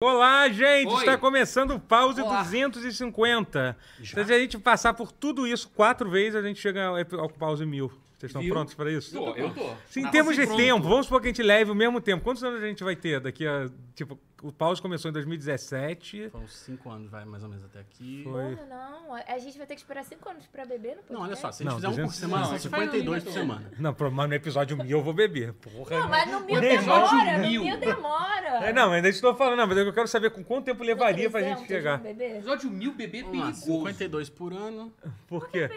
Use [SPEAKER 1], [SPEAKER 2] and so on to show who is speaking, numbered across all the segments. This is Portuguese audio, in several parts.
[SPEAKER 1] Olá, gente!
[SPEAKER 2] Oi.
[SPEAKER 1] Está começando o Pause
[SPEAKER 2] Olá.
[SPEAKER 1] 250. Se a gente passar por tudo isso quatro vezes, a gente chega ao ao Pause 1000. Vocês estão
[SPEAKER 2] Viu?
[SPEAKER 1] prontos para isso?
[SPEAKER 2] Tô, eu tô.
[SPEAKER 1] Se em
[SPEAKER 2] Nasci
[SPEAKER 3] assim
[SPEAKER 1] termos de
[SPEAKER 2] pronto.
[SPEAKER 1] tempo, vamos supor que a gente leve o mesmo tempo. Quantos anos a gente vai ter daqui a... Tipo, o Pause começou em 2017.
[SPEAKER 3] Foram cinco anos, vai mais ou menos até aqui.
[SPEAKER 1] Foi.
[SPEAKER 4] Porra, não. A gente vai ter que esperar 5 anos pra beber no podcast.
[SPEAKER 3] Não, olha só, se a
[SPEAKER 1] Não,
[SPEAKER 3] gente fizer um por
[SPEAKER 1] 200
[SPEAKER 3] semana,
[SPEAKER 2] não,
[SPEAKER 3] são
[SPEAKER 2] isso faz no
[SPEAKER 3] 52 por
[SPEAKER 2] mínimo.
[SPEAKER 3] semana.
[SPEAKER 1] Não, pro- mas no episódio 1000 eu vou beber. Porra.
[SPEAKER 4] Não, mas no mil
[SPEAKER 1] episódio
[SPEAKER 4] demora, no
[SPEAKER 2] mil.
[SPEAKER 4] mil demora.
[SPEAKER 1] É, não, ainda estou falando, não, mas eu quero saber com quanto tempo levaria
[SPEAKER 4] é um
[SPEAKER 1] pra gente chegar.
[SPEAKER 4] Perigoso.
[SPEAKER 2] Episódio 1000 bebê
[SPEAKER 3] Vamos lá,
[SPEAKER 2] perigoso.
[SPEAKER 3] 52 por ano.
[SPEAKER 1] Por
[SPEAKER 4] é
[SPEAKER 1] quê?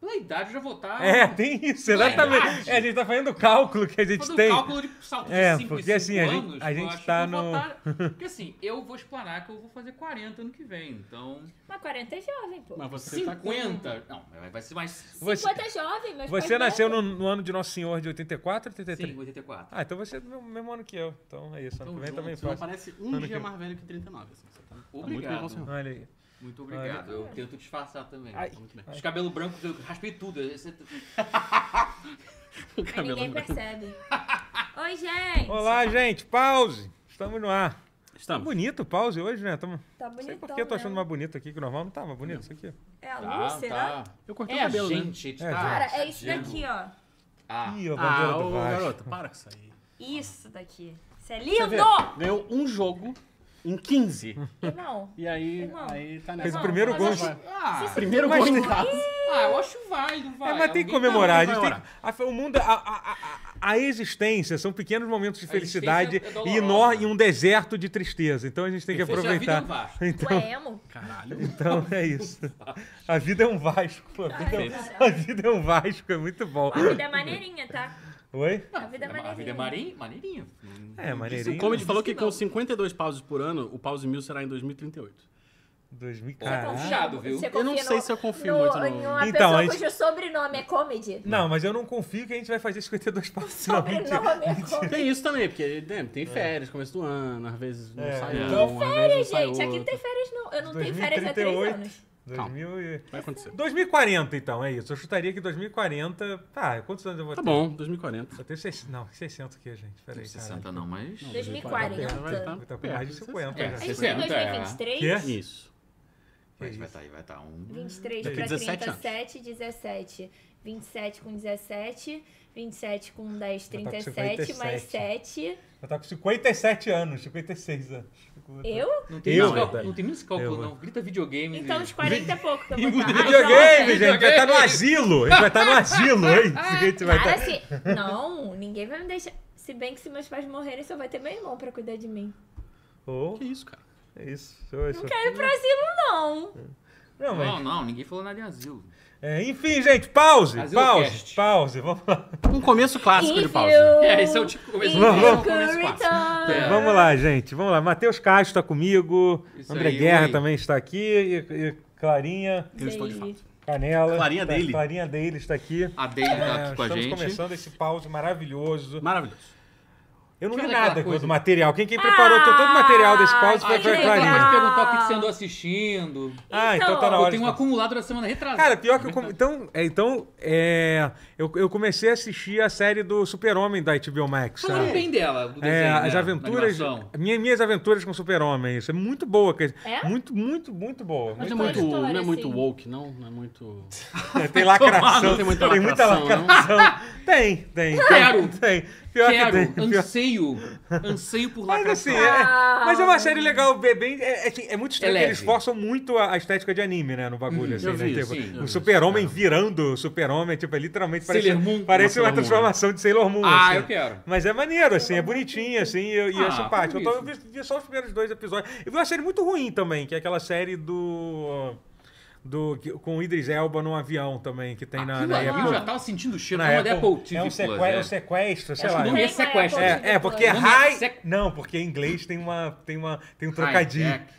[SPEAKER 2] Pela idade eu já vou tá-
[SPEAKER 1] É, tem isso, exatamente. É, a gente tá fazendo o cálculo que a gente
[SPEAKER 2] Todo
[SPEAKER 1] tem.
[SPEAKER 2] cálculo de salto
[SPEAKER 1] É,
[SPEAKER 2] de 5
[SPEAKER 1] porque assim, a gente-
[SPEAKER 2] anos,
[SPEAKER 1] a
[SPEAKER 2] eu
[SPEAKER 1] gente
[SPEAKER 2] acho que
[SPEAKER 1] tá
[SPEAKER 2] eu vou
[SPEAKER 1] no-
[SPEAKER 2] tá- Porque assim, eu vou explanar que eu vou fazer 40 ano que vem, então...
[SPEAKER 4] Mas 40 é jovem, pô.
[SPEAKER 3] Mas você tá com-
[SPEAKER 2] 50... Não, mas vai ser mais...
[SPEAKER 1] Você-
[SPEAKER 4] 50 é jovem, meus
[SPEAKER 1] Você
[SPEAKER 4] pais
[SPEAKER 1] nasceu
[SPEAKER 4] bebem.
[SPEAKER 1] no, no ano de Nosso Senhor de 84 ou 83?
[SPEAKER 2] 5, 84.
[SPEAKER 1] Ah, então você é do mesmo, mesmo ano que eu. Então é isso, ano que
[SPEAKER 2] Tamo
[SPEAKER 1] vem também
[SPEAKER 3] Você não
[SPEAKER 1] faz.
[SPEAKER 3] parece um
[SPEAKER 1] Ano
[SPEAKER 3] dia
[SPEAKER 1] que-
[SPEAKER 3] mais velho que 39. Assim, você tá, tá
[SPEAKER 2] Obrigado.
[SPEAKER 3] Muito bem
[SPEAKER 1] Olha aí.
[SPEAKER 2] Muito obrigado. Eu tento disfarçar também.
[SPEAKER 3] Ai. Tá muito bem.
[SPEAKER 2] Os cabelos brancos, eu raspei tudo. tá- Esse-
[SPEAKER 3] O
[SPEAKER 4] Mas ninguém percebe. Oi, gente.
[SPEAKER 1] né? Olá, gente. Pause. Estamos no ar. Tá
[SPEAKER 3] Estamos.
[SPEAKER 1] bonito o pause hoje, né? Tamo...
[SPEAKER 4] Tá
[SPEAKER 1] Não sei
[SPEAKER 4] bonitão,
[SPEAKER 1] por que eu tô achando
[SPEAKER 4] né?
[SPEAKER 1] mais bonito aqui que o normal. Não tá mais bonito isso aqui.
[SPEAKER 4] É a luz,
[SPEAKER 2] Tá,
[SPEAKER 4] será?
[SPEAKER 2] tá.
[SPEAKER 3] Eu cortei
[SPEAKER 2] É
[SPEAKER 3] o
[SPEAKER 2] a
[SPEAKER 3] cabelo, né?
[SPEAKER 2] gente, a gente
[SPEAKER 1] É,
[SPEAKER 2] tá...
[SPEAKER 4] Cara, é isso
[SPEAKER 2] chateando.
[SPEAKER 4] daqui, ó.
[SPEAKER 2] Ah,
[SPEAKER 1] Ih, a bandeira
[SPEAKER 3] Ah,
[SPEAKER 1] do
[SPEAKER 3] ô,
[SPEAKER 1] Vasco.
[SPEAKER 3] garoto, para com isso aí.
[SPEAKER 4] Isso daqui. Isso é
[SPEAKER 3] Você vê,
[SPEAKER 4] lindo!
[SPEAKER 3] Ganhou um jogo em 15.
[SPEAKER 4] Irmão,
[SPEAKER 3] E aí,
[SPEAKER 4] Irmão,
[SPEAKER 3] aí tá
[SPEAKER 1] Fez
[SPEAKER 3] nessa.
[SPEAKER 1] o primeiro
[SPEAKER 4] mas assim,
[SPEAKER 1] gol.
[SPEAKER 4] acho-
[SPEAKER 2] ah,
[SPEAKER 3] Primeiro gol em
[SPEAKER 4] assim,
[SPEAKER 3] casa.
[SPEAKER 2] ah, eu acho válido, vai.
[SPEAKER 1] É, mas tem que
[SPEAKER 2] Alguém tá-
[SPEAKER 1] comemorar. A
[SPEAKER 3] vai
[SPEAKER 1] gente tem
[SPEAKER 3] orar.
[SPEAKER 1] que- a- o mundo, a, a- a- a- a existência são pequenos momentos de
[SPEAKER 2] A existência
[SPEAKER 1] felicidade
[SPEAKER 2] é
[SPEAKER 1] e,
[SPEAKER 2] dolorosa.
[SPEAKER 1] nó, e um deserto de tristeza. Então a gente tem que
[SPEAKER 2] Esse é a vida
[SPEAKER 1] aproveitar.
[SPEAKER 2] do Vasco.
[SPEAKER 4] o é emo.
[SPEAKER 3] Caralho.
[SPEAKER 1] Então é isso. A vida é um Vasco. A vida é um, a vida é um Vasco, é muito bom.
[SPEAKER 4] A vida é maneirinha, tá?
[SPEAKER 1] Oi?
[SPEAKER 4] A
[SPEAKER 2] A vida
[SPEAKER 4] vida é
[SPEAKER 2] é
[SPEAKER 4] maneirinha.
[SPEAKER 2] marin- maneirinha. Hum.
[SPEAKER 1] É,
[SPEAKER 3] O
[SPEAKER 1] maneirinho.
[SPEAKER 3] Comedy falou
[SPEAKER 2] disse
[SPEAKER 3] que
[SPEAKER 4] assim,
[SPEAKER 2] que
[SPEAKER 3] com
[SPEAKER 2] não.
[SPEAKER 3] 52 pauses por ano, o pause mil será em 2038.
[SPEAKER 1] 2000,
[SPEAKER 4] Você
[SPEAKER 1] caralho.
[SPEAKER 4] confia-
[SPEAKER 2] Puxado, viu?
[SPEAKER 4] você
[SPEAKER 3] Eu não
[SPEAKER 4] confia
[SPEAKER 3] sei
[SPEAKER 4] no-
[SPEAKER 3] se eu confio
[SPEAKER 4] no-
[SPEAKER 3] muito no-
[SPEAKER 4] Em uma
[SPEAKER 1] Então,
[SPEAKER 4] pessoa
[SPEAKER 1] a gente-
[SPEAKER 4] cujo sobrenome é comedy.
[SPEAKER 1] Não, mas eu não confio que a gente vai fazer 52 passos. Não, mentira.
[SPEAKER 4] Sobrenome é comedy.
[SPEAKER 3] Tem isso também, porque né, tem férias, começo do ano, às vezes não
[SPEAKER 1] É,
[SPEAKER 3] sai
[SPEAKER 1] então-
[SPEAKER 3] um, às
[SPEAKER 4] Férias,
[SPEAKER 3] vezes não sai
[SPEAKER 4] gente. Aqui não
[SPEAKER 3] outro.
[SPEAKER 4] tem férias, não. Eu não tenho férias há três
[SPEAKER 1] 2038.
[SPEAKER 3] Tá
[SPEAKER 4] anos.
[SPEAKER 1] 2000 e...
[SPEAKER 3] Vai acontecer.
[SPEAKER 1] 2040, então, é isso. Eu chutaria que 2040. Tá, quantos anos eu vou
[SPEAKER 3] Tá
[SPEAKER 1] ter?
[SPEAKER 3] bom, 2040.
[SPEAKER 1] Eu tenho 600. Não, 600 o quê, gente? Peraí.
[SPEAKER 2] 60 não, mas...
[SPEAKER 4] 2040.
[SPEAKER 3] Tá Vai estar
[SPEAKER 1] Eu tô com Então mais de
[SPEAKER 3] perto,
[SPEAKER 1] 50
[SPEAKER 2] É,
[SPEAKER 1] já.
[SPEAKER 4] A gente
[SPEAKER 2] 60,
[SPEAKER 4] tem 2023.
[SPEAKER 1] é. Quê?
[SPEAKER 3] Isso.
[SPEAKER 2] Mas
[SPEAKER 1] Que isso.
[SPEAKER 2] vai estar aí, vai estar um...
[SPEAKER 4] 23
[SPEAKER 3] Daqui
[SPEAKER 4] pra
[SPEAKER 3] 17
[SPEAKER 4] 30,
[SPEAKER 3] anos.
[SPEAKER 4] 7, 17. 27 com 17. 27 com 10,
[SPEAKER 1] Eu tô com
[SPEAKER 4] 37.
[SPEAKER 1] 57.
[SPEAKER 4] Mais 7.
[SPEAKER 1] Eu tô com 57 anos, 56 anos.
[SPEAKER 4] Eu?
[SPEAKER 2] Não tem,
[SPEAKER 1] Eu,
[SPEAKER 2] esse cálculo,
[SPEAKER 1] verdade.
[SPEAKER 2] não tem nem esse
[SPEAKER 1] Eu
[SPEAKER 2] cálculo,
[SPEAKER 1] vou.
[SPEAKER 2] não. Grita videogame.
[SPEAKER 4] Então
[SPEAKER 2] e-
[SPEAKER 4] os 40 e pouco que eu
[SPEAKER 2] E
[SPEAKER 4] vou
[SPEAKER 2] mudei
[SPEAKER 4] estar. Ah, então,
[SPEAKER 2] de
[SPEAKER 4] é.
[SPEAKER 1] Videogame, gente.
[SPEAKER 2] videogame.
[SPEAKER 1] Vai estar no asilo. A gente vai estar no asilo, hein? A gente vai tá
[SPEAKER 4] Cara,
[SPEAKER 1] estar.
[SPEAKER 4] se... Não, ninguém vai me deixar. Se bem que se meus pais morrerem, só vai ter meu irmão pra cuidar de mim.
[SPEAKER 1] Oh,
[SPEAKER 3] Que isso, cara?
[SPEAKER 1] é isso. Eu
[SPEAKER 4] Não
[SPEAKER 1] sou-
[SPEAKER 4] quero ir pro asilo, não.
[SPEAKER 1] Não, mas
[SPEAKER 2] Não, não, ninguém falou nada em asilo.
[SPEAKER 1] É, enfim, gente, pause,
[SPEAKER 2] Fazer o
[SPEAKER 1] pause,
[SPEAKER 2] cast.
[SPEAKER 1] pause, vamos lá.
[SPEAKER 3] Um começo clássico de
[SPEAKER 4] If
[SPEAKER 3] pausa.
[SPEAKER 4] you-
[SPEAKER 2] É, esse é o tipo começo.
[SPEAKER 4] if
[SPEAKER 1] Vamos,
[SPEAKER 4] you
[SPEAKER 2] vamos.
[SPEAKER 4] could
[SPEAKER 2] Começo quase.
[SPEAKER 4] return.
[SPEAKER 2] É.
[SPEAKER 1] Vamos lá, gente, vamos lá. Matheus Castro está comigo,
[SPEAKER 2] Isso
[SPEAKER 1] André
[SPEAKER 2] aí,
[SPEAKER 1] Guerra
[SPEAKER 2] oi.
[SPEAKER 1] também está aqui, e, e Clarinha,
[SPEAKER 3] Eu estou de
[SPEAKER 4] Baby.
[SPEAKER 3] fato.
[SPEAKER 1] Canela.
[SPEAKER 3] Clarinha
[SPEAKER 1] tá-
[SPEAKER 3] dele.
[SPEAKER 1] Clarinha dele está aqui.
[SPEAKER 2] A Deide
[SPEAKER 1] É,
[SPEAKER 2] tá aqui com a
[SPEAKER 1] estamos
[SPEAKER 2] gente.
[SPEAKER 1] começando esse pause maravilhoso.
[SPEAKER 3] Maravilhoso.
[SPEAKER 1] Eu não
[SPEAKER 2] Deixa
[SPEAKER 1] vi
[SPEAKER 2] eu fazer
[SPEAKER 1] nada
[SPEAKER 2] aquela coisa.
[SPEAKER 1] do material. Quem, quem preparou todo o material desse
[SPEAKER 2] Ah,
[SPEAKER 1] pause foi
[SPEAKER 4] que
[SPEAKER 1] foi a
[SPEAKER 4] legal.
[SPEAKER 1] Clarinha.
[SPEAKER 2] Pode perguntar o que que você andou assistindo.
[SPEAKER 1] Ah, então tá na
[SPEAKER 4] Eu
[SPEAKER 1] hora.
[SPEAKER 2] Eu tenho um
[SPEAKER 1] então.
[SPEAKER 2] acumulado da semana retrasada.
[SPEAKER 1] Cara, pior que eu. come- Então, é, então é, eu, eu comecei a assistir a série do Super-Homem da HBO Max.
[SPEAKER 2] Falando
[SPEAKER 1] sabe?
[SPEAKER 2] bem dela, do
[SPEAKER 1] É,
[SPEAKER 2] desenho,
[SPEAKER 1] as
[SPEAKER 2] né,
[SPEAKER 1] aventuras.
[SPEAKER 2] da animação.
[SPEAKER 1] Minha, minhas aventuras com o Super-Homem, isso. É muito boa. quer dizer,
[SPEAKER 4] É?
[SPEAKER 1] Muito, muito, muito boa.
[SPEAKER 3] Mas
[SPEAKER 1] Muito-
[SPEAKER 3] não é
[SPEAKER 4] Muita
[SPEAKER 3] muito,
[SPEAKER 4] história,
[SPEAKER 3] não é muito
[SPEAKER 4] assim.
[SPEAKER 3] woke, não. Não é muito.
[SPEAKER 1] tem lacração.
[SPEAKER 3] Não tem muita
[SPEAKER 1] tem muita
[SPEAKER 3] lacração,
[SPEAKER 1] lacração. Tem, tem. tem,
[SPEAKER 2] Quero.
[SPEAKER 1] Tem. Pior que
[SPEAKER 2] Quero,
[SPEAKER 1] tem. pior-
[SPEAKER 2] anseio, anseio por
[SPEAKER 1] Mas assim,
[SPEAKER 2] lacração.
[SPEAKER 1] é,
[SPEAKER 4] Ah.
[SPEAKER 1] mas é uma série legal, é bem, é, é que é muito estranho
[SPEAKER 2] É
[SPEAKER 1] que eles
[SPEAKER 2] leve.
[SPEAKER 1] forçam muito a, a estética de anime, né, no bagulho, assim,
[SPEAKER 3] Uhum. eu
[SPEAKER 1] né,
[SPEAKER 3] vi,
[SPEAKER 1] tipo,
[SPEAKER 3] sim, eu vi
[SPEAKER 1] o
[SPEAKER 3] isso,
[SPEAKER 1] super-homem virando o super-homem, tipo, é literalmente parece,
[SPEAKER 2] Sailor Moon,
[SPEAKER 1] parece uma
[SPEAKER 3] uma Sailor Moon, né?
[SPEAKER 1] transformação de Sailor Moon,
[SPEAKER 2] Ah,
[SPEAKER 1] assim.
[SPEAKER 2] eu quero.
[SPEAKER 1] Mas é maneiro, assim, é bonitinho, assim, e, e
[SPEAKER 2] Ah,
[SPEAKER 1] essa parte. Eu, tô- eu
[SPEAKER 2] como
[SPEAKER 1] vi, vi só os primeiros dois episódios. Eu vi uma série muito ruim também, que é aquela série do. do que- com o Idris Elba num avião também, que tem né? na.
[SPEAKER 2] Aquilo
[SPEAKER 1] na
[SPEAKER 2] ali
[SPEAKER 1] Apple-
[SPEAKER 2] eu já tava sentindo o cheiro.
[SPEAKER 1] é na
[SPEAKER 2] Não, é da
[SPEAKER 1] Apple-
[SPEAKER 2] Apple TV
[SPEAKER 1] é um
[SPEAKER 2] Plus,
[SPEAKER 1] sequestro,
[SPEAKER 2] é.
[SPEAKER 1] é um sequestro, sei
[SPEAKER 2] Acho
[SPEAKER 1] lá.
[SPEAKER 2] que o nome é sequestro.
[SPEAKER 4] Apple TV+.
[SPEAKER 1] É, é porque é
[SPEAKER 2] Não,
[SPEAKER 1] high.
[SPEAKER 2] sec-
[SPEAKER 1] Não, porque em inglês tem uma. Tem, uma, tem um
[SPEAKER 2] Hi,
[SPEAKER 1] trocadinho.
[SPEAKER 2] Jack.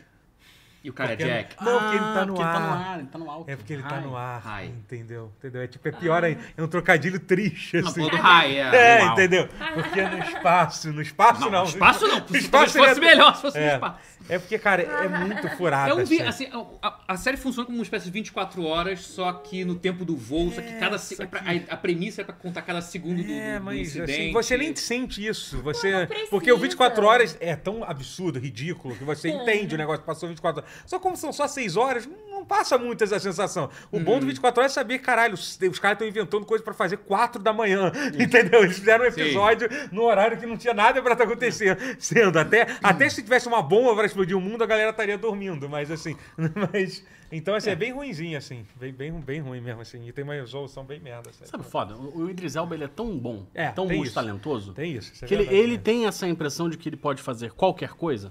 [SPEAKER 2] E o cara
[SPEAKER 1] Porque-
[SPEAKER 2] é Jack.
[SPEAKER 1] Não, porque ele tá
[SPEAKER 3] Ah,
[SPEAKER 1] no
[SPEAKER 3] porque Ele tá no
[SPEAKER 1] ar.
[SPEAKER 3] ar, ele tá no alto.
[SPEAKER 1] É porque ele tá
[SPEAKER 3] Ai.
[SPEAKER 1] no ar.
[SPEAKER 2] Hi.
[SPEAKER 1] Entendeu? Entendeu? É tipo, é pior ainda.
[SPEAKER 2] Ah.
[SPEAKER 1] É um trocadilho triste,
[SPEAKER 2] Na
[SPEAKER 1] assim.
[SPEAKER 2] porra do Rai, é.
[SPEAKER 1] É,
[SPEAKER 3] Uau.
[SPEAKER 1] entendeu? Porque no espaço, no espaço não.
[SPEAKER 2] Não, espaço não.
[SPEAKER 1] Espaço
[SPEAKER 2] Espaço se fosse
[SPEAKER 1] seria-
[SPEAKER 2] melhor se fosse no
[SPEAKER 1] É.
[SPEAKER 2] espaço.
[SPEAKER 1] É porque, cara, é muito furada.
[SPEAKER 2] É um vi-
[SPEAKER 1] assim.
[SPEAKER 2] assim, a- a, a série funciona como uma espécie de 24 horas, só que no tempo do voo, só que cada se- é pra- a, a premissa é pra contar cada segundo do- do,
[SPEAKER 1] É,
[SPEAKER 2] do
[SPEAKER 1] mas assim,
[SPEAKER 2] um incidente. É
[SPEAKER 1] você nem sente isso. Você,
[SPEAKER 4] não
[SPEAKER 1] porque o
[SPEAKER 4] precisa.
[SPEAKER 1] 24 horas é tão absurdo, ridículo, que você
[SPEAKER 4] É.
[SPEAKER 1] entende o negócio que passou 24 horas. Só como são só 6 horas, não passa muito essa sensação. O bom do 24 horas é saber, caralho, os, os caras estão inventando coisa pra fazer 4 da manhã, entendeu? Eles fizeram um
[SPEAKER 2] Sim.
[SPEAKER 1] episódio no horário que não tinha nada pra estar acontecendo. Sendo até, até se tivesse uma bomba pra explodir o mundo, a galera estaria dormindo, mas assim, mas... Então, assim, é, bem ruinzinho, assim. Bem, bem, bem ruim mesmo, assim. E tem uma resolução bem merda, sabe?
[SPEAKER 3] Sabe o foda? O o Idris Elba, ele é tão bom,
[SPEAKER 1] É,
[SPEAKER 3] tão
[SPEAKER 1] tem
[SPEAKER 3] bom
[SPEAKER 1] isso.
[SPEAKER 3] e talentoso,
[SPEAKER 1] Tem isso. isso é
[SPEAKER 3] que ele,
[SPEAKER 1] verdade,
[SPEAKER 3] ele
[SPEAKER 1] né?
[SPEAKER 3] tem essa impressão de que ele pode fazer qualquer coisa,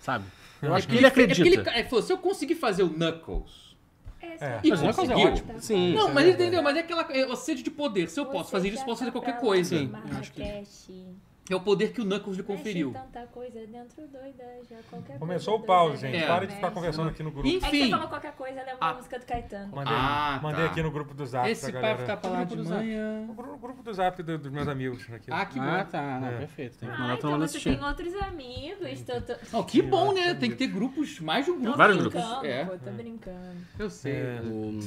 [SPEAKER 3] sabe? Eu acho que
[SPEAKER 2] É
[SPEAKER 3] ele
[SPEAKER 2] porque
[SPEAKER 3] acredita.
[SPEAKER 2] ele- é, falou, se eu conseguir fazer o Knuckles.
[SPEAKER 4] É,
[SPEAKER 2] E
[SPEAKER 4] só-
[SPEAKER 3] Mas uma coisa
[SPEAKER 2] conseguiu.
[SPEAKER 3] ótima. Sim.
[SPEAKER 4] tá
[SPEAKER 2] Não,
[SPEAKER 1] né,
[SPEAKER 2] mas entendeu? Mas é aquela é a sede de poder. Se eu posso fazer isso, posso fazer
[SPEAKER 4] tá
[SPEAKER 2] qualquer coisa.
[SPEAKER 3] Sim.
[SPEAKER 4] Eu acho que...
[SPEAKER 2] É o poder que o Knuckles lhe conferiu.
[SPEAKER 4] tanta coisa dentro doida, já qualquer
[SPEAKER 1] Começou o
[SPEAKER 4] É coisa
[SPEAKER 1] pau,
[SPEAKER 4] doida,
[SPEAKER 1] gente.
[SPEAKER 2] É.
[SPEAKER 1] Para de ficar
[SPEAKER 4] mexe.
[SPEAKER 1] conversando é? aqui no grupo.
[SPEAKER 2] Ih,
[SPEAKER 4] É que você
[SPEAKER 2] Enfim.
[SPEAKER 4] falou qualquer coisa, lembra
[SPEAKER 2] Ah.
[SPEAKER 4] a música do Caetano.
[SPEAKER 1] Mandei,
[SPEAKER 2] Ah,
[SPEAKER 1] mandei
[SPEAKER 2] tá.
[SPEAKER 1] aqui no grupo do Zap
[SPEAKER 2] Esse
[SPEAKER 1] pra
[SPEAKER 2] pai
[SPEAKER 1] galera.
[SPEAKER 2] fica pra lá de
[SPEAKER 3] Grupo do Zap.
[SPEAKER 2] manhã.
[SPEAKER 1] O gru- o grupo do Zap do- dos meus amigos aqui.
[SPEAKER 2] Ah, que bom.
[SPEAKER 3] Ah, tá. Não,
[SPEAKER 1] É.
[SPEAKER 3] perfeito. Tem que
[SPEAKER 4] Ah,
[SPEAKER 3] mandar todo
[SPEAKER 4] então
[SPEAKER 3] mundo
[SPEAKER 4] você tem
[SPEAKER 3] assistir.
[SPEAKER 4] outros amigos. Tô, tô,
[SPEAKER 2] Não, que
[SPEAKER 1] é,
[SPEAKER 2] bom, né? Tem que ter grupos, mais de um
[SPEAKER 4] tô
[SPEAKER 2] grupo.
[SPEAKER 3] Vários
[SPEAKER 4] brincando,
[SPEAKER 3] grupos.
[SPEAKER 2] É.
[SPEAKER 4] pô, tô brincando.
[SPEAKER 2] Eu sei.
[SPEAKER 1] É.
[SPEAKER 3] O-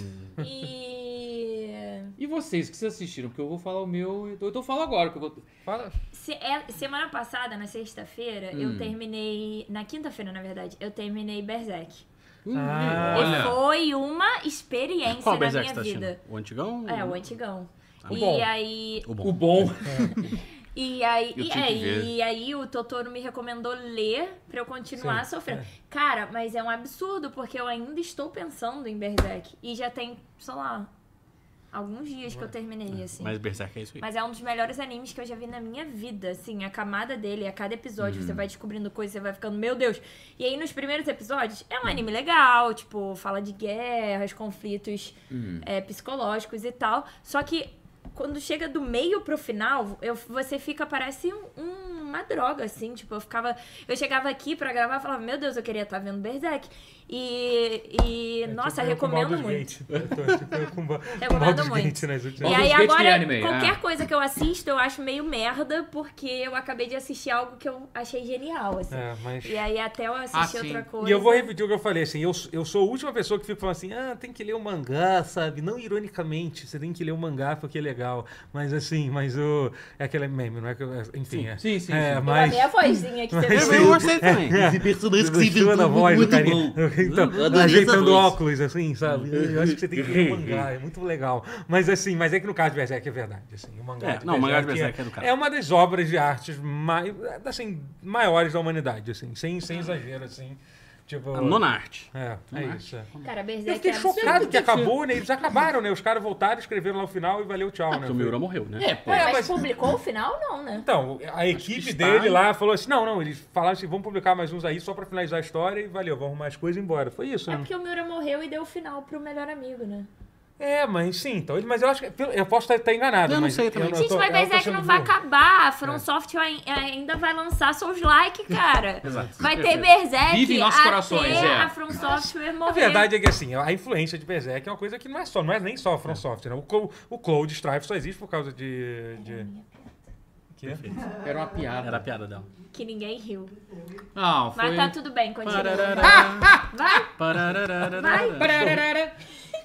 [SPEAKER 4] E...
[SPEAKER 2] E vocês, o que vocês assistiram? Porque eu vou falar o meu. Então eu falo agora. Que eu vou...
[SPEAKER 1] Fala.
[SPEAKER 4] Se- é- semana passada, na sexta-feira,
[SPEAKER 2] Hum.
[SPEAKER 4] eu terminei... Na quinta-feira, na verdade, eu terminei Berserk.
[SPEAKER 3] Hum,
[SPEAKER 1] Ah.
[SPEAKER 4] E
[SPEAKER 3] olha.
[SPEAKER 4] foi uma experiência
[SPEAKER 3] Qual
[SPEAKER 4] na
[SPEAKER 3] Berserk
[SPEAKER 4] minha
[SPEAKER 3] você tá
[SPEAKER 4] vida.
[SPEAKER 3] assistindo? O antigão?
[SPEAKER 4] É, o antigão.
[SPEAKER 1] O
[SPEAKER 4] e
[SPEAKER 1] bom.
[SPEAKER 4] aí,
[SPEAKER 3] O bom.
[SPEAKER 2] O bom.
[SPEAKER 4] E aí,
[SPEAKER 3] Eu
[SPEAKER 4] e
[SPEAKER 3] tinha que ver.
[SPEAKER 4] aí, e aí o Totoro me recomendou ler pra eu continuar sofrendo. Cara, mas é um absurdo, porque eu ainda estou pensando em Berserk. E já tem, sei lá, alguns dias que eu terminei, assim.
[SPEAKER 3] Mas Berserk é isso aí.
[SPEAKER 4] Mas é um dos melhores animes que eu já vi na minha vida, assim, a camada dele, a cada episódio você vai descobrindo coisas, você vai ficando, meu Deus. E aí nos primeiros episódios é um anime legal, tipo, fala de guerras, conflitos é, psicológicos e tal. Só que quando chega do meio pro final, eu, você fica, parece um- um- uma droga, assim, tipo, eu ficava. Eu chegava aqui pra gravar e falava, meu Deus, eu queria estar vendo Berserk. E, e
[SPEAKER 1] É
[SPEAKER 4] nossa,
[SPEAKER 1] tipo eu com
[SPEAKER 4] recomendo
[SPEAKER 1] Baldur's
[SPEAKER 4] muito.
[SPEAKER 1] Gate. Eu tô tipo eu com Ba- com
[SPEAKER 4] Recomendo
[SPEAKER 1] Baldur's
[SPEAKER 4] muito.
[SPEAKER 1] Gate nas últimas.
[SPEAKER 4] E
[SPEAKER 2] Baldur's Gate
[SPEAKER 4] aí
[SPEAKER 2] tem
[SPEAKER 4] agora,
[SPEAKER 2] anime,
[SPEAKER 4] qualquer
[SPEAKER 2] é.
[SPEAKER 4] coisa que eu assisto, eu acho meio merda, porque eu acabei de assistir algo que eu achei genial, assim.
[SPEAKER 1] É, mas...
[SPEAKER 4] E aí até eu assisti
[SPEAKER 2] Ah, sim.
[SPEAKER 4] outra coisa.
[SPEAKER 1] E eu vou repetir o que eu falei, assim, eu, eu sou a última pessoa que fica falando assim, ah, tem que ler o mangá, sabe? Não ironicamente, você tem que ler o mangá porque é legal. Mas assim, mas o... É aquele meme, não é que eu... Enfim, é.
[SPEAKER 2] Sim, sim,
[SPEAKER 1] É,
[SPEAKER 2] sim.
[SPEAKER 4] Eu
[SPEAKER 1] mas...
[SPEAKER 4] amei a vozinha que
[SPEAKER 1] mas-
[SPEAKER 4] você
[SPEAKER 1] Sim.
[SPEAKER 4] viu.
[SPEAKER 3] Eu gostei também.
[SPEAKER 5] Esse personagem que se
[SPEAKER 1] Gostou da
[SPEAKER 5] inventou
[SPEAKER 1] voz do
[SPEAKER 5] muito
[SPEAKER 1] carinha.
[SPEAKER 5] bom.
[SPEAKER 1] Então,
[SPEAKER 5] Eu adorei
[SPEAKER 1] ajeitando
[SPEAKER 5] essa voz.
[SPEAKER 1] óculos, assim, sabe? Eu acho que você tem que ler o mangá, é muito legal. Mas assim, mas é que no caso de Berserk é verdade, assim, o mangá
[SPEAKER 3] É,
[SPEAKER 1] de
[SPEAKER 3] não, o mangá de Berserk
[SPEAKER 1] é,
[SPEAKER 3] é do cara.
[SPEAKER 1] é uma das obras de artes mais, assim, maiores da humanidade, assim, sem, sem exagero, assim, tipo...
[SPEAKER 3] A nona arte.
[SPEAKER 1] É, é
[SPEAKER 3] Nona
[SPEAKER 1] isso. é.
[SPEAKER 4] Cara,
[SPEAKER 1] Eu
[SPEAKER 4] Berserk
[SPEAKER 1] fiquei
[SPEAKER 4] é absurdo.
[SPEAKER 1] chocado que acabou, né? Eles acabaram, né? Os caras voltaram, escreveram lá o final e valeu, tchau, né?
[SPEAKER 3] Porque o Miura morreu, né?
[SPEAKER 2] É, pô.
[SPEAKER 4] Ué,
[SPEAKER 1] É,
[SPEAKER 4] mas,
[SPEAKER 1] mas-
[SPEAKER 4] publicou o final, não, né?
[SPEAKER 1] Então, a equipe
[SPEAKER 3] está,
[SPEAKER 1] dele
[SPEAKER 3] né?
[SPEAKER 1] lá falou assim: não, não, eles falaram assim: vamos publicar mais uns aí só pra finalizar a história e valeu, vamos arrumar as coisas e ir embora. Foi isso,
[SPEAKER 4] É
[SPEAKER 1] né?
[SPEAKER 4] porque o Miura morreu e deu o final pro melhor amigo, né?
[SPEAKER 1] É, mas sim, então. ele- Mas eu acho que. pelo- Eu posso estar estar enganado.
[SPEAKER 3] Eu não
[SPEAKER 1] mas
[SPEAKER 3] sei também.
[SPEAKER 1] eu
[SPEAKER 4] Gente,
[SPEAKER 1] tô-
[SPEAKER 4] mas
[SPEAKER 1] eu tô
[SPEAKER 4] Berserk
[SPEAKER 1] tá sendo É.
[SPEAKER 4] não vai
[SPEAKER 1] burro.
[SPEAKER 4] acabar. A From Software ai- ainda vai lançar Souls Like, cara.
[SPEAKER 3] Exato.
[SPEAKER 4] Vai ter Berserk.
[SPEAKER 2] Vive em nossos
[SPEAKER 4] até
[SPEAKER 2] corações, é.
[SPEAKER 4] A From Software morrer.
[SPEAKER 1] A verdade é que assim, a influência de Berserk é uma coisa que não é só, não é nem só a From Software. né? O, Clo- o Cloud Strife só existe por causa de. de... Que?
[SPEAKER 2] Era uma piada.
[SPEAKER 3] Era a piada dela.
[SPEAKER 4] que ninguém riu.
[SPEAKER 2] Não, foi. um-
[SPEAKER 4] Mas tá tudo bem, continua.
[SPEAKER 3] Pararará,
[SPEAKER 4] Vai!
[SPEAKER 3] pararararará.
[SPEAKER 4] Vai.
[SPEAKER 2] Parararara.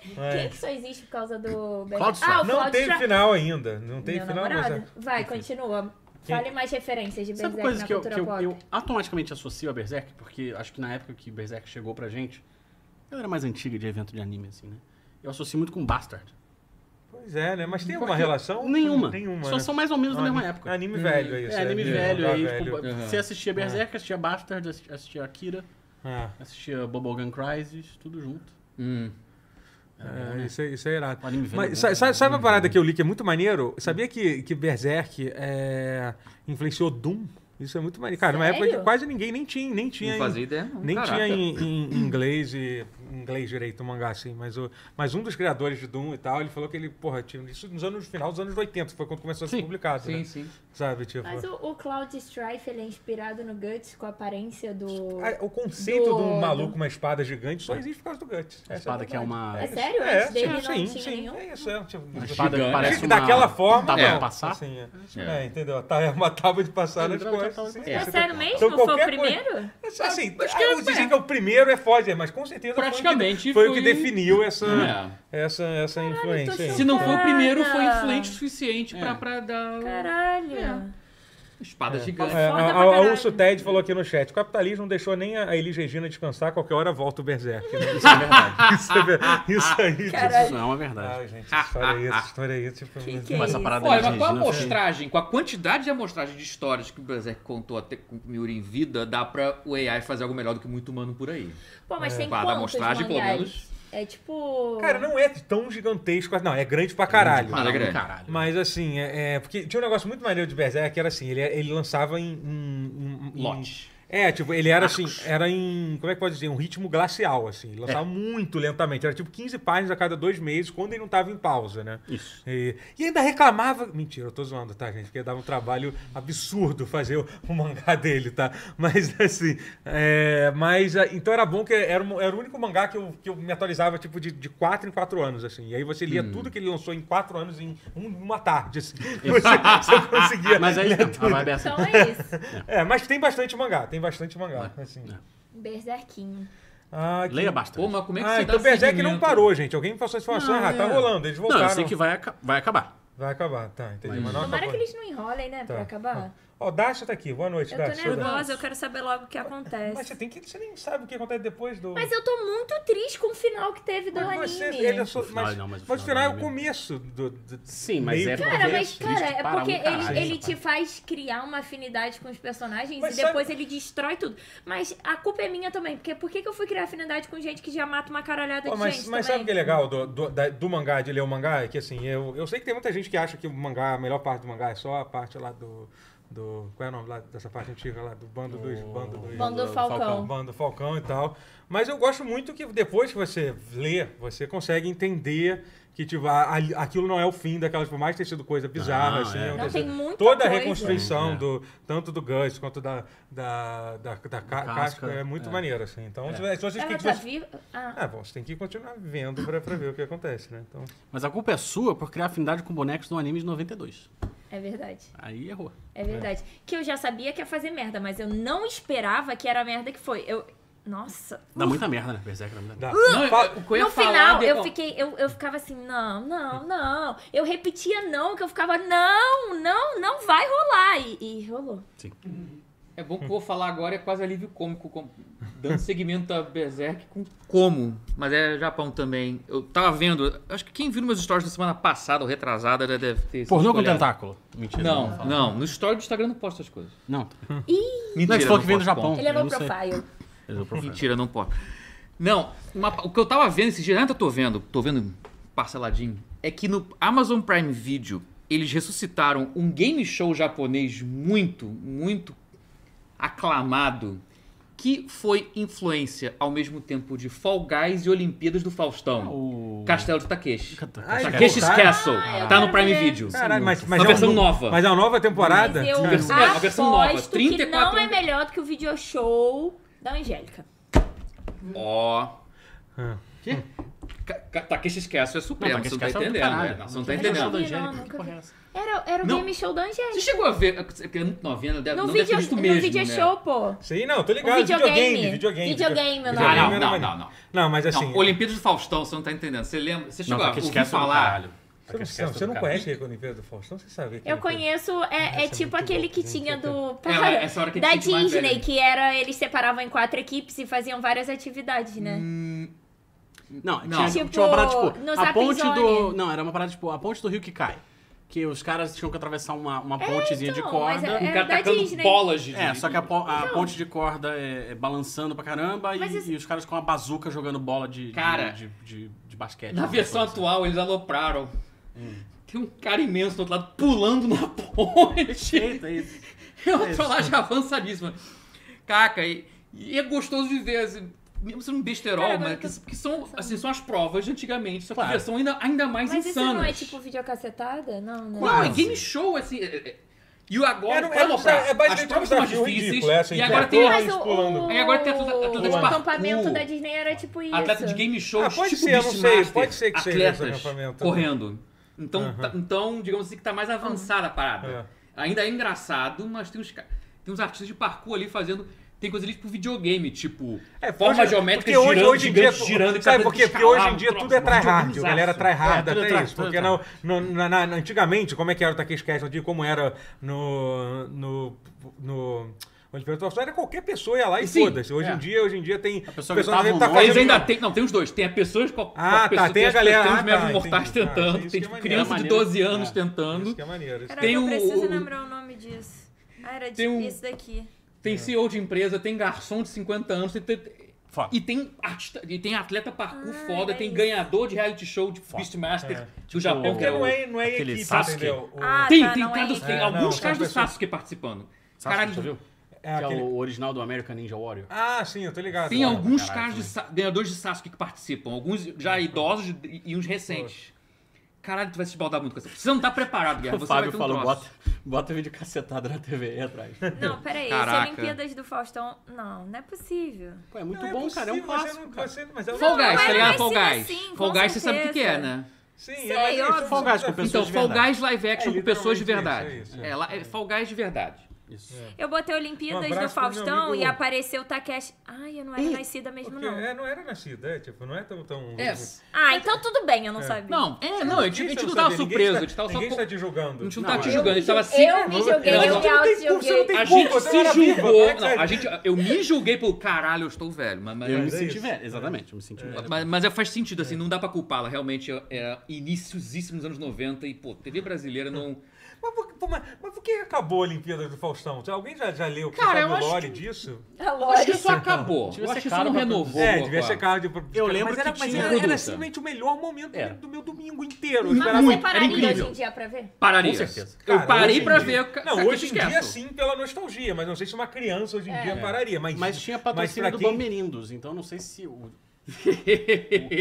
[SPEAKER 4] Quem é que só existe por causa do...
[SPEAKER 3] Cloud
[SPEAKER 4] ah,
[SPEAKER 1] É.
[SPEAKER 4] o
[SPEAKER 1] Não
[SPEAKER 4] Cloud
[SPEAKER 1] tem
[SPEAKER 4] Strife.
[SPEAKER 1] final ainda. Não tem
[SPEAKER 4] Meu
[SPEAKER 1] final, mas.
[SPEAKER 4] namorado.
[SPEAKER 1] é-
[SPEAKER 4] Vai, continua. Fale mais referências de
[SPEAKER 3] Sabe
[SPEAKER 4] Berserk
[SPEAKER 3] coisas
[SPEAKER 4] na
[SPEAKER 3] que, eu,
[SPEAKER 4] cultura
[SPEAKER 3] que eu-
[SPEAKER 4] pop.
[SPEAKER 3] eu automaticamente associo a Berserk? Porque acho que na época que Berserk chegou pra gente, eu era mais antiga de evento de anime, assim, né? Eu associo muito com Bastard.
[SPEAKER 1] Pois é, né? Mas tem alguma relação?
[SPEAKER 3] Nenhuma.
[SPEAKER 1] Nenhuma.
[SPEAKER 3] Só
[SPEAKER 1] né?
[SPEAKER 3] são mais ou menos da mesma época.
[SPEAKER 1] Anime É. velho, é isso.
[SPEAKER 3] É, anime velho. Aí, tipo,
[SPEAKER 2] Aham.
[SPEAKER 3] Você assistia Berserk, assistia Bastard, assi- assistia Akira,
[SPEAKER 1] Ah,
[SPEAKER 3] assistia Bubblegum Crisis, tudo junto.
[SPEAKER 2] Hum.
[SPEAKER 3] né?
[SPEAKER 1] é, isso, é, isso é irado.
[SPEAKER 3] O anime velho é bom.
[SPEAKER 1] Mas, sa- sa- sabe uma parada que eu li que é muito maneiro? Sabia que, que Berserk é, influenciou Doom? Isso é muito maneiro. Cara, numa época
[SPEAKER 4] Sério?
[SPEAKER 1] que quase ninguém nem tinha, nem tinha
[SPEAKER 2] Não fazia ideia, não.
[SPEAKER 1] Nem
[SPEAKER 2] Caraca.
[SPEAKER 1] tinha em, em- em inglês e em inglês direito o mangá, assim, mas, o, mas um dos criadores de Doom e tal, ele falou que ele, porra, tinha isso nos anos no final dos anos 80, foi quando começou a ser
[SPEAKER 3] Sim.
[SPEAKER 1] publicado. né?
[SPEAKER 2] Sim, sim.
[SPEAKER 1] Sabe, tipo.
[SPEAKER 4] Mas o, o Cloud Strife, ele é inspirado no Guts com a aparência do...
[SPEAKER 1] a- é, o conceito
[SPEAKER 4] do-
[SPEAKER 1] de um maluco com uma espada gigante só existe por causa do Guts. Essa é a
[SPEAKER 3] espada que é uma.
[SPEAKER 4] É sério?
[SPEAKER 1] É,
[SPEAKER 4] Antes dele não
[SPEAKER 1] sim,
[SPEAKER 4] tinha
[SPEAKER 1] sim,
[SPEAKER 4] nenhum?
[SPEAKER 1] É isso, é. Tipo,
[SPEAKER 3] Uma espada que
[SPEAKER 2] Gigante.
[SPEAKER 3] parece uma.
[SPEAKER 1] daquela forma,
[SPEAKER 3] tábua
[SPEAKER 1] não.
[SPEAKER 3] de passar?
[SPEAKER 1] Assim, é.
[SPEAKER 2] É.
[SPEAKER 1] É, entendeu? Tá, é uma tábua de passar nas
[SPEAKER 3] Lembra de Total
[SPEAKER 1] sim,
[SPEAKER 3] Recall.
[SPEAKER 1] esse
[SPEAKER 4] É sério mesmo?
[SPEAKER 1] Então,
[SPEAKER 4] Foi
[SPEAKER 1] qualquer
[SPEAKER 4] o
[SPEAKER 1] coisa-
[SPEAKER 4] primeiro?
[SPEAKER 1] Assim,
[SPEAKER 2] Acho tá que é-
[SPEAKER 1] dizem que é o primeiro é Foger, mas com certeza foi o que-
[SPEAKER 2] Praticamente
[SPEAKER 1] foi, o que
[SPEAKER 2] foi-
[SPEAKER 1] definiu essa,
[SPEAKER 2] É.
[SPEAKER 1] essa, essa influência. aí.
[SPEAKER 4] chocada.
[SPEAKER 2] Se não foi o primeiro, foi
[SPEAKER 4] Cara.
[SPEAKER 2] influente o suficiente pra,
[SPEAKER 3] É.
[SPEAKER 2] pra dar
[SPEAKER 4] Caralho.
[SPEAKER 2] espada
[SPEAKER 1] É,
[SPEAKER 2] gigante.
[SPEAKER 4] Foda
[SPEAKER 1] a,
[SPEAKER 4] pra
[SPEAKER 1] a- a
[SPEAKER 4] caralho.
[SPEAKER 1] Urso Ted falou aqui no chat: o capitalismo não deixou nem a a Elis Regina descansar, qualquer hora volta o Berserk. né?
[SPEAKER 3] Isso é verdade.
[SPEAKER 1] Isso, é ver- isso aí.
[SPEAKER 4] Caralho.
[SPEAKER 3] Isso é uma verdade.
[SPEAKER 1] Ah, gente, história aí, essa história aí. Tipo,
[SPEAKER 4] Que que
[SPEAKER 3] Mas
[SPEAKER 4] é
[SPEAKER 3] essa
[SPEAKER 4] isso?
[SPEAKER 3] parada assim,
[SPEAKER 2] Olha,
[SPEAKER 3] da
[SPEAKER 2] mas com a
[SPEAKER 3] Regina foi-
[SPEAKER 2] amostragem, com a quantidade de amostragem de histórias que o Berserk contou até com o Miura em vida, dá pra o AI fazer algo melhor do que muito humano por aí.
[SPEAKER 4] Pô, mas tem
[SPEAKER 2] Para
[SPEAKER 4] quantos
[SPEAKER 2] É. amostragem, pelo
[SPEAKER 4] mangás?
[SPEAKER 2] menos.
[SPEAKER 4] É tipo...
[SPEAKER 1] Cara, não é tão gigantesco. Não, é grande pra caralho.
[SPEAKER 2] Mas é grande.
[SPEAKER 3] Caralho.
[SPEAKER 1] Mas assim, é, é, porque tinha um negócio muito maneiro de Berserk que era assim, ele, ele lançava em. um, em- em- em-
[SPEAKER 2] Lote.
[SPEAKER 1] É, tipo, ele era assim, era em. Como é que pode dizer? Um ritmo glacial, assim. Ele lançava muito lentamente. Era tipo 15 páginas a cada dois meses, quando ele não tava em pausa, né?
[SPEAKER 3] Isso.
[SPEAKER 1] E, e ainda reclamava. Mentira, eu tô zoando, tá, gente? Porque dava um trabalho absurdo fazer o, o mangá dele, tá? Mas assim. é, mas. ah, Então era bom que era, um- era o único mangá que eu, que eu me atualizava, tipo, de, de quatro em quatro anos, assim. E aí você lia tudo que ele lançou em quatro anos em um- uma tarde, assim. Você, você conseguia.
[SPEAKER 3] Mas aí
[SPEAKER 1] ler
[SPEAKER 3] a vibe é assim.
[SPEAKER 4] Então é isso.
[SPEAKER 1] É, mas tem bastante mangá, tem bastante mangá, assim.
[SPEAKER 4] Berserquinho.
[SPEAKER 1] Ah, que-
[SPEAKER 3] Leia bastante.
[SPEAKER 2] Pô, mas como é que
[SPEAKER 1] Ah,
[SPEAKER 2] você
[SPEAKER 1] então o
[SPEAKER 2] dá
[SPEAKER 1] Berserk
[SPEAKER 2] seguimento?
[SPEAKER 1] não parou, gente. Alguém me passou essa informação errada. Tá rolando, eles voltaram.
[SPEAKER 3] é. Não, eu sei que vai, aca- vai acabar.
[SPEAKER 1] Vai acabar, tá, entendi. Mas não
[SPEAKER 4] Tomara
[SPEAKER 1] acabou.
[SPEAKER 4] que eles não enrolem, né? Pra
[SPEAKER 1] Tá.
[SPEAKER 4] acabar.
[SPEAKER 1] Ó, Dasha tá aqui. Boa noite,
[SPEAKER 4] Eu tô
[SPEAKER 1] Dasha.
[SPEAKER 4] nervosa, eu quero saber logo o que
[SPEAKER 1] Mas
[SPEAKER 4] acontece.
[SPEAKER 1] você tá tem que. Você nem sabe o que acontece depois do.
[SPEAKER 4] Mas eu tô muito triste com o final que teve do
[SPEAKER 1] Mas você-
[SPEAKER 4] anime.
[SPEAKER 1] ele é só-
[SPEAKER 3] O final,
[SPEAKER 1] mas,
[SPEAKER 3] não, mas o
[SPEAKER 1] mas o final
[SPEAKER 3] final
[SPEAKER 1] é o
[SPEAKER 3] do anime.
[SPEAKER 1] começo do. do-
[SPEAKER 3] Sim, mas
[SPEAKER 1] meio
[SPEAKER 3] é
[SPEAKER 1] que-
[SPEAKER 3] porque-
[SPEAKER 4] Cara, mas,
[SPEAKER 3] Triste
[SPEAKER 4] cara, é
[SPEAKER 3] para
[SPEAKER 4] porque
[SPEAKER 3] um caralho,
[SPEAKER 4] ele, ele tipo-
[SPEAKER 3] rapaz.
[SPEAKER 4] te faz criar uma afinidade com os personagens
[SPEAKER 1] Mas
[SPEAKER 4] e
[SPEAKER 1] sabe-
[SPEAKER 4] depois ele destrói tudo. Mas a culpa é minha também, porque por que, que eu fui criar afinidade com gente que já mata uma caralhada
[SPEAKER 1] Pô,
[SPEAKER 4] de
[SPEAKER 1] mas
[SPEAKER 4] gente
[SPEAKER 1] mas sabe
[SPEAKER 4] também?
[SPEAKER 1] o que é legal do, do, da- do mangá, de ler o mangá? É que assim, eu, eu sei que tem muita gente que acha que o mangá, a melhor parte do mangá é só a parte lá do. do qual é o nome lá dessa parte antiga lá? Do bando dos. Bando dos.
[SPEAKER 4] Bando Falcão.
[SPEAKER 1] Falcão, Bando Falcão e tal. Mas eu gosto muito que depois que você lê, você consegue entender que tipo, a- a- aquilo não é o fim daquelas, por mais ter sido coisa bizarra,
[SPEAKER 3] Não,
[SPEAKER 1] assim.
[SPEAKER 3] é. Não,
[SPEAKER 1] aconteceu.
[SPEAKER 4] tem muita
[SPEAKER 1] Toda a
[SPEAKER 4] coisa.
[SPEAKER 1] reconstruição
[SPEAKER 3] Sim, é.
[SPEAKER 1] do, tanto do Gus quanto da, da, da, da Ca-
[SPEAKER 3] Casca,
[SPEAKER 1] Casca é muito
[SPEAKER 3] é.
[SPEAKER 1] maneiro, assim. Então,
[SPEAKER 2] É.
[SPEAKER 1] se vocês
[SPEAKER 4] Ela
[SPEAKER 1] que,
[SPEAKER 4] tá viva. Ah,
[SPEAKER 1] ah, bom, você tem que continuar vendo pra, pra ver o que acontece, né? Então,
[SPEAKER 3] Mas a culpa é sua por criar afinidade com bonecos no anime de 92.
[SPEAKER 4] é verdade.
[SPEAKER 3] Aí errou.
[SPEAKER 4] É verdade. Que eu já sabia que ia fazer merda, mas eu não esperava que era a merda que foi. Eu. Nossa.
[SPEAKER 3] Dá muita merda, né? Berserk dá muita merda.
[SPEAKER 1] dá.
[SPEAKER 2] Não,
[SPEAKER 1] Fa-
[SPEAKER 2] eu- o que eu ia
[SPEAKER 4] no
[SPEAKER 2] falar
[SPEAKER 4] final,
[SPEAKER 2] de-
[SPEAKER 4] eu fiquei, eu, eu ficava assim, não, não, não. Eu repetia não, que eu ficava, não, não, não vai rolar. E, e rolou.
[SPEAKER 3] Sim.
[SPEAKER 2] É bom que eu vou falar agora, é quase alívio cômico, com- dando segmento a Berserk com como, mas é Japão também. Eu tava vendo, acho que quem viu meus stories da semana passada ou retrasada já deve ter... se
[SPEAKER 3] Pornô com
[SPEAKER 2] espolhado.
[SPEAKER 3] tentáculo. Mentira.
[SPEAKER 2] Não, não, no story do Instagram não posto as coisas.
[SPEAKER 3] Não.
[SPEAKER 2] Mentira,
[SPEAKER 3] Não, ele falou que vem do
[SPEAKER 2] posto,
[SPEAKER 3] Japão.
[SPEAKER 2] ponto.
[SPEAKER 4] Ele é
[SPEAKER 3] Eu
[SPEAKER 4] low
[SPEAKER 3] não sei.
[SPEAKER 4] profile.
[SPEAKER 3] Ele é o profeta.
[SPEAKER 2] Mentira, não posso. Não, uma- o que eu tava vendo esses dias, ainda tô vendo, tô vendo parceladinho, é que no Amazon Prime Video eles ressuscitaram um game show japonês muito, muito aclamado, que foi influência ao mesmo tempo de Fall Guys e Olimpíadas do
[SPEAKER 1] Ah,
[SPEAKER 2] Faustão.
[SPEAKER 3] O...
[SPEAKER 2] Castelo de Takeshi.
[SPEAKER 3] tá.
[SPEAKER 1] Ai,
[SPEAKER 2] Takeshi's
[SPEAKER 1] voltaram?
[SPEAKER 2] Castle.
[SPEAKER 4] eu
[SPEAKER 2] tá no
[SPEAKER 4] quero
[SPEAKER 2] Prime
[SPEAKER 4] ver.
[SPEAKER 2] Video.
[SPEAKER 1] Ah, é. Caralho, mas, mas
[SPEAKER 2] Uma
[SPEAKER 1] é um
[SPEAKER 2] versão
[SPEAKER 1] novo-
[SPEAKER 2] nova.
[SPEAKER 1] Mas é uma nova temporada?
[SPEAKER 4] Mas eu
[SPEAKER 1] Cara,
[SPEAKER 2] versão- a É, versão nova,
[SPEAKER 4] aposto que
[SPEAKER 2] 34
[SPEAKER 4] não é melhor do que o video show da Angélica.
[SPEAKER 2] Ó.
[SPEAKER 1] Ah.
[SPEAKER 3] Quê?
[SPEAKER 2] Ca- ca- Takeshi's Castle é supremo,
[SPEAKER 3] Não,
[SPEAKER 2] você
[SPEAKER 3] Takeshi's
[SPEAKER 2] não tá
[SPEAKER 3] Castle é do
[SPEAKER 2] entendendo,
[SPEAKER 3] caralho.
[SPEAKER 2] né? Não, Você não tá
[SPEAKER 3] Não,
[SPEAKER 2] entendendo.
[SPEAKER 3] não,
[SPEAKER 4] vi,
[SPEAKER 3] Angélica,
[SPEAKER 4] não,
[SPEAKER 3] que
[SPEAKER 4] nunca
[SPEAKER 3] porra é
[SPEAKER 4] vi.
[SPEAKER 3] essa?
[SPEAKER 4] Era, era o
[SPEAKER 2] Não.
[SPEAKER 4] game show da
[SPEAKER 2] Você
[SPEAKER 4] Angélica.
[SPEAKER 2] chegou a ver, é porque é muito novinha, não deve,
[SPEAKER 4] No
[SPEAKER 2] não deve ter
[SPEAKER 4] video,
[SPEAKER 2] visto
[SPEAKER 4] no
[SPEAKER 2] mesmo,
[SPEAKER 4] video
[SPEAKER 2] né?
[SPEAKER 4] show, pô.
[SPEAKER 1] Sim, não, tô ligado.
[SPEAKER 4] O videogame.
[SPEAKER 1] Videogame, videogame.
[SPEAKER 4] Videogame, meu
[SPEAKER 2] Ah, não,
[SPEAKER 1] era
[SPEAKER 2] não,
[SPEAKER 1] maneiro.
[SPEAKER 2] não, não.
[SPEAKER 1] Não, mas assim.
[SPEAKER 2] não, Olimpíadas do Faustão, você não tá entendendo. Você lembra, você
[SPEAKER 3] Não,
[SPEAKER 2] chegou a
[SPEAKER 3] porque
[SPEAKER 2] ouvir
[SPEAKER 3] esquece do
[SPEAKER 2] falar...
[SPEAKER 3] caralho.
[SPEAKER 1] Você não,
[SPEAKER 3] Takeshi's Castle
[SPEAKER 1] você não
[SPEAKER 3] do caralho.
[SPEAKER 1] conhece a Olimpíada do Faustão? Você sabe. que
[SPEAKER 4] Eu
[SPEAKER 1] ele-
[SPEAKER 4] conheço, é, é
[SPEAKER 1] Essa é
[SPEAKER 4] tipo
[SPEAKER 1] muito
[SPEAKER 4] aquele
[SPEAKER 1] boa,
[SPEAKER 4] que
[SPEAKER 1] gente,
[SPEAKER 4] tinha
[SPEAKER 1] eu
[SPEAKER 4] do.
[SPEAKER 2] É, essa hora que
[SPEAKER 4] da
[SPEAKER 2] tinha que mais
[SPEAKER 4] Disney,
[SPEAKER 2] velho.
[SPEAKER 4] que era. Eles separavam em quatro equipes e faziam várias atividades, né?
[SPEAKER 2] Hum,
[SPEAKER 3] Não,
[SPEAKER 2] Não.
[SPEAKER 3] Tinha,
[SPEAKER 4] Tipo,
[SPEAKER 3] tinha uma parada, tipo,
[SPEAKER 4] no
[SPEAKER 3] a ponte
[SPEAKER 4] Zapzone.
[SPEAKER 3] do... Não, era uma parada, tipo, a ponte do rio que cai. Que os caras tinham que atravessar uma, uma pontezinha de
[SPEAKER 4] então, mas
[SPEAKER 3] corda.
[SPEAKER 2] O
[SPEAKER 4] É,
[SPEAKER 2] cara
[SPEAKER 4] da
[SPEAKER 2] tacando
[SPEAKER 4] Disney.
[SPEAKER 2] bolas de...
[SPEAKER 3] É, só que a, po- a ponte de corda é, é balançando pra caramba e,
[SPEAKER 4] Mas esse-
[SPEAKER 3] e os caras com a bazuca jogando bola de, de-
[SPEAKER 2] Cara,
[SPEAKER 3] de, de, de basquete.
[SPEAKER 2] Na
[SPEAKER 3] alguma
[SPEAKER 2] versão
[SPEAKER 3] coisa. assim.
[SPEAKER 2] atual, eles alopraram.
[SPEAKER 3] Hum.
[SPEAKER 2] Tem um cara imenso do outro lado pulando na ponte.
[SPEAKER 3] Eita, isso.
[SPEAKER 2] É uma trollagem avançadíssima. Caca, e, e é gostoso de ver, assim, mesmo sendo um besterol,
[SPEAKER 4] Cara, agora
[SPEAKER 2] mas
[SPEAKER 4] eu tô
[SPEAKER 2] que, que são, assim, são as provas de antigamente, só que
[SPEAKER 3] Claro.
[SPEAKER 2] versão ainda, ainda mais
[SPEAKER 4] Mas isso
[SPEAKER 2] insanas.
[SPEAKER 4] não é tipo videocacetada? Não,
[SPEAKER 2] Não,
[SPEAKER 4] né?
[SPEAKER 2] é
[SPEAKER 3] Quase.
[SPEAKER 2] game show, assim. é- é- E o agora
[SPEAKER 1] Era um-
[SPEAKER 2] pra
[SPEAKER 1] era um
[SPEAKER 2] aloprar.
[SPEAKER 1] desa- é basicamente
[SPEAKER 2] As
[SPEAKER 1] um
[SPEAKER 2] provas são mais
[SPEAKER 1] desafio
[SPEAKER 2] difíceis.
[SPEAKER 1] ridículo, é assim,
[SPEAKER 2] e
[SPEAKER 1] que
[SPEAKER 2] agora
[SPEAKER 1] é
[SPEAKER 2] tem
[SPEAKER 1] todo-
[SPEAKER 4] Mas
[SPEAKER 1] Eles
[SPEAKER 4] o,
[SPEAKER 1] pulando.
[SPEAKER 4] o...
[SPEAKER 2] Aí É, agora tem atleta- atleta
[SPEAKER 1] de
[SPEAKER 4] o
[SPEAKER 1] parkour.
[SPEAKER 4] acampamento da Disney era tipo isso.
[SPEAKER 2] atleta de game show,
[SPEAKER 1] Ah, pode
[SPEAKER 2] tipo
[SPEAKER 1] ser, eu não sei,
[SPEAKER 2] Beastmaster,
[SPEAKER 1] pode ser que seja esse
[SPEAKER 2] atletas
[SPEAKER 1] acampamento. né?
[SPEAKER 2] correndo. Então, tá- então, digamos assim, que tá mais avançada a parada.
[SPEAKER 1] É.
[SPEAKER 2] Ainda é engraçado, mas tem uns caras. Tem uns artistas de parkour ali fazendo. Tem coisa ali tipo videogame, tipo.
[SPEAKER 1] É,
[SPEAKER 2] forma
[SPEAKER 1] hoje-
[SPEAKER 2] geométrica
[SPEAKER 1] porque hoje,
[SPEAKER 2] girando,
[SPEAKER 1] hoje em dia,
[SPEAKER 2] gigantes girando e
[SPEAKER 1] sabe
[SPEAKER 2] cada
[SPEAKER 1] por quê? Porque
[SPEAKER 2] escalado,
[SPEAKER 1] hoje em dia
[SPEAKER 2] troca,
[SPEAKER 1] tudo é
[SPEAKER 2] um jogo
[SPEAKER 1] tryhard, a galera
[SPEAKER 2] bizarro.
[SPEAKER 1] tryhard,
[SPEAKER 3] É, tudo é
[SPEAKER 1] até
[SPEAKER 3] tryhard,
[SPEAKER 1] isso,
[SPEAKER 3] tudo é
[SPEAKER 1] porque não,
[SPEAKER 3] tryhard.
[SPEAKER 1] no- na- na- na- antigamente, como é que era o Takeshi Cash, de como era no... no, no o Imperador Só era qualquer pessoa ia lá e
[SPEAKER 2] Sim,
[SPEAKER 1] foda-se. Hoje
[SPEAKER 3] é.
[SPEAKER 1] em dia, hoje em dia tem... A
[SPEAKER 3] pessoa
[SPEAKER 1] pessoa
[SPEAKER 3] gritava
[SPEAKER 1] deve tá
[SPEAKER 3] um nome.
[SPEAKER 2] Mas
[SPEAKER 1] fazendo-
[SPEAKER 2] ainda tem. Não, tem os dois. Tem a pessoas com
[SPEAKER 1] Ah,
[SPEAKER 2] com pessoa-
[SPEAKER 1] tá, tem a
[SPEAKER 2] as
[SPEAKER 1] galera-
[SPEAKER 2] pessoas
[SPEAKER 1] ah,
[SPEAKER 2] meros
[SPEAKER 1] tá, entendi.
[SPEAKER 2] mortais
[SPEAKER 1] Ah,
[SPEAKER 2] tentando.
[SPEAKER 1] isso
[SPEAKER 2] tem tipo
[SPEAKER 1] que é maneiro.
[SPEAKER 2] criança
[SPEAKER 3] É
[SPEAKER 2] de
[SPEAKER 3] maneiro.
[SPEAKER 2] 12 anos
[SPEAKER 3] É,
[SPEAKER 1] Isso
[SPEAKER 2] tentando.
[SPEAKER 1] que é maneiro. isso-
[SPEAKER 4] Caraca,
[SPEAKER 2] Tem
[SPEAKER 3] tipo
[SPEAKER 4] eu
[SPEAKER 2] o-
[SPEAKER 4] preciso
[SPEAKER 2] o-
[SPEAKER 4] lembrar o nome disso. Ah, era
[SPEAKER 2] Tem um-
[SPEAKER 4] isso daqui.
[SPEAKER 2] Tem CEO de empresa, tem garçom de 50 anos, tem- tem-
[SPEAKER 3] Foda.
[SPEAKER 2] e tem artista, e tem atleta parkour
[SPEAKER 4] Ah,
[SPEAKER 2] foda,
[SPEAKER 4] é
[SPEAKER 2] tem
[SPEAKER 4] isso.
[SPEAKER 2] ganhador de reality show de Beastmaster do
[SPEAKER 1] É
[SPEAKER 2] Japão. que
[SPEAKER 1] porque
[SPEAKER 2] é o-
[SPEAKER 1] não é, não é
[SPEAKER 3] aquele
[SPEAKER 1] equipe,
[SPEAKER 3] Sasuke.
[SPEAKER 1] entendeu? O-
[SPEAKER 4] Ah,
[SPEAKER 2] Tem,
[SPEAKER 4] tá,
[SPEAKER 2] tem,
[SPEAKER 4] não é
[SPEAKER 2] caras-
[SPEAKER 4] isso.
[SPEAKER 2] tem
[SPEAKER 1] É, não,
[SPEAKER 2] alguns
[SPEAKER 1] são
[SPEAKER 2] caras do
[SPEAKER 1] pessoas-
[SPEAKER 2] Sasuke participando.
[SPEAKER 3] Sabe
[SPEAKER 2] Caralho,
[SPEAKER 3] você viu?
[SPEAKER 1] é
[SPEAKER 3] que
[SPEAKER 1] aquele-
[SPEAKER 3] é o original do American Ninja Warrior.
[SPEAKER 1] Ah, sim, eu tô ligado.
[SPEAKER 2] Tem
[SPEAKER 1] Olha,
[SPEAKER 2] alguns
[SPEAKER 3] caralho,
[SPEAKER 2] caras de
[SPEAKER 3] também.
[SPEAKER 2] Sa- ganhadores de Sasuke que participam, alguns já idosos e- e uns recentes. Caralho, tu vai se esbaldar muito com essa. Você não tá preparado, Guerra.
[SPEAKER 3] O
[SPEAKER 2] Você vai
[SPEAKER 3] Fábio
[SPEAKER 2] ter um
[SPEAKER 3] falou,
[SPEAKER 2] troço.
[SPEAKER 3] bota, bota vídeo cacetado na TV aí atrás.
[SPEAKER 4] Não, peraí, esse
[SPEAKER 2] um- Caraca.
[SPEAKER 4] Olimpíadas do Faustão. Não, não é possível.
[SPEAKER 3] Pô, é muito
[SPEAKER 1] não é
[SPEAKER 3] bom, cara. É um
[SPEAKER 1] possível, você
[SPEAKER 3] clássico.
[SPEAKER 1] não-
[SPEAKER 3] cara.
[SPEAKER 1] você- mas é um-
[SPEAKER 2] Fall Guys,
[SPEAKER 4] mas
[SPEAKER 2] tá ligado?
[SPEAKER 4] vai
[SPEAKER 2] Fall
[SPEAKER 4] ser
[SPEAKER 2] Guys.
[SPEAKER 4] assim,
[SPEAKER 2] Fall
[SPEAKER 4] com
[SPEAKER 2] Guys, você sabe o que que é,
[SPEAKER 4] certeza.
[SPEAKER 2] né?
[SPEAKER 1] Sim,
[SPEAKER 4] Sei,
[SPEAKER 1] é, mas é
[SPEAKER 4] óbvio.
[SPEAKER 1] isso,
[SPEAKER 4] Fall
[SPEAKER 3] Guys
[SPEAKER 1] isso-
[SPEAKER 3] com pessoas
[SPEAKER 2] Então,
[SPEAKER 3] de
[SPEAKER 2] Fall
[SPEAKER 3] verdade.
[SPEAKER 2] Guys live action
[SPEAKER 1] É,
[SPEAKER 2] com pessoas de
[SPEAKER 1] literalmente
[SPEAKER 2] verdade.
[SPEAKER 1] isso, é isso,
[SPEAKER 2] É, lá- é Fall Guys de verdade.
[SPEAKER 3] Isso.
[SPEAKER 4] Eu botei Olimpíadas
[SPEAKER 1] Um
[SPEAKER 4] do
[SPEAKER 1] abraço pro meu
[SPEAKER 4] Faustão
[SPEAKER 1] amigo-
[SPEAKER 4] e apareceu o Takeshi. Ai, eu não era nascida mesmo,
[SPEAKER 1] Porque,
[SPEAKER 4] não.
[SPEAKER 1] é, não era nascida, é, tipo, não é tão... tão
[SPEAKER 2] É.
[SPEAKER 4] Ah, então tudo bem, eu não sabia.
[SPEAKER 2] Não, é, não, a gente, a gente não tava
[SPEAKER 1] Ninguém
[SPEAKER 2] surpreso,
[SPEAKER 1] tá-
[SPEAKER 2] a gente tava só.
[SPEAKER 1] Ninguém
[SPEAKER 2] co-
[SPEAKER 1] está te julgando. é.
[SPEAKER 2] A gente não
[SPEAKER 3] Não,
[SPEAKER 2] tava te
[SPEAKER 3] eu-
[SPEAKER 2] julgando, a gente tava assim.
[SPEAKER 4] eu me julguei,
[SPEAKER 2] Não,
[SPEAKER 4] eu
[SPEAKER 2] não.
[SPEAKER 4] me auto-julguei.
[SPEAKER 2] A gente se
[SPEAKER 1] né,
[SPEAKER 2] julgou. Não, a gente, eu me julguei pelo caralho, eu estou velho. Mas, mas,
[SPEAKER 3] Eu me
[SPEAKER 1] Mas é
[SPEAKER 3] senti
[SPEAKER 1] isso.
[SPEAKER 3] velho, exatamente. Eu me senti velho.
[SPEAKER 2] mas, mas é- faz sentido, assim, não dá pra culpá-la. Realmente, é iniciosíssimo nos anos 90 e, pô, TV brasileira não.
[SPEAKER 1] Mas por, pô, mas, mas por que acabou a Olimpíada do Faustão? Alguém já, já leu
[SPEAKER 2] Cara,
[SPEAKER 1] sabe
[SPEAKER 2] eu
[SPEAKER 1] o
[SPEAKER 2] acho
[SPEAKER 1] lore
[SPEAKER 2] que-
[SPEAKER 1] disso?
[SPEAKER 4] Tá
[SPEAKER 2] Eu acho que isso acabou.
[SPEAKER 3] Devia
[SPEAKER 2] Eu
[SPEAKER 3] ser
[SPEAKER 2] acho que isso
[SPEAKER 3] caro
[SPEAKER 2] não
[SPEAKER 3] pra
[SPEAKER 2] renovou.
[SPEAKER 1] é,
[SPEAKER 2] Guapá.
[SPEAKER 1] devia ser cardio.
[SPEAKER 3] Eu lembro
[SPEAKER 1] mas era,
[SPEAKER 3] que
[SPEAKER 1] mas
[SPEAKER 3] tinha
[SPEAKER 1] era-
[SPEAKER 2] produto.
[SPEAKER 1] era simplesmente o melhor momento
[SPEAKER 2] É.
[SPEAKER 3] Era.
[SPEAKER 1] do meu domingo inteiro. Eu
[SPEAKER 4] Mas
[SPEAKER 1] esperava-
[SPEAKER 4] você
[SPEAKER 2] Muito, era
[SPEAKER 4] pararia hoje
[SPEAKER 2] incrível.
[SPEAKER 4] em dia pra ver?
[SPEAKER 2] Pararia.
[SPEAKER 3] Com certeza.
[SPEAKER 1] Cara,
[SPEAKER 2] eu parei
[SPEAKER 1] hoje em
[SPEAKER 2] pra
[SPEAKER 1] dia-
[SPEAKER 2] ver. ca-
[SPEAKER 1] Não,
[SPEAKER 2] Sabe,
[SPEAKER 1] hoje em dia
[SPEAKER 2] esquece.
[SPEAKER 1] sim pela nostalgia, mas não sei se uma criança
[SPEAKER 4] É.
[SPEAKER 1] hoje em
[SPEAKER 2] É.
[SPEAKER 1] dia pararia. Mas,
[SPEAKER 3] Mas tinha
[SPEAKER 1] pra
[SPEAKER 3] patrocínio do
[SPEAKER 1] quem-
[SPEAKER 3] Bamerindos, então não sei se o,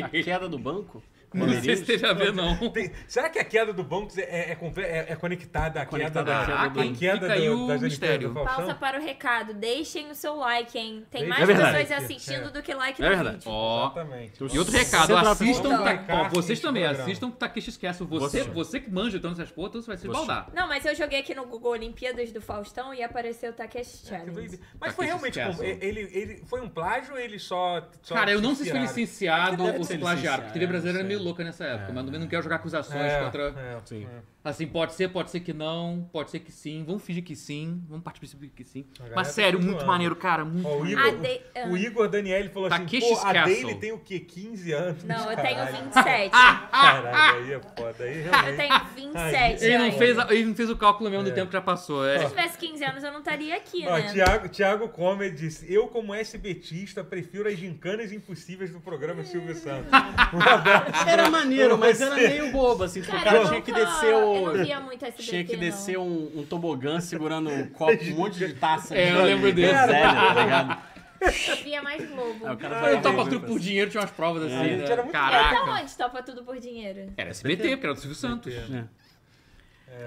[SPEAKER 3] a queda do banco.
[SPEAKER 2] Não sei se
[SPEAKER 3] Bamerindos,
[SPEAKER 2] teve a ver, não. É
[SPEAKER 1] Tem- será que a queda do banco é, é, comple- é- é conectada à queda
[SPEAKER 3] Conectada
[SPEAKER 1] da,
[SPEAKER 3] à
[SPEAKER 1] à
[SPEAKER 3] queda do banco.
[SPEAKER 1] queda
[SPEAKER 2] Fica
[SPEAKER 1] do-
[SPEAKER 2] aí o
[SPEAKER 1] das Olimpíadas
[SPEAKER 2] mistério.
[SPEAKER 1] do Faustão?
[SPEAKER 4] Pausa para o recado. Deixem o seu like, hein? Tem
[SPEAKER 1] É
[SPEAKER 4] mais
[SPEAKER 3] verdade.
[SPEAKER 4] pessoas
[SPEAKER 1] É.
[SPEAKER 4] assistindo do que like
[SPEAKER 3] É
[SPEAKER 4] no
[SPEAKER 3] verdade.
[SPEAKER 4] vídeo.
[SPEAKER 2] Ó.
[SPEAKER 1] Exatamente. É
[SPEAKER 2] E outro recado,
[SPEAKER 3] Centroavante.
[SPEAKER 2] assistam.
[SPEAKER 4] Então,
[SPEAKER 2] Tá, ó, vocês
[SPEAKER 1] assiste o
[SPEAKER 2] também
[SPEAKER 1] programa.
[SPEAKER 2] assistam Takeshi Esquece. Você,
[SPEAKER 3] Você.
[SPEAKER 2] você que manja tanto essas porras, então você vai se
[SPEAKER 3] Você.
[SPEAKER 2] baldar.
[SPEAKER 4] Não, mas eu joguei aqui no Google Olimpíadas do Faustão e apareceu o Takeshi
[SPEAKER 1] É, Que
[SPEAKER 4] Challenge.
[SPEAKER 1] doideira. Mas foi
[SPEAKER 2] Tá Aqui
[SPEAKER 1] realmente.
[SPEAKER 2] se
[SPEAKER 1] com-
[SPEAKER 2] esquece.
[SPEAKER 1] ele, ele, foi um plágio ou ele só. só
[SPEAKER 2] Cara, eu não sei se foi
[SPEAKER 1] licenciaram?
[SPEAKER 2] licenciado
[SPEAKER 3] Deve
[SPEAKER 2] ou
[SPEAKER 3] ser
[SPEAKER 2] se plagiaram, porque a TV
[SPEAKER 3] licenciado,
[SPEAKER 2] brasileira era
[SPEAKER 3] não
[SPEAKER 2] meio
[SPEAKER 3] sei.
[SPEAKER 2] louca nessa época,
[SPEAKER 3] É.
[SPEAKER 2] mas também não quero jogar acusações
[SPEAKER 1] É,
[SPEAKER 2] contra.
[SPEAKER 1] é,
[SPEAKER 3] Sim.
[SPEAKER 1] é.
[SPEAKER 2] Assim, pode ser, pode ser que não, pode ser que sim, vamos fingir que sim, vamos partir do princípio que sim.
[SPEAKER 1] galera
[SPEAKER 2] Mas
[SPEAKER 1] tá
[SPEAKER 2] sério, muito
[SPEAKER 1] zoando.
[SPEAKER 2] maneiro, cara, muito
[SPEAKER 1] Ó, o,
[SPEAKER 2] maneiro.
[SPEAKER 1] Igor,
[SPEAKER 4] A Ah, de-
[SPEAKER 1] o- o Igor Daniele falou assim:
[SPEAKER 2] Takeshi
[SPEAKER 1] pô, a
[SPEAKER 2] Castle.
[SPEAKER 1] Daily tem o quê? 15 anos?
[SPEAKER 4] Não, eu tenho
[SPEAKER 1] Caralho.
[SPEAKER 4] 27.
[SPEAKER 2] Ah,
[SPEAKER 1] Caralho, É. aí é foda. Aí
[SPEAKER 4] Eu
[SPEAKER 1] realmente.
[SPEAKER 4] tenho 27
[SPEAKER 2] Ele não,
[SPEAKER 4] ainda.
[SPEAKER 2] fez, a- ele não fez o cálculo mesmo do tempo que já passou,
[SPEAKER 4] Se
[SPEAKER 2] é.
[SPEAKER 4] eu tivesse 15 anos, eu não estaria aqui,
[SPEAKER 1] Ó,
[SPEAKER 4] né?
[SPEAKER 1] Thiago, Thiago Comer disse: Eu, como SBTista, prefiro as gincanas impossíveis do programa Silvio Santos.
[SPEAKER 2] Ah.
[SPEAKER 3] Era maneiro, mas era meio bobo, assim. Tipo, o cara
[SPEAKER 4] eu
[SPEAKER 3] tinha que
[SPEAKER 4] nunca-
[SPEAKER 3] descer
[SPEAKER 4] Eu não
[SPEAKER 3] o...
[SPEAKER 4] via muito SBT,
[SPEAKER 3] Tinha que
[SPEAKER 4] não.
[SPEAKER 3] descer um, um tobogã segurando um copo, um monte de taça.
[SPEAKER 2] É,
[SPEAKER 3] de-
[SPEAKER 2] eu lembro
[SPEAKER 3] de
[SPEAKER 2] desse.
[SPEAKER 3] groselha, tá ligado?
[SPEAKER 4] Eu via mais Globo.
[SPEAKER 3] Aí o cara
[SPEAKER 2] Eu
[SPEAKER 3] falava,
[SPEAKER 2] topa tudo por dinheiro, tinha umas provas assim,
[SPEAKER 1] gente, É. era
[SPEAKER 2] né?
[SPEAKER 1] muito-
[SPEAKER 4] Então
[SPEAKER 2] Caraca.
[SPEAKER 4] onde topa tudo por dinheiro?
[SPEAKER 2] Era SBT, porque era do Silvio Santos.
[SPEAKER 3] é.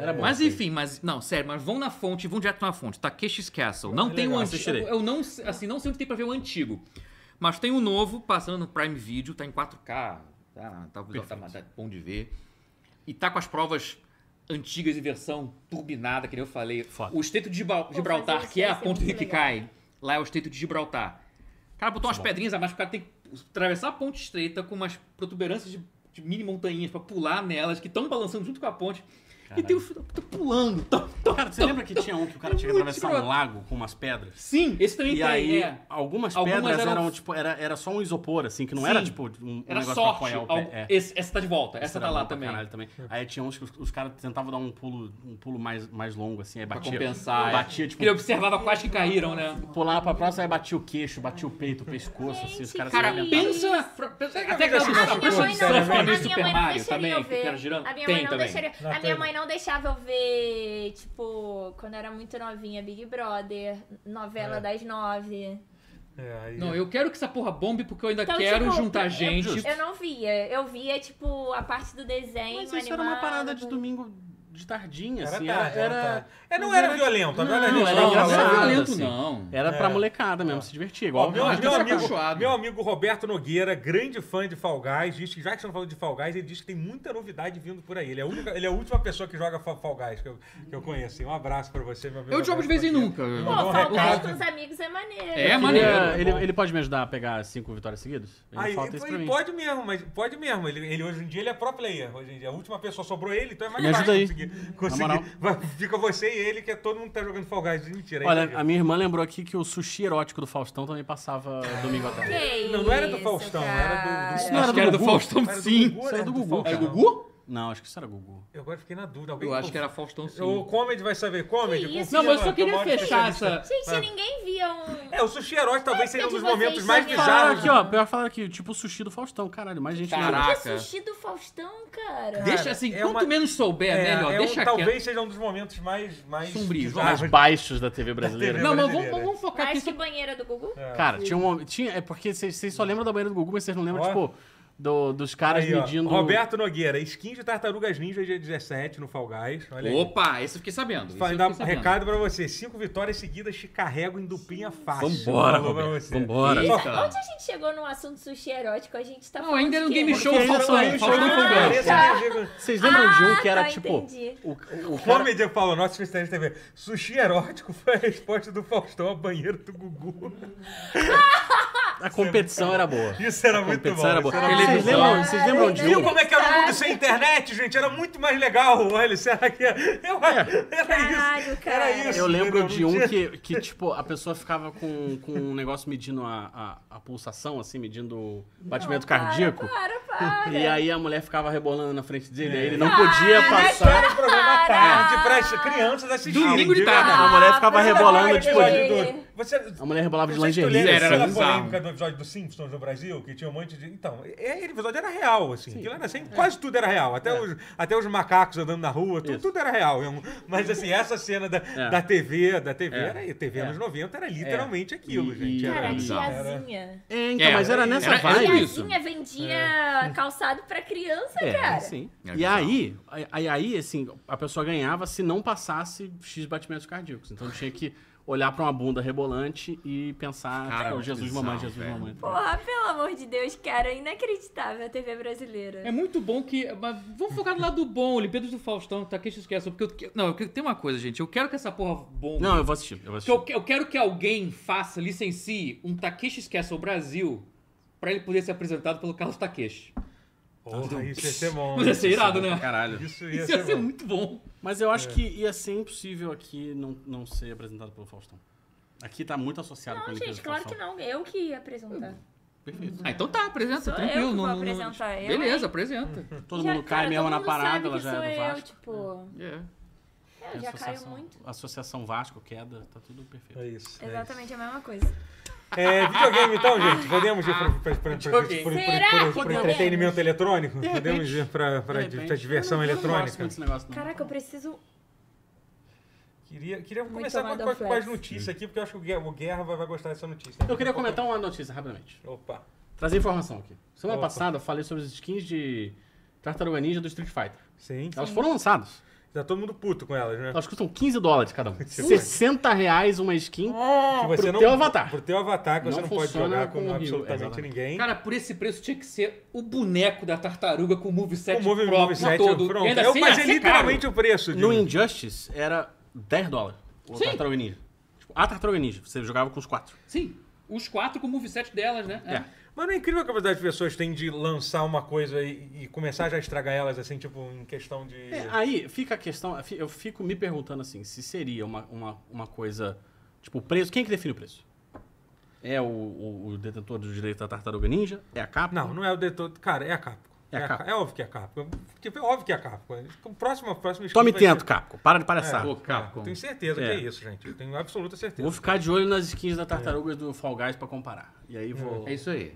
[SPEAKER 3] Era bom.
[SPEAKER 2] Mas enfim, mas não, sério, mas vão na fonte, vão direto na fonte. Takeshi's Castle.
[SPEAKER 3] É
[SPEAKER 2] Não tem o
[SPEAKER 1] legal,
[SPEAKER 2] antigo.
[SPEAKER 3] assistirei.
[SPEAKER 2] Eu, eu não, sei- assim, não sei o que tem pra ver o antigo. Mas tem o novo passando no Prime Video, tá em 4K, tá, tá, tá, tá bom de ver. E tá com as provas antigas e versão turbinada, que nem eu falei.
[SPEAKER 3] Foda.
[SPEAKER 2] O Estreito de Gibral-
[SPEAKER 4] fazer
[SPEAKER 2] Gibraltar,
[SPEAKER 4] isso
[SPEAKER 2] que é
[SPEAKER 4] vai
[SPEAKER 2] a
[SPEAKER 4] ser
[SPEAKER 2] ponte
[SPEAKER 4] muito
[SPEAKER 2] que
[SPEAKER 4] legal.
[SPEAKER 2] cai, lá é o Estreito de Gibraltar. O cara botou umas pedrinhas a mais, o cara tem que atravessar a ponte estreita com umas protuberâncias de, de mini montanhas pra pular nelas, que estão balançando junto com a ponte. E tem o filho da puta pulando. Então, Tão, tão,
[SPEAKER 3] Cara, você lembra que tinha um que o cara tinha que
[SPEAKER 2] Muito
[SPEAKER 3] atravessar
[SPEAKER 2] escroto.
[SPEAKER 3] um lago com umas pedras?
[SPEAKER 2] Sim, esse também
[SPEAKER 3] E
[SPEAKER 2] tem.
[SPEAKER 3] aí,
[SPEAKER 2] é.
[SPEAKER 3] algumas
[SPEAKER 2] Algumas
[SPEAKER 3] pedras
[SPEAKER 2] eram-
[SPEAKER 3] eram, tipo, era, era só um isopor, assim, que não
[SPEAKER 2] Sim.
[SPEAKER 3] era tipo um, um
[SPEAKER 2] Era
[SPEAKER 3] negócio
[SPEAKER 2] sorte.
[SPEAKER 3] pra apoiar o
[SPEAKER 2] Algu-
[SPEAKER 3] pé. É.
[SPEAKER 2] esse- essa tá de volta, essa,
[SPEAKER 3] Essa
[SPEAKER 2] tá
[SPEAKER 3] era
[SPEAKER 2] lá
[SPEAKER 3] bom pra
[SPEAKER 2] também.
[SPEAKER 3] caralho também. Aí tinha uns que os, os caras tentavam dar um pulo, um pulo mais, mais longo, assim, aí
[SPEAKER 2] Pra
[SPEAKER 3] batia.
[SPEAKER 2] compensar. é.
[SPEAKER 3] Batia, tipo,
[SPEAKER 2] Porque ele observava quais que caíram, né?
[SPEAKER 3] pulava pra próxima, aí batia o queixo, batia o peito, o pescoço, assim, os caras se
[SPEAKER 2] Cara,
[SPEAKER 3] lamentavam.
[SPEAKER 2] pensa. pensa até aquela
[SPEAKER 1] assim,
[SPEAKER 2] do-
[SPEAKER 1] a
[SPEAKER 2] a
[SPEAKER 1] minha
[SPEAKER 2] pessoa
[SPEAKER 1] mãe
[SPEAKER 2] de
[SPEAKER 1] não-
[SPEAKER 2] surf,
[SPEAKER 1] a
[SPEAKER 2] do
[SPEAKER 1] minha
[SPEAKER 2] Super Mario também, que ficaram girando.
[SPEAKER 4] A minha
[SPEAKER 2] tem
[SPEAKER 4] mãe não
[SPEAKER 2] também.
[SPEAKER 4] deixaria.
[SPEAKER 1] Não,
[SPEAKER 4] a
[SPEAKER 1] tem.
[SPEAKER 4] minha mãe não deixava eu ver, tipo, quando eu era muito novinha, Big Brother, novela
[SPEAKER 1] É.
[SPEAKER 4] das nove.
[SPEAKER 1] É, aí-
[SPEAKER 2] Não, eu quero que essa porra bombe porque eu ainda
[SPEAKER 4] Então,
[SPEAKER 2] quero
[SPEAKER 4] tipo,
[SPEAKER 2] juntar
[SPEAKER 4] eu-
[SPEAKER 2] gente.
[SPEAKER 4] Eu não via. Eu via, tipo, a parte do desenho.
[SPEAKER 3] Mas isso era uma
[SPEAKER 4] animado.
[SPEAKER 3] parada de domingo de tardinha,
[SPEAKER 1] Era
[SPEAKER 3] assim.
[SPEAKER 1] tarde,
[SPEAKER 3] era,
[SPEAKER 1] era
[SPEAKER 3] era,
[SPEAKER 1] tarde. É, não era violento, a verdade
[SPEAKER 2] Não,
[SPEAKER 1] é
[SPEAKER 2] era
[SPEAKER 1] isso.
[SPEAKER 2] engraçado, não era
[SPEAKER 3] engraçado,
[SPEAKER 2] violento,
[SPEAKER 3] assim.
[SPEAKER 2] não.
[SPEAKER 3] era pra molecada mesmo, se divertir. Igual
[SPEAKER 1] É. Ó, meu,
[SPEAKER 2] acho que
[SPEAKER 1] meu
[SPEAKER 3] tá
[SPEAKER 2] era
[SPEAKER 1] amigo,
[SPEAKER 2] cachoado.
[SPEAKER 1] meu amigo Roberto Nogueira, grande fã de Fall Guys, diz que já que estamos falando de Fall Guys, ele diz que tem muita novidade vindo por aí. Ele é a, única- ele é a última pessoa que joga Fa- Fall Guys que eu, que eu conheço. Um abraço pra você, meu amigo.
[SPEAKER 2] Eu jogo de vez em nunca.
[SPEAKER 4] Pô,
[SPEAKER 1] Bom
[SPEAKER 4] Fall Guys
[SPEAKER 1] recado.
[SPEAKER 4] com os amigos é maneiro.
[SPEAKER 2] É,
[SPEAKER 3] Ele,
[SPEAKER 2] maneiro.
[SPEAKER 3] tá ele, ele pode me ajudar a pegar cinco vitórias seguidas? Ele
[SPEAKER 1] Aí,
[SPEAKER 3] falta isso pra
[SPEAKER 1] ele
[SPEAKER 3] mim.
[SPEAKER 1] pode mesmo, mas pode mesmo. Ele, ele hoje em dia ele é pro player. Hoje em dia a última pessoa sobrou ele, então é mais
[SPEAKER 3] Me
[SPEAKER 1] fácil
[SPEAKER 3] ajuda aí.
[SPEAKER 1] conseguir. conseguir.
[SPEAKER 3] moral.
[SPEAKER 1] Vai- Fica você e ele, que é todo mundo tá jogando Fall Guys. Mentira. aí
[SPEAKER 3] Olha,
[SPEAKER 1] tá
[SPEAKER 3] a minha irmã lembrou aqui que o sushi erótico do Faustão também passava domingo à tarde.
[SPEAKER 4] Que
[SPEAKER 1] Não, não era do
[SPEAKER 4] isso,
[SPEAKER 1] Faustão, era do- do-
[SPEAKER 4] cara.
[SPEAKER 3] não
[SPEAKER 2] Acho
[SPEAKER 3] era
[SPEAKER 2] que
[SPEAKER 3] do
[SPEAKER 2] era do
[SPEAKER 3] Gugu?
[SPEAKER 2] Faustão,
[SPEAKER 1] Era do
[SPEAKER 2] sim.
[SPEAKER 1] Gugu,
[SPEAKER 3] Isso era do Gugu,
[SPEAKER 2] Era
[SPEAKER 1] Faustão.
[SPEAKER 2] do Gugu?
[SPEAKER 3] Não, acho que isso era Gugu.
[SPEAKER 1] Eu agora fiquei na dúvida. Alguém
[SPEAKER 2] Eu acho
[SPEAKER 1] conf-
[SPEAKER 2] que era Faustão, sim.
[SPEAKER 1] O Comedy vai saber. Comedy,
[SPEAKER 4] Que
[SPEAKER 1] confirma,
[SPEAKER 4] isso?
[SPEAKER 2] Não, mas eu só
[SPEAKER 1] que é o
[SPEAKER 2] queria
[SPEAKER 1] maior
[SPEAKER 2] fechar
[SPEAKER 1] especialista.
[SPEAKER 2] essa...
[SPEAKER 4] Gente,
[SPEAKER 3] Ah.
[SPEAKER 4] ninguém via um.
[SPEAKER 1] É, o Sushi Herói talvez seja um dos
[SPEAKER 4] Vocês
[SPEAKER 1] momentos mais
[SPEAKER 4] são
[SPEAKER 1] bizarros.
[SPEAKER 4] errados.
[SPEAKER 3] aqui, ó. Pior falaram aqui, tipo o sushi do Faustão. Caralho, mais gente
[SPEAKER 2] Caraca.
[SPEAKER 3] lembra.
[SPEAKER 4] Que é sushi do Faustão, cara.
[SPEAKER 2] Deixa assim,
[SPEAKER 1] é
[SPEAKER 2] quanto
[SPEAKER 1] uma-
[SPEAKER 2] menos souber,
[SPEAKER 1] É,
[SPEAKER 2] melhor.
[SPEAKER 1] é um-
[SPEAKER 2] Deixa quieto.
[SPEAKER 1] talvez seja um dos momentos mais... mais
[SPEAKER 2] Sombrio,
[SPEAKER 1] bizarros.
[SPEAKER 3] baixos da TV brasileira.
[SPEAKER 2] Não, mas vamos,
[SPEAKER 1] brasileira.
[SPEAKER 2] vamos focar aqui.
[SPEAKER 4] Mais que
[SPEAKER 2] só-
[SPEAKER 4] banheira do Gugu?
[SPEAKER 3] Cara, tinha um. Tinha, é porque vocês vocês só lembram da banheira do Gugu, mas vocês não lembram,
[SPEAKER 1] Ó.
[SPEAKER 3] tipo, do- dos caras
[SPEAKER 1] Aí, ó,
[SPEAKER 3] medindo.
[SPEAKER 1] Roberto Nogueira, skin de Tartarugas Ninja dia 17 no Fall Guys. Olha aí.
[SPEAKER 2] Opa, esse eu fiquei sabendo. esse eu
[SPEAKER 1] Falei, dar um
[SPEAKER 2] fiquei sabendo.
[SPEAKER 1] recado pra você. Cinco vitórias seguidas te carrego em duplinha fácil.
[SPEAKER 3] Vambora,
[SPEAKER 1] Falou pra
[SPEAKER 3] Roberto,
[SPEAKER 1] você.
[SPEAKER 3] vambora.
[SPEAKER 1] Só-
[SPEAKER 2] Eita.
[SPEAKER 4] Onde a gente chegou num assunto sushi erótico? A gente tá
[SPEAKER 2] Não,
[SPEAKER 4] falando
[SPEAKER 2] ainda
[SPEAKER 4] de
[SPEAKER 2] era um
[SPEAKER 4] quê?
[SPEAKER 2] game show,
[SPEAKER 3] Porque
[SPEAKER 2] Faustão,
[SPEAKER 1] um
[SPEAKER 3] ainda-
[SPEAKER 2] Faustão
[SPEAKER 3] ainda-
[SPEAKER 2] com gancho.
[SPEAKER 1] Esse é meu amigo.
[SPEAKER 3] Vocês lembram de um
[SPEAKER 4] Ah,
[SPEAKER 3] que era,
[SPEAKER 4] tá,
[SPEAKER 3] tipo.
[SPEAKER 4] entendi.
[SPEAKER 3] O, o, o cara-
[SPEAKER 1] Comedy falou, nosso especialista TV, sushi erótico foi a resposta do Faustão à banheira do Gugu.
[SPEAKER 3] a competição era boa.
[SPEAKER 1] Isso era
[SPEAKER 3] A
[SPEAKER 1] muito
[SPEAKER 3] competição
[SPEAKER 1] bom.
[SPEAKER 3] era
[SPEAKER 1] isso
[SPEAKER 3] boa.
[SPEAKER 1] era
[SPEAKER 2] Ele-
[SPEAKER 1] muito
[SPEAKER 3] Vocês lembram, vocês
[SPEAKER 4] Ah,
[SPEAKER 3] lembram de
[SPEAKER 1] Viu
[SPEAKER 3] um?
[SPEAKER 1] como é que era o mundo sem internet, gente? Era muito mais legal. Olha, será que era, eu- era isso?
[SPEAKER 4] Caralho, cara.
[SPEAKER 1] Era isso.
[SPEAKER 3] É. Eu lembro
[SPEAKER 2] né?
[SPEAKER 1] entendeu?
[SPEAKER 3] de
[SPEAKER 1] Não
[SPEAKER 3] um
[SPEAKER 1] tinha-
[SPEAKER 3] que, que, tipo, a pessoa ficava com, com um negócio medindo a, a, a pulsação, assim, medindo o batimento
[SPEAKER 4] Não, para,
[SPEAKER 3] cardíaco.
[SPEAKER 4] Para, para. É. Ah, né?
[SPEAKER 3] E aí a mulher ficava rebolando na frente dele, aí ele não podia passar.
[SPEAKER 1] Era um programa à tarde para as crianças assistirem.
[SPEAKER 2] Domingo de
[SPEAKER 1] viu?
[SPEAKER 2] tarde.
[SPEAKER 3] A mulher
[SPEAKER 4] Ah,
[SPEAKER 3] ficava
[SPEAKER 1] Você
[SPEAKER 3] rebolando,
[SPEAKER 1] lembra
[SPEAKER 3] tipo,
[SPEAKER 1] aquele
[SPEAKER 4] de-
[SPEAKER 1] episódio do- Você,
[SPEAKER 3] A mulher rebolava de
[SPEAKER 1] Não sei se tu
[SPEAKER 3] lingerie. assim.
[SPEAKER 1] lembra
[SPEAKER 2] Era,
[SPEAKER 1] daquela
[SPEAKER 2] bizarro.
[SPEAKER 1] polêmica do episódio dos Simpsons no Brasil, que tinha um monte de. Então, é- aquele episódio era real, assim. Aquilo era
[SPEAKER 3] É.
[SPEAKER 1] assim, quase tudo era real. Até, os, até os macacos andando na rua, tudo, tudo era real. mesmo. Mas assim, essa cena da,
[SPEAKER 3] É.
[SPEAKER 1] da TV, da TV, era TV anos 90, era literalmente aquilo,
[SPEAKER 3] E-
[SPEAKER 1] gente.
[SPEAKER 3] e-
[SPEAKER 1] Era,
[SPEAKER 4] Cara, a
[SPEAKER 1] era-
[SPEAKER 4] tiazinha.
[SPEAKER 3] É, então,
[SPEAKER 2] É,
[SPEAKER 3] mas era nessa
[SPEAKER 2] era-
[SPEAKER 4] A
[SPEAKER 2] era
[SPEAKER 3] vibe.
[SPEAKER 2] isso.
[SPEAKER 4] tiazinha vendia calçado pra criança,
[SPEAKER 3] É,
[SPEAKER 4] cara.
[SPEAKER 3] sim.
[SPEAKER 2] É
[SPEAKER 3] E
[SPEAKER 2] bizarro.
[SPEAKER 3] aí, aí, aí, assim, a pessoa ganhava se não passasse X batimentos cardíacos. Então tinha que olhar pra uma bunda rebolante e pensar,
[SPEAKER 2] Cara,
[SPEAKER 3] tipo, Jesus,
[SPEAKER 2] bizarro,
[SPEAKER 3] mamãe, Jesus,
[SPEAKER 2] velho.
[SPEAKER 3] mamãe.
[SPEAKER 4] Porra, pelo amor de Deus, cara. é Inacreditável a TV brasileira.
[SPEAKER 2] É muito bom que. Mas vamos focar no lado bom, Olimpíadas do Faustão, tá? Que esqueça. Porque eu, que- não, eu, tem uma coisa, gente. Eu quero que essa porra bombe.
[SPEAKER 3] Não, eu vou assistir, eu vou
[SPEAKER 2] Que
[SPEAKER 3] assistir.
[SPEAKER 2] eu, que- eu quero que alguém faça, licencie um Takeshi Castle Brasil pra ele poder ser apresentado pelo Carlos Takeshi.
[SPEAKER 1] Porra, isso ia ser bom.
[SPEAKER 2] Mas ia ser irado, né?
[SPEAKER 3] Caralho.
[SPEAKER 1] Isso ia
[SPEAKER 2] Isso ia ser
[SPEAKER 1] bom.
[SPEAKER 2] muito bom.
[SPEAKER 3] Mas eu
[SPEAKER 1] É.
[SPEAKER 3] acho que ia ser impossível aqui não, não ser apresentado pelo Faustão. Aqui tá muito associado com a
[SPEAKER 4] Não,
[SPEAKER 3] Olimpíada
[SPEAKER 4] gente,
[SPEAKER 3] do
[SPEAKER 4] claro que
[SPEAKER 3] Faustão.
[SPEAKER 4] não. Eu que ia apresentar.
[SPEAKER 3] Perfeito.
[SPEAKER 2] Ah, então tá, apresenta,
[SPEAKER 4] Sou
[SPEAKER 2] tranquilo.
[SPEAKER 4] eu que
[SPEAKER 2] não-
[SPEAKER 4] vou
[SPEAKER 2] não-
[SPEAKER 4] apresentar, eu,
[SPEAKER 2] Beleza,
[SPEAKER 4] hein?
[SPEAKER 2] apresenta.
[SPEAKER 3] Todo
[SPEAKER 4] Já,
[SPEAKER 3] mundo
[SPEAKER 4] cara,
[SPEAKER 3] cai mesmo
[SPEAKER 4] todo
[SPEAKER 3] na
[SPEAKER 4] mundo
[SPEAKER 3] parada,
[SPEAKER 4] sabe
[SPEAKER 3] ela
[SPEAKER 4] que
[SPEAKER 3] já
[SPEAKER 4] sou
[SPEAKER 3] é do
[SPEAKER 4] eu,
[SPEAKER 3] Vasco.
[SPEAKER 4] tipo,
[SPEAKER 2] É.
[SPEAKER 4] eu já caio muito.
[SPEAKER 3] Associação Vasco, queda, tá tudo perfeito.
[SPEAKER 1] É isso. é
[SPEAKER 4] Exatamente a mesma coisa.
[SPEAKER 1] isso. É, videogame, então, gente? Podemos ir
[SPEAKER 2] Videogame.
[SPEAKER 1] para
[SPEAKER 4] Será?
[SPEAKER 1] entretenimento eletrônico?
[SPEAKER 3] repente.
[SPEAKER 1] Podemos ir
[SPEAKER 3] De
[SPEAKER 1] para diversão
[SPEAKER 3] repente, eu não- eu não gosto
[SPEAKER 1] tá eletrônica?
[SPEAKER 3] muito desse negócio, não.
[SPEAKER 4] Caraca, eu preciso
[SPEAKER 1] Queria, queria
[SPEAKER 4] Muito
[SPEAKER 1] começar com,
[SPEAKER 4] amado
[SPEAKER 1] com-
[SPEAKER 4] ao
[SPEAKER 1] com
[SPEAKER 4] Flex.
[SPEAKER 1] as notícias aqui, porque eu acho que o Guerra, o Guerra vai, vai gostar dessa notícia.
[SPEAKER 3] Eu queria comentar uma notícia rapidamente.
[SPEAKER 1] Opa.
[SPEAKER 3] Trazer informação aqui. Semana
[SPEAKER 1] Opa.
[SPEAKER 3] passada eu falei sobre as skins de Tartaruga Ninja do Street Fighter.
[SPEAKER 1] Sim.
[SPEAKER 3] Elas foram lançadas.
[SPEAKER 1] Tá todo mundo puto com elas, né?
[SPEAKER 3] Elas custam 15 dólares cada uma. 60 reais uma skin.
[SPEAKER 1] Que você
[SPEAKER 3] pro teu avatar.
[SPEAKER 1] Pro teu avatar, que você não
[SPEAKER 3] Não
[SPEAKER 1] pode
[SPEAKER 3] funciona
[SPEAKER 1] jogar com,
[SPEAKER 3] com o Rio,
[SPEAKER 1] absolutamente
[SPEAKER 3] exatamente.
[SPEAKER 1] ninguém.
[SPEAKER 2] Cara, por esse preço tinha que ser o boneco da tartaruga com o moveset
[SPEAKER 1] o Move
[SPEAKER 2] próprio
[SPEAKER 1] Move 7
[SPEAKER 2] todo.
[SPEAKER 1] pronto.
[SPEAKER 2] E ainda
[SPEAKER 1] É,
[SPEAKER 2] assim,
[SPEAKER 1] mas
[SPEAKER 2] ia
[SPEAKER 1] é
[SPEAKER 2] ser
[SPEAKER 1] literalmente o preço. De...
[SPEAKER 3] No Injustice era 10 dólares o
[SPEAKER 2] Sim.
[SPEAKER 3] Tartaruga Ninja. Tipo, a Tartaruga Ninja, você jogava com os quatro.
[SPEAKER 2] caro. Sim, os quatro com o moveset delas, né?
[SPEAKER 3] É.
[SPEAKER 1] Mas não é incrível a capacidade que pessoas têm de lançar uma coisa e, e começar já a estragar elas, assim, tipo, em questão de...
[SPEAKER 3] É, aí fica a questão, eu fico me perguntando assim, se seria uma, uma, uma coisa, tipo, o preço, quem que define o preço? É o, o- o detentor do direito da Tartaruga Ninja? É a capa?
[SPEAKER 1] Não, não é o detor... Cara, é a Capcom.
[SPEAKER 3] É a
[SPEAKER 1] Ca-
[SPEAKER 3] Capcom.
[SPEAKER 1] É óbvio que é a Capcom. Tipo, é óbvio que é a Capcom. O próximo, próximo
[SPEAKER 3] Tome
[SPEAKER 1] vai ser-
[SPEAKER 3] tento, Capcom. Para de
[SPEAKER 1] É,
[SPEAKER 3] palhaçar.
[SPEAKER 2] Pô, Capcom.
[SPEAKER 1] Eu tenho certeza que
[SPEAKER 3] É.
[SPEAKER 1] é isso, gente. Eu tenho absoluta certeza.
[SPEAKER 3] Vou ficar de olho nas skins da Tartaruga do Fall Guys pra comparar. E aí vou...
[SPEAKER 2] É isso aí.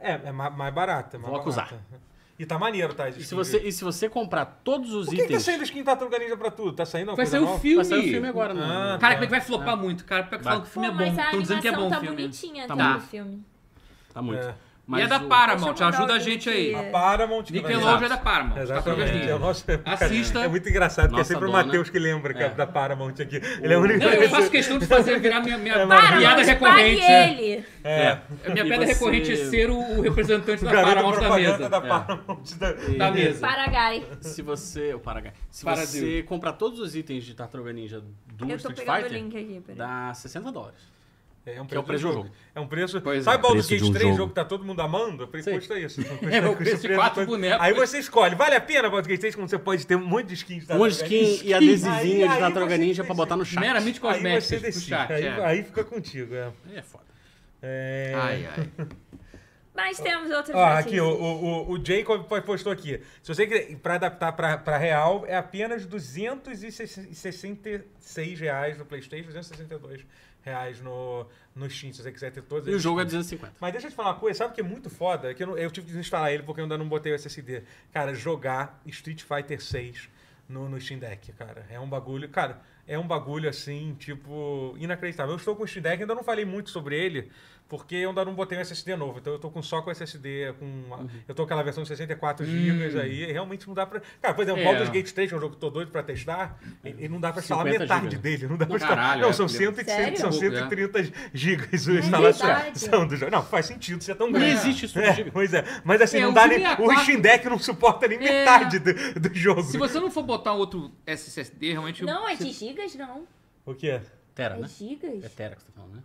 [SPEAKER 1] É, é ma- mais barata. é Mais
[SPEAKER 3] Vou acusar.
[SPEAKER 1] barata. E tá maneiro, tá?
[SPEAKER 3] E se, você, e se você comprar todos os
[SPEAKER 1] Por que, que tá
[SPEAKER 3] itens...
[SPEAKER 1] saindo skin Tartaruga Ninja pra tudo? Tá saindo uma
[SPEAKER 2] Vai
[SPEAKER 1] coisa
[SPEAKER 2] sair o
[SPEAKER 1] nova?
[SPEAKER 2] filme.
[SPEAKER 3] Vai sair o filme agora, não. né?
[SPEAKER 1] Ah,
[SPEAKER 2] Cara, como é que vai flopar muito? Cara, porque falam que o
[SPEAKER 4] Pô,
[SPEAKER 2] filme é bom.
[SPEAKER 4] mas a
[SPEAKER 2] Estão dizendo que é bom o
[SPEAKER 4] animação tá
[SPEAKER 2] filme.
[SPEAKER 4] bonitinha
[SPEAKER 3] Tá
[SPEAKER 4] tá
[SPEAKER 2] bom.
[SPEAKER 4] no filme.
[SPEAKER 3] Tá muito.
[SPEAKER 1] É.
[SPEAKER 2] e é da
[SPEAKER 3] o-
[SPEAKER 2] Paramount,
[SPEAKER 4] Deixa eu mandar
[SPEAKER 2] ajuda a
[SPEAKER 4] o
[SPEAKER 1] gente.
[SPEAKER 2] gente aí.
[SPEAKER 1] A Paramount. que vai-
[SPEAKER 2] Nickelodeon é da Paramount. Tartarugas
[SPEAKER 1] Exatamente.
[SPEAKER 2] Ninja.
[SPEAKER 1] É o nosso-
[SPEAKER 2] Assista.
[SPEAKER 1] É muito engraçado, porque é
[SPEAKER 3] Nossa
[SPEAKER 1] sempre o
[SPEAKER 3] dona.
[SPEAKER 1] Matheus que lembra que é da Paramount aqui. Ele é o único
[SPEAKER 2] Não, eu faço questão de fazer virar minha, minha
[SPEAKER 1] É,
[SPEAKER 4] Para,
[SPEAKER 2] piada
[SPEAKER 4] mas pague
[SPEAKER 2] recorrente. é.
[SPEAKER 4] ele.
[SPEAKER 3] É.
[SPEAKER 2] Minha
[SPEAKER 3] E
[SPEAKER 2] piada
[SPEAKER 3] você-
[SPEAKER 2] recorrente é ser o, o representante
[SPEAKER 1] O
[SPEAKER 2] da
[SPEAKER 1] garoto
[SPEAKER 2] Paramount da
[SPEAKER 1] propaganda
[SPEAKER 2] mesa. É.
[SPEAKER 1] da
[SPEAKER 2] Da,
[SPEAKER 1] Paramount. da-
[SPEAKER 2] mesa.
[SPEAKER 4] Paragai.
[SPEAKER 3] você. O Paragai. Se
[SPEAKER 2] Paradil.
[SPEAKER 3] você comprar todos os itens de Tartaruga Ninja do
[SPEAKER 4] Eu tô
[SPEAKER 3] Street
[SPEAKER 4] pegando o
[SPEAKER 3] Fighter,
[SPEAKER 4] link aqui, peraí.
[SPEAKER 3] dá 60 dólares.
[SPEAKER 1] É um
[SPEAKER 3] Que é o preço do jogo.
[SPEAKER 1] É um preço.
[SPEAKER 2] Pois
[SPEAKER 1] Sabe
[SPEAKER 2] é.
[SPEAKER 1] Baldur's
[SPEAKER 3] Preço
[SPEAKER 1] Gate
[SPEAKER 3] de um
[SPEAKER 1] 3, jogo.
[SPEAKER 3] jogo
[SPEAKER 1] que tá todo mundo amando? Por
[SPEAKER 3] Sim.
[SPEAKER 1] exemplo, custa isso. um
[SPEAKER 2] É, o preço de quatro bonecos.
[SPEAKER 1] Aí você escolhe, vale a pena Baldur's Gate 3 quando você pode ter um monte de skins da
[SPEAKER 3] Um skin e adesivinho
[SPEAKER 1] Aí-
[SPEAKER 3] de
[SPEAKER 1] aí
[SPEAKER 3] Tartaruga
[SPEAKER 1] você
[SPEAKER 3] Ninja pra
[SPEAKER 1] decide.
[SPEAKER 3] botar no chat.
[SPEAKER 2] Meramente
[SPEAKER 1] Aí
[SPEAKER 2] cosméticos
[SPEAKER 1] você
[SPEAKER 2] pro
[SPEAKER 1] decide.
[SPEAKER 2] chat,
[SPEAKER 1] aí,
[SPEAKER 2] é.
[SPEAKER 1] aí fica contigo. É.
[SPEAKER 3] Aí É foda.
[SPEAKER 1] É,
[SPEAKER 2] Ai, ai.
[SPEAKER 4] Mas temos outras
[SPEAKER 1] Ó,
[SPEAKER 4] notícias.
[SPEAKER 1] aqui, o, o, o- o Jacob postou aqui. Se você quiser, pra adaptar pra, pra real, é apenas R$ 266 reais no Playstation, 262 reais no, no Steam, se você quiser ter todas
[SPEAKER 3] E o
[SPEAKER 1] as
[SPEAKER 3] jogo é
[SPEAKER 1] skins.
[SPEAKER 3] 250.
[SPEAKER 1] Mas deixa eu te falar uma coisa, sabe o que é muito foda? É Que eu, não- eu tive que desinstalar ele porque eu ainda não botei o SSD. Cara, jogar Street Fighter 6 no, no Steam Deck, cara. É um bagulho. Cara, é um bagulho assim, tipo, inacreditável. Eu estou com o Steam Deck, ainda não falei muito sobre ele, porque eu ainda não botei um SSD novo. Então eu tô com, só com SSD, com.
[SPEAKER 2] Uhum.
[SPEAKER 1] Eu tô com aquela versão de 64 GB aí. e Realmente não dá pra. Cara, por exemplo,
[SPEAKER 2] Hum. É.
[SPEAKER 1] Baldur's Gate 3, que é um jogo que eu tô doido pra testar, e, e não dá pra instalar
[SPEAKER 3] 50
[SPEAKER 1] metade
[SPEAKER 3] gigas.
[SPEAKER 1] dele. Não dá pra instalar.
[SPEAKER 2] Caralho,
[SPEAKER 1] Não,
[SPEAKER 2] é.
[SPEAKER 1] são, 100, e-
[SPEAKER 4] Sério?
[SPEAKER 1] são
[SPEAKER 2] Pouco, né?
[SPEAKER 1] 130 gigas o instalação.
[SPEAKER 4] verdade.
[SPEAKER 1] são do jogo. Não, faz sentido ser tão
[SPEAKER 3] Não
[SPEAKER 1] grande.
[SPEAKER 3] existe isso no
[SPEAKER 1] É,
[SPEAKER 3] Giga.
[SPEAKER 1] pois é. Mas assim,
[SPEAKER 2] É,
[SPEAKER 1] não
[SPEAKER 2] o
[SPEAKER 1] dá
[SPEAKER 2] Giga
[SPEAKER 1] nem.
[SPEAKER 2] é a
[SPEAKER 1] O
[SPEAKER 2] quatro.
[SPEAKER 1] Steam Deck não suporta nem metade do, do jogo.
[SPEAKER 2] Se você não for botar um outro SSD, realmente.
[SPEAKER 4] Não, é
[SPEAKER 2] você-
[SPEAKER 4] de gigas, não.
[SPEAKER 1] O que é?
[SPEAKER 3] Tera,
[SPEAKER 4] É
[SPEAKER 3] né? É
[SPEAKER 4] gigas?
[SPEAKER 3] Tera que você tá falando, né?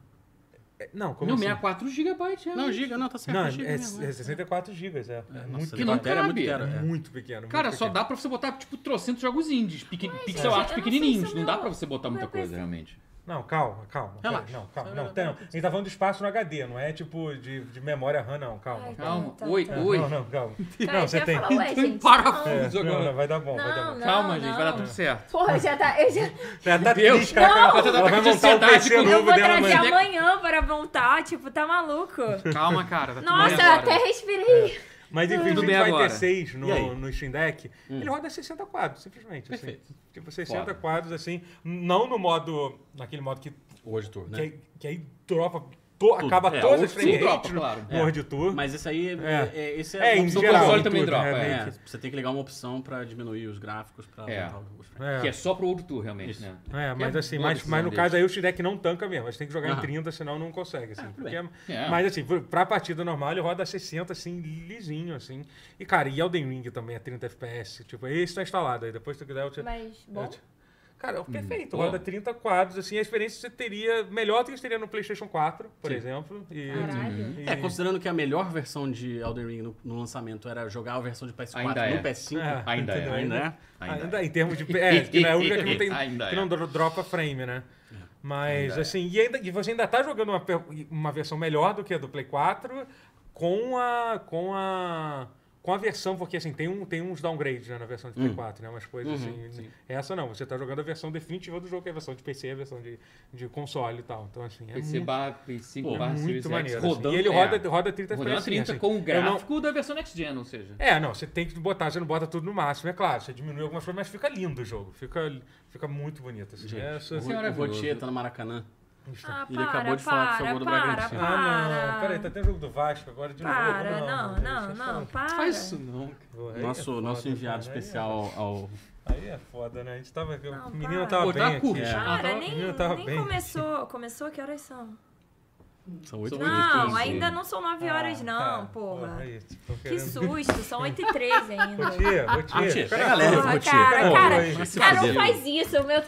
[SPEAKER 1] Não, como
[SPEAKER 2] No
[SPEAKER 1] assim?
[SPEAKER 2] 64 GB, é.
[SPEAKER 3] Não, giga, não, tá certo.
[SPEAKER 1] Não, é,
[SPEAKER 3] giga
[SPEAKER 1] é
[SPEAKER 3] mesmo, né?
[SPEAKER 1] 64 gigas, é. É
[SPEAKER 3] É,
[SPEAKER 1] muito,
[SPEAKER 3] Nossa,
[SPEAKER 2] Que
[SPEAKER 1] pequeno,
[SPEAKER 2] não
[SPEAKER 3] a tera é muito
[SPEAKER 2] cabe.
[SPEAKER 3] tera. é.
[SPEAKER 1] muito pequeno. muito
[SPEAKER 2] Cara, só
[SPEAKER 1] pequeno.
[SPEAKER 2] dá pra você botar, tipo, trocentos jogos indies, pequ-
[SPEAKER 4] gente,
[SPEAKER 2] pixel
[SPEAKER 4] é. eu
[SPEAKER 2] art
[SPEAKER 4] não sei
[SPEAKER 2] pequenininhos.
[SPEAKER 4] se
[SPEAKER 2] Não
[SPEAKER 4] o
[SPEAKER 2] dá
[SPEAKER 4] meu-
[SPEAKER 2] pra você botar muita
[SPEAKER 4] meu
[SPEAKER 2] coisa,
[SPEAKER 4] PC.
[SPEAKER 2] realmente.
[SPEAKER 1] Não, calma, calma.
[SPEAKER 3] Relaxa.
[SPEAKER 1] peraí, Não, calma.
[SPEAKER 3] Vai,
[SPEAKER 1] Não,
[SPEAKER 3] vai,
[SPEAKER 1] tem,
[SPEAKER 3] vai.
[SPEAKER 1] a gente tá falando de espaço no HD, não é tipo de, de memória RAM, não. Calma. calma.
[SPEAKER 4] Ai,
[SPEAKER 2] Calma.
[SPEAKER 4] tá,
[SPEAKER 2] Então, Oi,
[SPEAKER 4] tá.
[SPEAKER 1] Não,
[SPEAKER 2] oi.
[SPEAKER 1] Não, não, calma.
[SPEAKER 4] Cara,
[SPEAKER 1] não,
[SPEAKER 4] eu
[SPEAKER 1] você
[SPEAKER 4] ia
[SPEAKER 1] tem.
[SPEAKER 4] falar, ué,
[SPEAKER 2] Tem
[SPEAKER 4] gente,
[SPEAKER 2] parafuso.
[SPEAKER 4] não.
[SPEAKER 1] É, não, não, vai dar bom, vai dar bom.
[SPEAKER 4] Não, não.
[SPEAKER 2] Calma, gente, vai dar tudo certo.
[SPEAKER 4] Porra, já tá. Eu, já-
[SPEAKER 1] Ela tá
[SPEAKER 2] Deus,
[SPEAKER 1] triste, cara, que ela-
[SPEAKER 4] não.
[SPEAKER 1] ela vai
[SPEAKER 2] Ela tá com
[SPEAKER 1] montar um
[SPEAKER 2] ansiedade,
[SPEAKER 1] PC
[SPEAKER 2] com-
[SPEAKER 4] eu
[SPEAKER 1] novo
[SPEAKER 4] vou
[SPEAKER 1] dela
[SPEAKER 4] trazer
[SPEAKER 1] amanhã.
[SPEAKER 4] amanhã para montar. Tipo, tá maluco?
[SPEAKER 2] Calma, cara. Tá tudo bem
[SPEAKER 4] Nossa,
[SPEAKER 2] agora.
[SPEAKER 4] até respirei.
[SPEAKER 1] Mas enfim,
[SPEAKER 2] Tudo
[SPEAKER 1] o
[SPEAKER 2] bem
[SPEAKER 1] Street Fighter
[SPEAKER 2] agora.
[SPEAKER 1] 6
[SPEAKER 3] E
[SPEAKER 1] no,
[SPEAKER 3] aí?
[SPEAKER 1] no Steam Deck, ele roda 60 quadros, simplesmente. assim.
[SPEAKER 3] Perfeito.
[SPEAKER 1] Tipo, 60
[SPEAKER 2] Foda.
[SPEAKER 1] quadros, assim, não no modo, naquele modo que,
[SPEAKER 3] Hoje tu,
[SPEAKER 1] que,
[SPEAKER 3] né?
[SPEAKER 1] aí- que aí dropa, to- acaba
[SPEAKER 3] É,
[SPEAKER 1] todas
[SPEAKER 3] o-
[SPEAKER 1] as frame
[SPEAKER 2] Tá tudo dropa,
[SPEAKER 1] rates no,
[SPEAKER 2] claro.
[SPEAKER 1] no
[SPEAKER 3] É.
[SPEAKER 1] World Tour.
[SPEAKER 3] Mas esse aí, é,
[SPEAKER 1] É.
[SPEAKER 3] é- esse
[SPEAKER 1] É,
[SPEAKER 3] é, uma
[SPEAKER 1] em
[SPEAKER 3] opção
[SPEAKER 1] geral.
[SPEAKER 2] console
[SPEAKER 1] em
[SPEAKER 2] também
[SPEAKER 1] tudo,
[SPEAKER 2] dropa,
[SPEAKER 1] né?
[SPEAKER 2] é.
[SPEAKER 1] Meio que-
[SPEAKER 3] É, você tem que ligar uma opção pra diminuir os gráficos, pra
[SPEAKER 2] É.
[SPEAKER 3] aumentar os frames.
[SPEAKER 1] É.
[SPEAKER 2] Que é só pro World Tour, realmente,
[SPEAKER 3] Isso.
[SPEAKER 2] né?
[SPEAKER 1] É, mas
[SPEAKER 2] É
[SPEAKER 1] assim,
[SPEAKER 2] boa
[SPEAKER 1] mas,
[SPEAKER 2] decisão
[SPEAKER 1] mas no
[SPEAKER 2] deles.
[SPEAKER 1] caso aí o Steam Deck não tanca mesmo. A gente tem que jogar em
[SPEAKER 3] Aham.
[SPEAKER 1] 30, senão não consegue, assim.
[SPEAKER 3] tudo
[SPEAKER 1] porque-
[SPEAKER 2] É.
[SPEAKER 1] Mas assim, pro- pra partida normal ele roda 60, assim, lisinho, assim. E cara, e Elden Ring também é 30 FPS. Tipo, esse tá instalado aí. Depois se tu quiser, eu te,
[SPEAKER 4] Mas,
[SPEAKER 1] é,
[SPEAKER 4] bom.
[SPEAKER 1] Cara, perfeito.
[SPEAKER 2] boa.
[SPEAKER 1] Roda 30 quadros, assim, a experiência você teria melhor do que você teria no PlayStation 4, por
[SPEAKER 3] Sim.
[SPEAKER 1] exemplo. E,
[SPEAKER 4] Caralho.
[SPEAKER 1] e-
[SPEAKER 3] É, considerando que a melhor versão de Elden Ring no, no lançamento era jogar a versão de PS4
[SPEAKER 2] Ainda
[SPEAKER 3] no
[SPEAKER 2] é.
[SPEAKER 3] PS5.
[SPEAKER 1] É,
[SPEAKER 2] Ainda é,
[SPEAKER 1] entendeu?
[SPEAKER 3] Ainda é.
[SPEAKER 1] Ainda,
[SPEAKER 2] Ainda
[SPEAKER 1] é, em termos de. É, que não é a única que não, tem,
[SPEAKER 2] Ainda
[SPEAKER 1] que não
[SPEAKER 2] é.
[SPEAKER 1] dro- dropa frame, né? Mas,
[SPEAKER 2] Ainda é.
[SPEAKER 1] assim, e, ainda, e você ainda tá jogando uma, per- uma versão melhor do que a do Play 4 com a. com a. Com a versão, porque assim, tem, um, tem uns downgrades né, na versão
[SPEAKER 2] Hum.
[SPEAKER 1] de Play 4, né? Umas coisas
[SPEAKER 2] Uhum.
[SPEAKER 1] assim. Essa não, você tá jogando a versão definitiva do jogo, que é a versão de PC, a versão de, de console e tal. Então, assim, é
[SPEAKER 2] PC
[SPEAKER 1] muito-
[SPEAKER 2] barra, PC
[SPEAKER 3] Pô,
[SPEAKER 2] barra, Series
[SPEAKER 1] muito
[SPEAKER 2] X
[SPEAKER 1] maneiro. assim.
[SPEAKER 2] rodando.
[SPEAKER 1] e ele
[SPEAKER 2] é,
[SPEAKER 1] roda, roda 30
[SPEAKER 2] rodando a
[SPEAKER 1] FPS.
[SPEAKER 2] 30
[SPEAKER 1] assim.
[SPEAKER 2] com o
[SPEAKER 1] Eu não-
[SPEAKER 2] gráfico da versão Next Gen, ou seja.
[SPEAKER 1] É, não, você tem que botar, você não bota tudo no máximo, é claro. Você diminui algumas coisas, mas fica lindo o jogo. Fica, fica muito bonito. Assim.
[SPEAKER 3] Gente,
[SPEAKER 1] Essa-
[SPEAKER 3] o,
[SPEAKER 2] senhora
[SPEAKER 3] o
[SPEAKER 2] viu,
[SPEAKER 3] Rotier
[SPEAKER 2] viu?
[SPEAKER 3] tá no Maracanã.
[SPEAKER 4] Ah, para,
[SPEAKER 3] Ele acabou de falar
[SPEAKER 4] para,
[SPEAKER 3] que jogou do
[SPEAKER 4] para,
[SPEAKER 3] Bragantino.
[SPEAKER 1] Ah,
[SPEAKER 4] para.
[SPEAKER 1] não. Peraí, tá até o jogo do Vasco agora de
[SPEAKER 4] Para,
[SPEAKER 1] novo.
[SPEAKER 4] não, não, não, para.
[SPEAKER 2] Faz isso não, cara.
[SPEAKER 1] Porra, aí é
[SPEAKER 3] Nosso,
[SPEAKER 1] foda,
[SPEAKER 3] nosso enviado
[SPEAKER 1] cara, aí é-
[SPEAKER 3] especial ao.
[SPEAKER 1] Aí é foda, né? A gente tava. o
[SPEAKER 4] Não,
[SPEAKER 1] menino
[SPEAKER 4] para.
[SPEAKER 1] tava
[SPEAKER 2] Pô,
[SPEAKER 1] bem.
[SPEAKER 2] tá
[SPEAKER 1] aqui.
[SPEAKER 2] curto.
[SPEAKER 3] É.
[SPEAKER 2] Ah,
[SPEAKER 4] Cara,
[SPEAKER 2] tava-
[SPEAKER 4] nem,
[SPEAKER 1] Eu tava
[SPEAKER 4] nem
[SPEAKER 1] bem.
[SPEAKER 4] começou. Começou? Que horas são?
[SPEAKER 3] São 8
[SPEAKER 4] Não,
[SPEAKER 2] quinze.
[SPEAKER 4] ainda não são 9 horas,
[SPEAKER 1] Ah,
[SPEAKER 4] não,
[SPEAKER 1] tá.
[SPEAKER 4] porra.
[SPEAKER 1] aí, tipo,
[SPEAKER 4] Que
[SPEAKER 1] querendo-
[SPEAKER 4] susto, são 8 e 13 ainda.
[SPEAKER 1] Rotier, Rotier.
[SPEAKER 3] Rotier,
[SPEAKER 1] cara,
[SPEAKER 3] pega leve,
[SPEAKER 4] Porra,
[SPEAKER 3] Rotier.
[SPEAKER 4] cara,
[SPEAKER 1] Pô,
[SPEAKER 4] cara,
[SPEAKER 1] aí.
[SPEAKER 3] Vai se
[SPEAKER 4] cara,
[SPEAKER 3] fazer.
[SPEAKER 4] não faz isso. o Meu...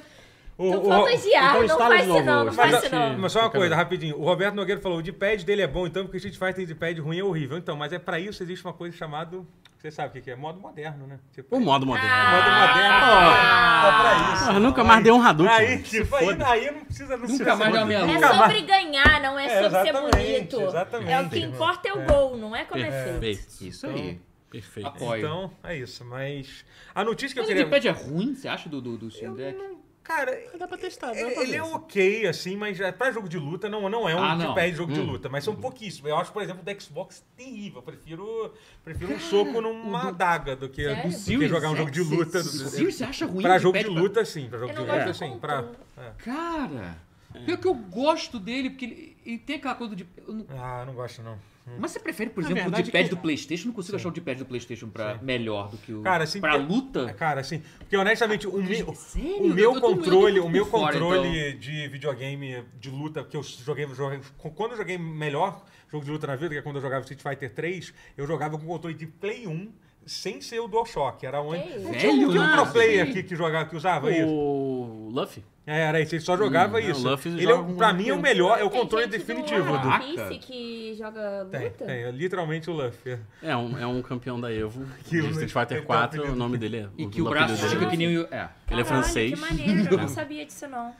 [SPEAKER 1] o-
[SPEAKER 4] Tô
[SPEAKER 1] o-
[SPEAKER 4] fantasiado, não
[SPEAKER 3] instala
[SPEAKER 4] faz
[SPEAKER 3] de
[SPEAKER 4] isso
[SPEAKER 3] novo,
[SPEAKER 4] não, não
[SPEAKER 1] Mas,
[SPEAKER 4] faz
[SPEAKER 3] instala-
[SPEAKER 4] isso não.
[SPEAKER 1] mas só uma coisa, rapidinho. O Roberto Nogueira falou: o de pad dele é bom, então, porque Street Fighter de pad ruim é horrível. Então, mas é pra isso existe uma coisa chamada. Você sabe o que que é? Modo moderno, né? Tipo,
[SPEAKER 3] O modo moderno.
[SPEAKER 1] modo moderno. Ah, pra isso.
[SPEAKER 3] Ah, nunca mais deu um Hadouken.
[SPEAKER 1] Aí, tipo, aí, aí não precisa não
[SPEAKER 2] Nunca
[SPEAKER 1] precisa
[SPEAKER 2] mais
[SPEAKER 1] ser
[SPEAKER 2] dá meia
[SPEAKER 1] bonito.
[SPEAKER 4] É
[SPEAKER 2] Nunca
[SPEAKER 4] sobre ganhar, não é
[SPEAKER 1] É,
[SPEAKER 4] sobre ser
[SPEAKER 1] exatamente,
[SPEAKER 4] bonito.
[SPEAKER 1] exatamente.
[SPEAKER 4] É o que importa é o gol, não é como é feito.
[SPEAKER 3] Perfeito.
[SPEAKER 2] Isso aí.
[SPEAKER 3] Perfeito.
[SPEAKER 2] Apoio.
[SPEAKER 1] Então, é isso. Mas a notícia que eu
[SPEAKER 2] Mas o
[SPEAKER 1] queria...
[SPEAKER 2] Gamepad é ruim, você acha, do, do, do Steam Deck?
[SPEAKER 1] Cara,
[SPEAKER 3] Dá pra testar, Tá, dá pra
[SPEAKER 1] ele
[SPEAKER 3] ver.
[SPEAKER 1] é ok, assim, mas é, pra jogo de luta não, não é um
[SPEAKER 2] Ah,
[SPEAKER 1] de
[SPEAKER 2] não. Hum.
[SPEAKER 1] pé de jogo de luta. Mas são pouquíssimos. Eu acho, por exemplo, o do Xbox terrível. Eu prefiro, prefiro um soco numa adaga do que,
[SPEAKER 4] Sério?
[SPEAKER 1] do que jogar um jogo de luta.
[SPEAKER 2] O Series você acha ruim?
[SPEAKER 1] Pra
[SPEAKER 2] o
[SPEAKER 1] jogo de
[SPEAKER 2] Gamepad
[SPEAKER 1] luta, sim. Pra jogo
[SPEAKER 4] Eu
[SPEAKER 1] de
[SPEAKER 4] não
[SPEAKER 1] luta,
[SPEAKER 4] gosto do
[SPEAKER 1] sim. Pra...
[SPEAKER 4] controle.
[SPEAKER 1] é.
[SPEAKER 2] Cara, Pior que eu gosto dele, porque ele, ele tem aquela coisa de. eu não-
[SPEAKER 1] Ah, não gosto não.
[SPEAKER 2] Mas você prefere, por
[SPEAKER 3] Na
[SPEAKER 2] exemplo, o
[SPEAKER 3] verdade,
[SPEAKER 2] D-pad
[SPEAKER 3] que-
[SPEAKER 2] do PlayStation? Eu Não consigo achar o D-pad do PlayStation pra, melhor do que o.
[SPEAKER 1] Cara, assim,
[SPEAKER 2] pra
[SPEAKER 1] tem-
[SPEAKER 2] luta?
[SPEAKER 1] Cara, assim, porque honestamente, o meu,
[SPEAKER 2] Sério?
[SPEAKER 1] o
[SPEAKER 2] Eu
[SPEAKER 1] meu
[SPEAKER 2] tô- eu tô
[SPEAKER 1] controle,
[SPEAKER 2] muito
[SPEAKER 1] o meu
[SPEAKER 2] por fora,
[SPEAKER 1] controle
[SPEAKER 2] então.
[SPEAKER 1] de videogame de luta, que eu joguei, joguei- quando eu joguei melhor jogo de luta na vida, que é quando eu jogava Street Fighter 3, eu jogava com o controle de Play 1 sem ser o DualShock. Era onde.
[SPEAKER 4] Que
[SPEAKER 1] Não
[SPEAKER 4] isso?
[SPEAKER 1] tinha um, tinha um
[SPEAKER 2] Velho,
[SPEAKER 1] pro player
[SPEAKER 2] sim.
[SPEAKER 1] aqui que jogava, que usava isso.
[SPEAKER 3] O Luffy?
[SPEAKER 1] É, Era isso, ele só jogava
[SPEAKER 3] Hum, não,
[SPEAKER 1] isso.
[SPEAKER 3] o Luffy
[SPEAKER 1] Ele é,
[SPEAKER 3] joga
[SPEAKER 1] o-
[SPEAKER 3] com
[SPEAKER 1] pra
[SPEAKER 3] qualquer
[SPEAKER 1] mim, é o
[SPEAKER 3] um.
[SPEAKER 1] melhor, é o
[SPEAKER 4] Tem
[SPEAKER 1] controle
[SPEAKER 4] gente do
[SPEAKER 1] definitivo do.
[SPEAKER 2] Caraca.
[SPEAKER 4] One Piece que joga luta?
[SPEAKER 1] Tem, tem, é literalmente o Luffy. é.
[SPEAKER 3] É um, é um campeão da Evo.
[SPEAKER 1] Que tá
[SPEAKER 3] de
[SPEAKER 1] o-
[SPEAKER 3] Street
[SPEAKER 1] ele
[SPEAKER 3] Fighter
[SPEAKER 1] tem
[SPEAKER 3] 4,
[SPEAKER 1] apelido.
[SPEAKER 3] o nome dele é.
[SPEAKER 2] E que o braço
[SPEAKER 3] apelido dele
[SPEAKER 2] fica
[SPEAKER 3] é
[SPEAKER 2] que nem o. É.
[SPEAKER 3] Ele é
[SPEAKER 4] Caralho,
[SPEAKER 3] francês.
[SPEAKER 4] Que maneiro, eu não sabia disso não.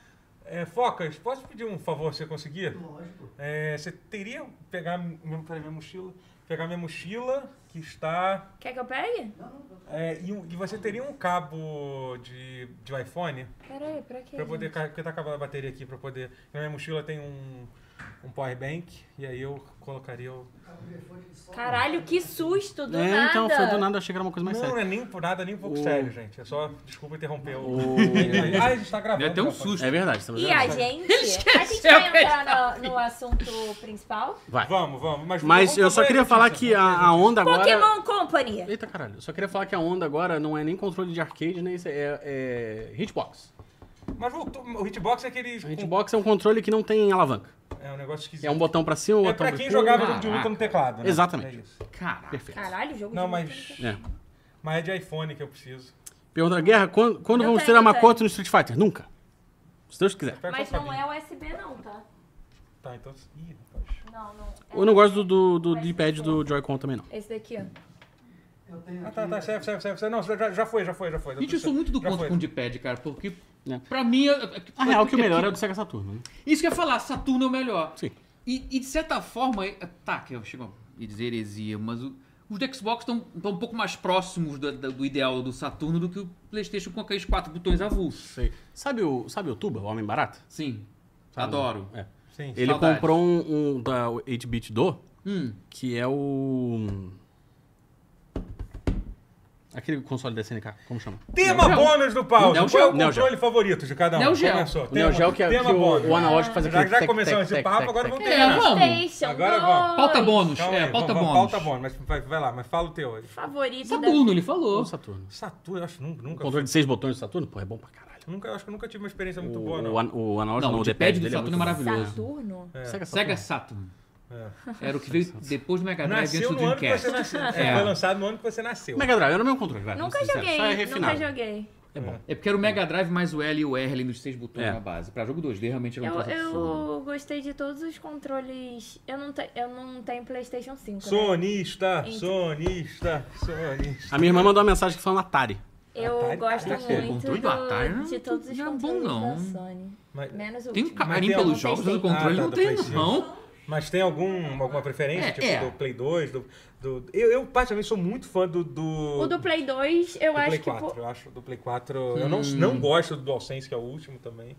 [SPEAKER 1] É, Focas, posso pedir um favor se você conseguir?
[SPEAKER 5] Lógico.
[SPEAKER 1] É, você teria que pegar minha, peraí, minha mochila, pegar minha mochila que está
[SPEAKER 4] Quer que eu pegue?
[SPEAKER 5] Não, não, não.
[SPEAKER 1] é, e, um- e você teria um cabo de, de iPhone
[SPEAKER 4] Peraí, pra quê?
[SPEAKER 1] para poder
[SPEAKER 4] gente?
[SPEAKER 1] ca- porque tá acabando a bateria aqui para poder. Na minha mochila tem um um power bank e aí eu colocaria o
[SPEAKER 5] Acaba o telefone de sol.
[SPEAKER 4] Caralho, que susto, do
[SPEAKER 3] É,
[SPEAKER 4] nada.
[SPEAKER 3] então, foi do nada, achei que era uma coisa mais
[SPEAKER 1] não, não
[SPEAKER 3] séria.
[SPEAKER 1] é nem por nada, nem um pouco
[SPEAKER 3] O-
[SPEAKER 1] sério, gente. É só desculpa interromper o.
[SPEAKER 3] O-
[SPEAKER 1] ah, a gente tá gravando.
[SPEAKER 2] Deu até um
[SPEAKER 1] rapaz.
[SPEAKER 2] susto.
[SPEAKER 3] É verdade, estamos
[SPEAKER 4] E a
[SPEAKER 3] errados.
[SPEAKER 4] gente? A gente vai entrar no, no assunto principal?
[SPEAKER 3] Vai.
[SPEAKER 1] Vamos, vamos. Mas,
[SPEAKER 3] Mas
[SPEAKER 1] vamos
[SPEAKER 3] eu só
[SPEAKER 1] pra
[SPEAKER 3] queria
[SPEAKER 1] notícia,
[SPEAKER 3] falar que a,
[SPEAKER 1] vamos pra
[SPEAKER 3] a onda agora.
[SPEAKER 4] Pokémon Company.
[SPEAKER 3] Eita caralho, eu só queria falar que a onda agora não é nem controle de arcade, nem isso, é, é hitbox.
[SPEAKER 1] notícia. Mas voltou, o hitbox é aquele
[SPEAKER 3] A hitbox é um controle que não tem alavanca.
[SPEAKER 1] é um negócio esquisito.
[SPEAKER 3] É um botão pra cima, um
[SPEAKER 1] É
[SPEAKER 3] botão
[SPEAKER 1] pra quem
[SPEAKER 3] cima.
[SPEAKER 1] jogava jogo de luta
[SPEAKER 2] Caraca.
[SPEAKER 1] no teclado, né?
[SPEAKER 3] Exatamente.
[SPEAKER 1] É isso.
[SPEAKER 2] Caraca.
[SPEAKER 3] Perfeito.
[SPEAKER 4] Caralho, jogo
[SPEAKER 1] Não,
[SPEAKER 4] de
[SPEAKER 1] mas,
[SPEAKER 3] É.
[SPEAKER 1] mas é de iPhone que eu preciso.
[SPEAKER 3] Pergunta da guerra, quando, quando
[SPEAKER 4] Eu
[SPEAKER 3] vamos
[SPEAKER 4] tenho,
[SPEAKER 3] ter a
[SPEAKER 4] eu
[SPEAKER 3] Makoto no Street Fighter? Nunca. Se Deus quiser.
[SPEAKER 1] Pega
[SPEAKER 4] Mas
[SPEAKER 1] só o
[SPEAKER 4] não
[SPEAKER 1] cabinho.
[SPEAKER 4] é USB não, tá?
[SPEAKER 1] Tá, então... Ih, rapaz.
[SPEAKER 4] Não, não. é
[SPEAKER 3] Eu não gosto do, do, do D-pad do Joy-Con também, não.
[SPEAKER 4] Esse daqui, ó.
[SPEAKER 5] Eu tenho
[SPEAKER 1] Ah,
[SPEAKER 5] aqui.
[SPEAKER 1] tá, tá, serve, serve, serve. serve. Não, já, já foi, já foi, já foi.
[SPEAKER 2] Gente, eu sou muito do
[SPEAKER 1] Já
[SPEAKER 2] contra
[SPEAKER 1] foi.
[SPEAKER 2] com o D-pad, cara, porque.
[SPEAKER 3] É.
[SPEAKER 2] Pra mim. é-
[SPEAKER 3] A real que o melhor é o do Sega Saturno, né?
[SPEAKER 2] Isso que eu ia falar, Saturno é o melhor.
[SPEAKER 3] Sim.
[SPEAKER 2] E, e de certa forma, é- tá, que eu chego a dizer heresia, mas o- os do Xbox estão um pouco mais próximos do, do- do ideal do Saturno do que o PlayStation com aqueles quatro botões avulsos.
[SPEAKER 3] Sei. Sabe o, sabe o Tuba, o Homem Barato?
[SPEAKER 2] Sim.
[SPEAKER 3] Sabe?
[SPEAKER 2] Adoro.
[SPEAKER 3] É.
[SPEAKER 1] Sim.
[SPEAKER 3] Ele
[SPEAKER 2] Saudades.
[SPEAKER 3] comprou um, um da 8-bit do,
[SPEAKER 2] Hum.
[SPEAKER 3] que é o. Aquele console da SNK, como chama?
[SPEAKER 1] Tema
[SPEAKER 2] Neo Geo.
[SPEAKER 1] bônus do pau. Qual é
[SPEAKER 2] Neo
[SPEAKER 1] o
[SPEAKER 2] Geo.
[SPEAKER 1] controle
[SPEAKER 3] Neo Geo.
[SPEAKER 1] favorito de cada um?
[SPEAKER 2] Neo Geo.
[SPEAKER 1] Começou.
[SPEAKER 3] O Neo Geo que, é,
[SPEAKER 1] tema
[SPEAKER 3] que o,
[SPEAKER 1] bônus.
[SPEAKER 3] o analógico faz
[SPEAKER 1] Já,
[SPEAKER 3] aquele...
[SPEAKER 1] já
[SPEAKER 3] tec,
[SPEAKER 1] começou
[SPEAKER 3] tec,
[SPEAKER 1] esse
[SPEAKER 3] tec,
[SPEAKER 1] papo,
[SPEAKER 3] tec,
[SPEAKER 1] agora
[SPEAKER 3] tec.
[SPEAKER 1] vamos
[SPEAKER 2] É,
[SPEAKER 1] terminar.
[SPEAKER 2] vamos.
[SPEAKER 4] PlayStation
[SPEAKER 1] Agora
[SPEAKER 4] dois.
[SPEAKER 1] vamos.
[SPEAKER 2] Pauta bônus.
[SPEAKER 1] Calma
[SPEAKER 2] é,
[SPEAKER 1] aí,
[SPEAKER 2] pauta
[SPEAKER 1] vamos- vamos-
[SPEAKER 2] bônus.
[SPEAKER 1] Pauta bônus, mas vai, vai lá, mas fala o teu hoje.
[SPEAKER 4] Favorito
[SPEAKER 2] Saturno,
[SPEAKER 4] da...
[SPEAKER 2] ele
[SPEAKER 3] O
[SPEAKER 2] falou.
[SPEAKER 3] Saturno.
[SPEAKER 1] Saturno, eu acho que nunca,
[SPEAKER 3] O
[SPEAKER 1] nunca
[SPEAKER 3] controle de seis botões do Saturno, pô, é bom pra caralho.
[SPEAKER 1] Nunca, eu acho que eu nunca tive uma experiência muito
[SPEAKER 3] O,
[SPEAKER 1] boa, não.
[SPEAKER 3] o an- o analógico
[SPEAKER 2] Não,
[SPEAKER 3] não,
[SPEAKER 2] o D-pad
[SPEAKER 3] D-pad
[SPEAKER 2] do
[SPEAKER 3] dele
[SPEAKER 2] Saturno é
[SPEAKER 3] muito bom.
[SPEAKER 2] maravilhoso.
[SPEAKER 4] Saturno?
[SPEAKER 3] Sega
[SPEAKER 2] Sega
[SPEAKER 3] Saturno.
[SPEAKER 2] Saturn.
[SPEAKER 1] É.
[SPEAKER 2] Era o que veio depois do Mega Drive antes
[SPEAKER 1] Nasceu
[SPEAKER 2] do
[SPEAKER 1] no ano que você
[SPEAKER 2] Dreamcast.
[SPEAKER 1] nasceu.
[SPEAKER 2] É.
[SPEAKER 1] Foi lançado no ano que você nasceu.
[SPEAKER 3] Mega Drive era o meu controle, vai.
[SPEAKER 4] Nunca
[SPEAKER 3] vamos ser sinceros,
[SPEAKER 4] joguei,
[SPEAKER 3] só é refinado.
[SPEAKER 4] nunca joguei.
[SPEAKER 3] É bom.
[SPEAKER 2] É porque era o Mega Drive mais o L e o R ali nos seis botões
[SPEAKER 3] É.
[SPEAKER 2] na base. Pra jogo 2D realmente era um
[SPEAKER 4] Eu,
[SPEAKER 2] troço absurdo.
[SPEAKER 4] eu gostei de todos os controles. Eu não, te- eu não tenho PlayStation 5. né?
[SPEAKER 1] Sonista,
[SPEAKER 4] Então.
[SPEAKER 1] sonista, sonista.
[SPEAKER 3] A minha irmã mandou uma mensagem que falando Atari.
[SPEAKER 4] Eu
[SPEAKER 1] Atari,
[SPEAKER 4] gosto
[SPEAKER 1] caraca,
[SPEAKER 2] o
[SPEAKER 4] muito
[SPEAKER 2] é controle do
[SPEAKER 4] do-
[SPEAKER 2] Atari não-
[SPEAKER 4] de todos os
[SPEAKER 2] não é bom,
[SPEAKER 4] controles
[SPEAKER 2] não.
[SPEAKER 4] da Sony.
[SPEAKER 1] Mas,
[SPEAKER 4] Menos o
[SPEAKER 2] Tem um
[SPEAKER 4] último.
[SPEAKER 2] carinho
[SPEAKER 1] tem
[SPEAKER 2] pelos
[SPEAKER 1] algum
[SPEAKER 2] jogos, mas o
[SPEAKER 4] PlayStation?
[SPEAKER 2] controle
[SPEAKER 1] Ah, tá,
[SPEAKER 2] não
[SPEAKER 1] do
[SPEAKER 2] tem,
[SPEAKER 1] PlayStation.
[SPEAKER 2] não.
[SPEAKER 1] mas tem algum, alguma preferência?
[SPEAKER 2] É,
[SPEAKER 1] tipo,
[SPEAKER 2] é.
[SPEAKER 1] do Play 2, do, do- Eu, eu, particularmente, sou muito fã do... do...
[SPEAKER 4] O do Play 2, eu
[SPEAKER 1] do
[SPEAKER 4] acho
[SPEAKER 1] Play
[SPEAKER 4] que...
[SPEAKER 1] 4,
[SPEAKER 4] pô,
[SPEAKER 1] eu acho do Play 4. Eu
[SPEAKER 3] Hum.
[SPEAKER 1] não, não gosto do DualSense, que é o último também.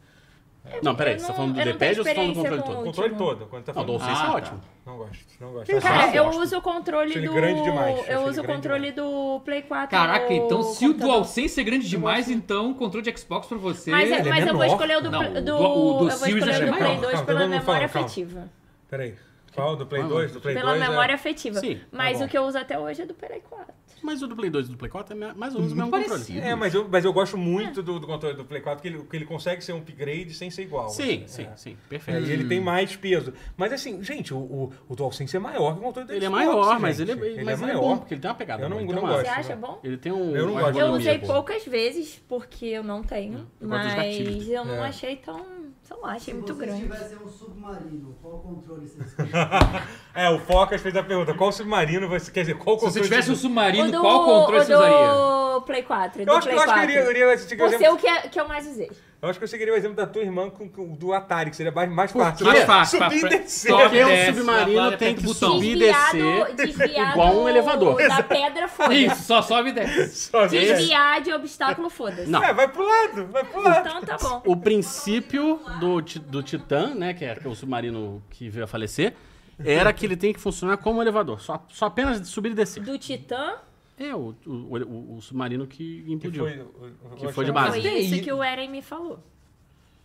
[SPEAKER 3] Não, peraí,
[SPEAKER 4] É, eu
[SPEAKER 3] você tá
[SPEAKER 4] não-
[SPEAKER 3] falando do
[SPEAKER 4] eu não tenho
[SPEAKER 3] D-pad ou você tá falando do controle
[SPEAKER 4] experiência
[SPEAKER 3] todo?
[SPEAKER 1] O
[SPEAKER 4] com
[SPEAKER 1] controle
[SPEAKER 4] último.
[SPEAKER 1] todo. Quando tá
[SPEAKER 3] Não, o
[SPEAKER 1] falando,
[SPEAKER 3] DualSense
[SPEAKER 2] Ah,
[SPEAKER 3] é
[SPEAKER 2] tá.
[SPEAKER 3] ótimo.
[SPEAKER 1] não gosto, não gosto.
[SPEAKER 3] Que
[SPEAKER 1] Acho
[SPEAKER 4] Cara,
[SPEAKER 3] Nossa,
[SPEAKER 4] eu
[SPEAKER 3] eu gosto.
[SPEAKER 4] uso o controle
[SPEAKER 1] Acho ele
[SPEAKER 4] do...
[SPEAKER 1] grande demais, acho
[SPEAKER 4] Eu
[SPEAKER 1] ele
[SPEAKER 4] uso o
[SPEAKER 1] grande
[SPEAKER 4] controle do Play 4
[SPEAKER 2] Caraca,
[SPEAKER 4] no
[SPEAKER 2] então se o
[SPEAKER 4] computador.
[SPEAKER 2] DualSense é grande demais, então o controle de Xbox pra você...
[SPEAKER 4] Mas,
[SPEAKER 1] Ele é
[SPEAKER 4] mas eu vou
[SPEAKER 1] menor.
[SPEAKER 4] escolher o do,
[SPEAKER 2] Não,
[SPEAKER 4] do,
[SPEAKER 2] o do- o do
[SPEAKER 4] eu vou
[SPEAKER 2] Sirius
[SPEAKER 4] escolher
[SPEAKER 2] é
[SPEAKER 4] o do Play
[SPEAKER 2] menor.
[SPEAKER 4] 2
[SPEAKER 1] Calma,
[SPEAKER 4] pela
[SPEAKER 1] todo mundo fala,
[SPEAKER 4] memória
[SPEAKER 1] calma.
[SPEAKER 4] afetiva.
[SPEAKER 1] Peraí. Qual? Do Play
[SPEAKER 3] Ah,
[SPEAKER 1] 2? Do Play
[SPEAKER 4] Pela
[SPEAKER 1] 2 é-
[SPEAKER 4] memória afetiva.
[SPEAKER 3] Sim,
[SPEAKER 1] tá
[SPEAKER 4] Mas
[SPEAKER 1] bom.
[SPEAKER 4] o que eu uso até hoje é do Play 4.
[SPEAKER 3] Mas o do Play 2 e do Play 4 é me- mais ou menos o
[SPEAKER 2] Muito
[SPEAKER 3] mesmo controle.
[SPEAKER 2] parecido.
[SPEAKER 1] É, mas eu, mas eu gosto
[SPEAKER 4] É.
[SPEAKER 1] muito do, do controle do Play 4, que ele, que ele consegue ser um upgrade sem ser igual.
[SPEAKER 3] Sim,
[SPEAKER 1] É.
[SPEAKER 3] sim, sim.
[SPEAKER 1] É,
[SPEAKER 3] Perfeito.
[SPEAKER 1] e ele tem mais peso. Mas assim, gente, o, o, o DualSense é maior que o controle do
[SPEAKER 3] Ele é
[SPEAKER 1] Xbox,
[SPEAKER 3] maior,
[SPEAKER 1] gente.
[SPEAKER 3] mas ele é, mas ele é bom, porque ele tem uma pegada.
[SPEAKER 1] Eu não-
[SPEAKER 3] boa, ele tem
[SPEAKER 1] não
[SPEAKER 3] uma-
[SPEAKER 1] gosto.
[SPEAKER 4] Você
[SPEAKER 1] acho,
[SPEAKER 4] acha
[SPEAKER 1] né?
[SPEAKER 4] bom?
[SPEAKER 3] Ele tem um...
[SPEAKER 1] Eu não gosto.
[SPEAKER 3] uma
[SPEAKER 4] Eu
[SPEAKER 1] Economia,
[SPEAKER 4] usei
[SPEAKER 3] ergonomia boa.
[SPEAKER 4] poucas vezes, porque eu não tenho,
[SPEAKER 3] eu gosto dos gatilhos.
[SPEAKER 4] mas eu não
[SPEAKER 1] É.
[SPEAKER 4] achei tão, sei lá, achei
[SPEAKER 5] Se
[SPEAKER 4] muito
[SPEAKER 5] vocês
[SPEAKER 4] grande.
[SPEAKER 5] tivessem um submarino, qual controle vocês escolheriam?
[SPEAKER 1] É, o Focas fez a pergunta: qual submarino você. Quer dizer, qual
[SPEAKER 2] Se você
[SPEAKER 1] controle
[SPEAKER 2] tivesse um
[SPEAKER 1] você-
[SPEAKER 2] submarino,
[SPEAKER 4] O do-
[SPEAKER 2] qual controle
[SPEAKER 4] o
[SPEAKER 2] você usaria?
[SPEAKER 4] do Play 4, do
[SPEAKER 1] Eu acho,
[SPEAKER 4] Play
[SPEAKER 1] eu acho que eu
[SPEAKER 4] 4.
[SPEAKER 1] iria. Eu, iria seguir o
[SPEAKER 4] Por ser
[SPEAKER 1] exemplo,
[SPEAKER 4] o que, é- que eu mais usei.
[SPEAKER 1] eu acho que eu seguiria o exemplo da tua irmã com, com o do Atari, que seria mais, mais fácil.
[SPEAKER 3] quê?
[SPEAKER 2] Mais fácil.
[SPEAKER 1] Subir e
[SPEAKER 2] pra-
[SPEAKER 1] descer.
[SPEAKER 2] Sobe,
[SPEAKER 3] Porque um
[SPEAKER 2] desce,
[SPEAKER 3] submarino
[SPEAKER 2] aperta
[SPEAKER 3] tem
[SPEAKER 2] o
[SPEAKER 3] que
[SPEAKER 2] botão.
[SPEAKER 3] subir.
[SPEAKER 4] Desviado,
[SPEAKER 3] descer,
[SPEAKER 4] desviado
[SPEAKER 3] igual um elevador.
[SPEAKER 4] da pedra, foda-se.
[SPEAKER 2] Isso, só sobe e desce.
[SPEAKER 1] Só desce.
[SPEAKER 4] Desviar de obstáculo, foda-se.
[SPEAKER 3] Não.
[SPEAKER 1] É, vai pro lado, vai pro lado.
[SPEAKER 4] Então tá bom.
[SPEAKER 3] O princípio do, ti- do Titã, né, que é o submarino que veio a falecer, era que ele tem que funcionar como um elevador, só, só apenas subir e descer.
[SPEAKER 4] Do Titã,
[SPEAKER 3] É o, o, o- o submarino que
[SPEAKER 1] Que
[SPEAKER 3] implodiu.
[SPEAKER 1] foi, o- o-
[SPEAKER 3] Que
[SPEAKER 1] o-
[SPEAKER 3] foi de
[SPEAKER 1] o-
[SPEAKER 3] base.
[SPEAKER 4] foi
[SPEAKER 2] Mas tem-
[SPEAKER 4] isso que o Eren me falou.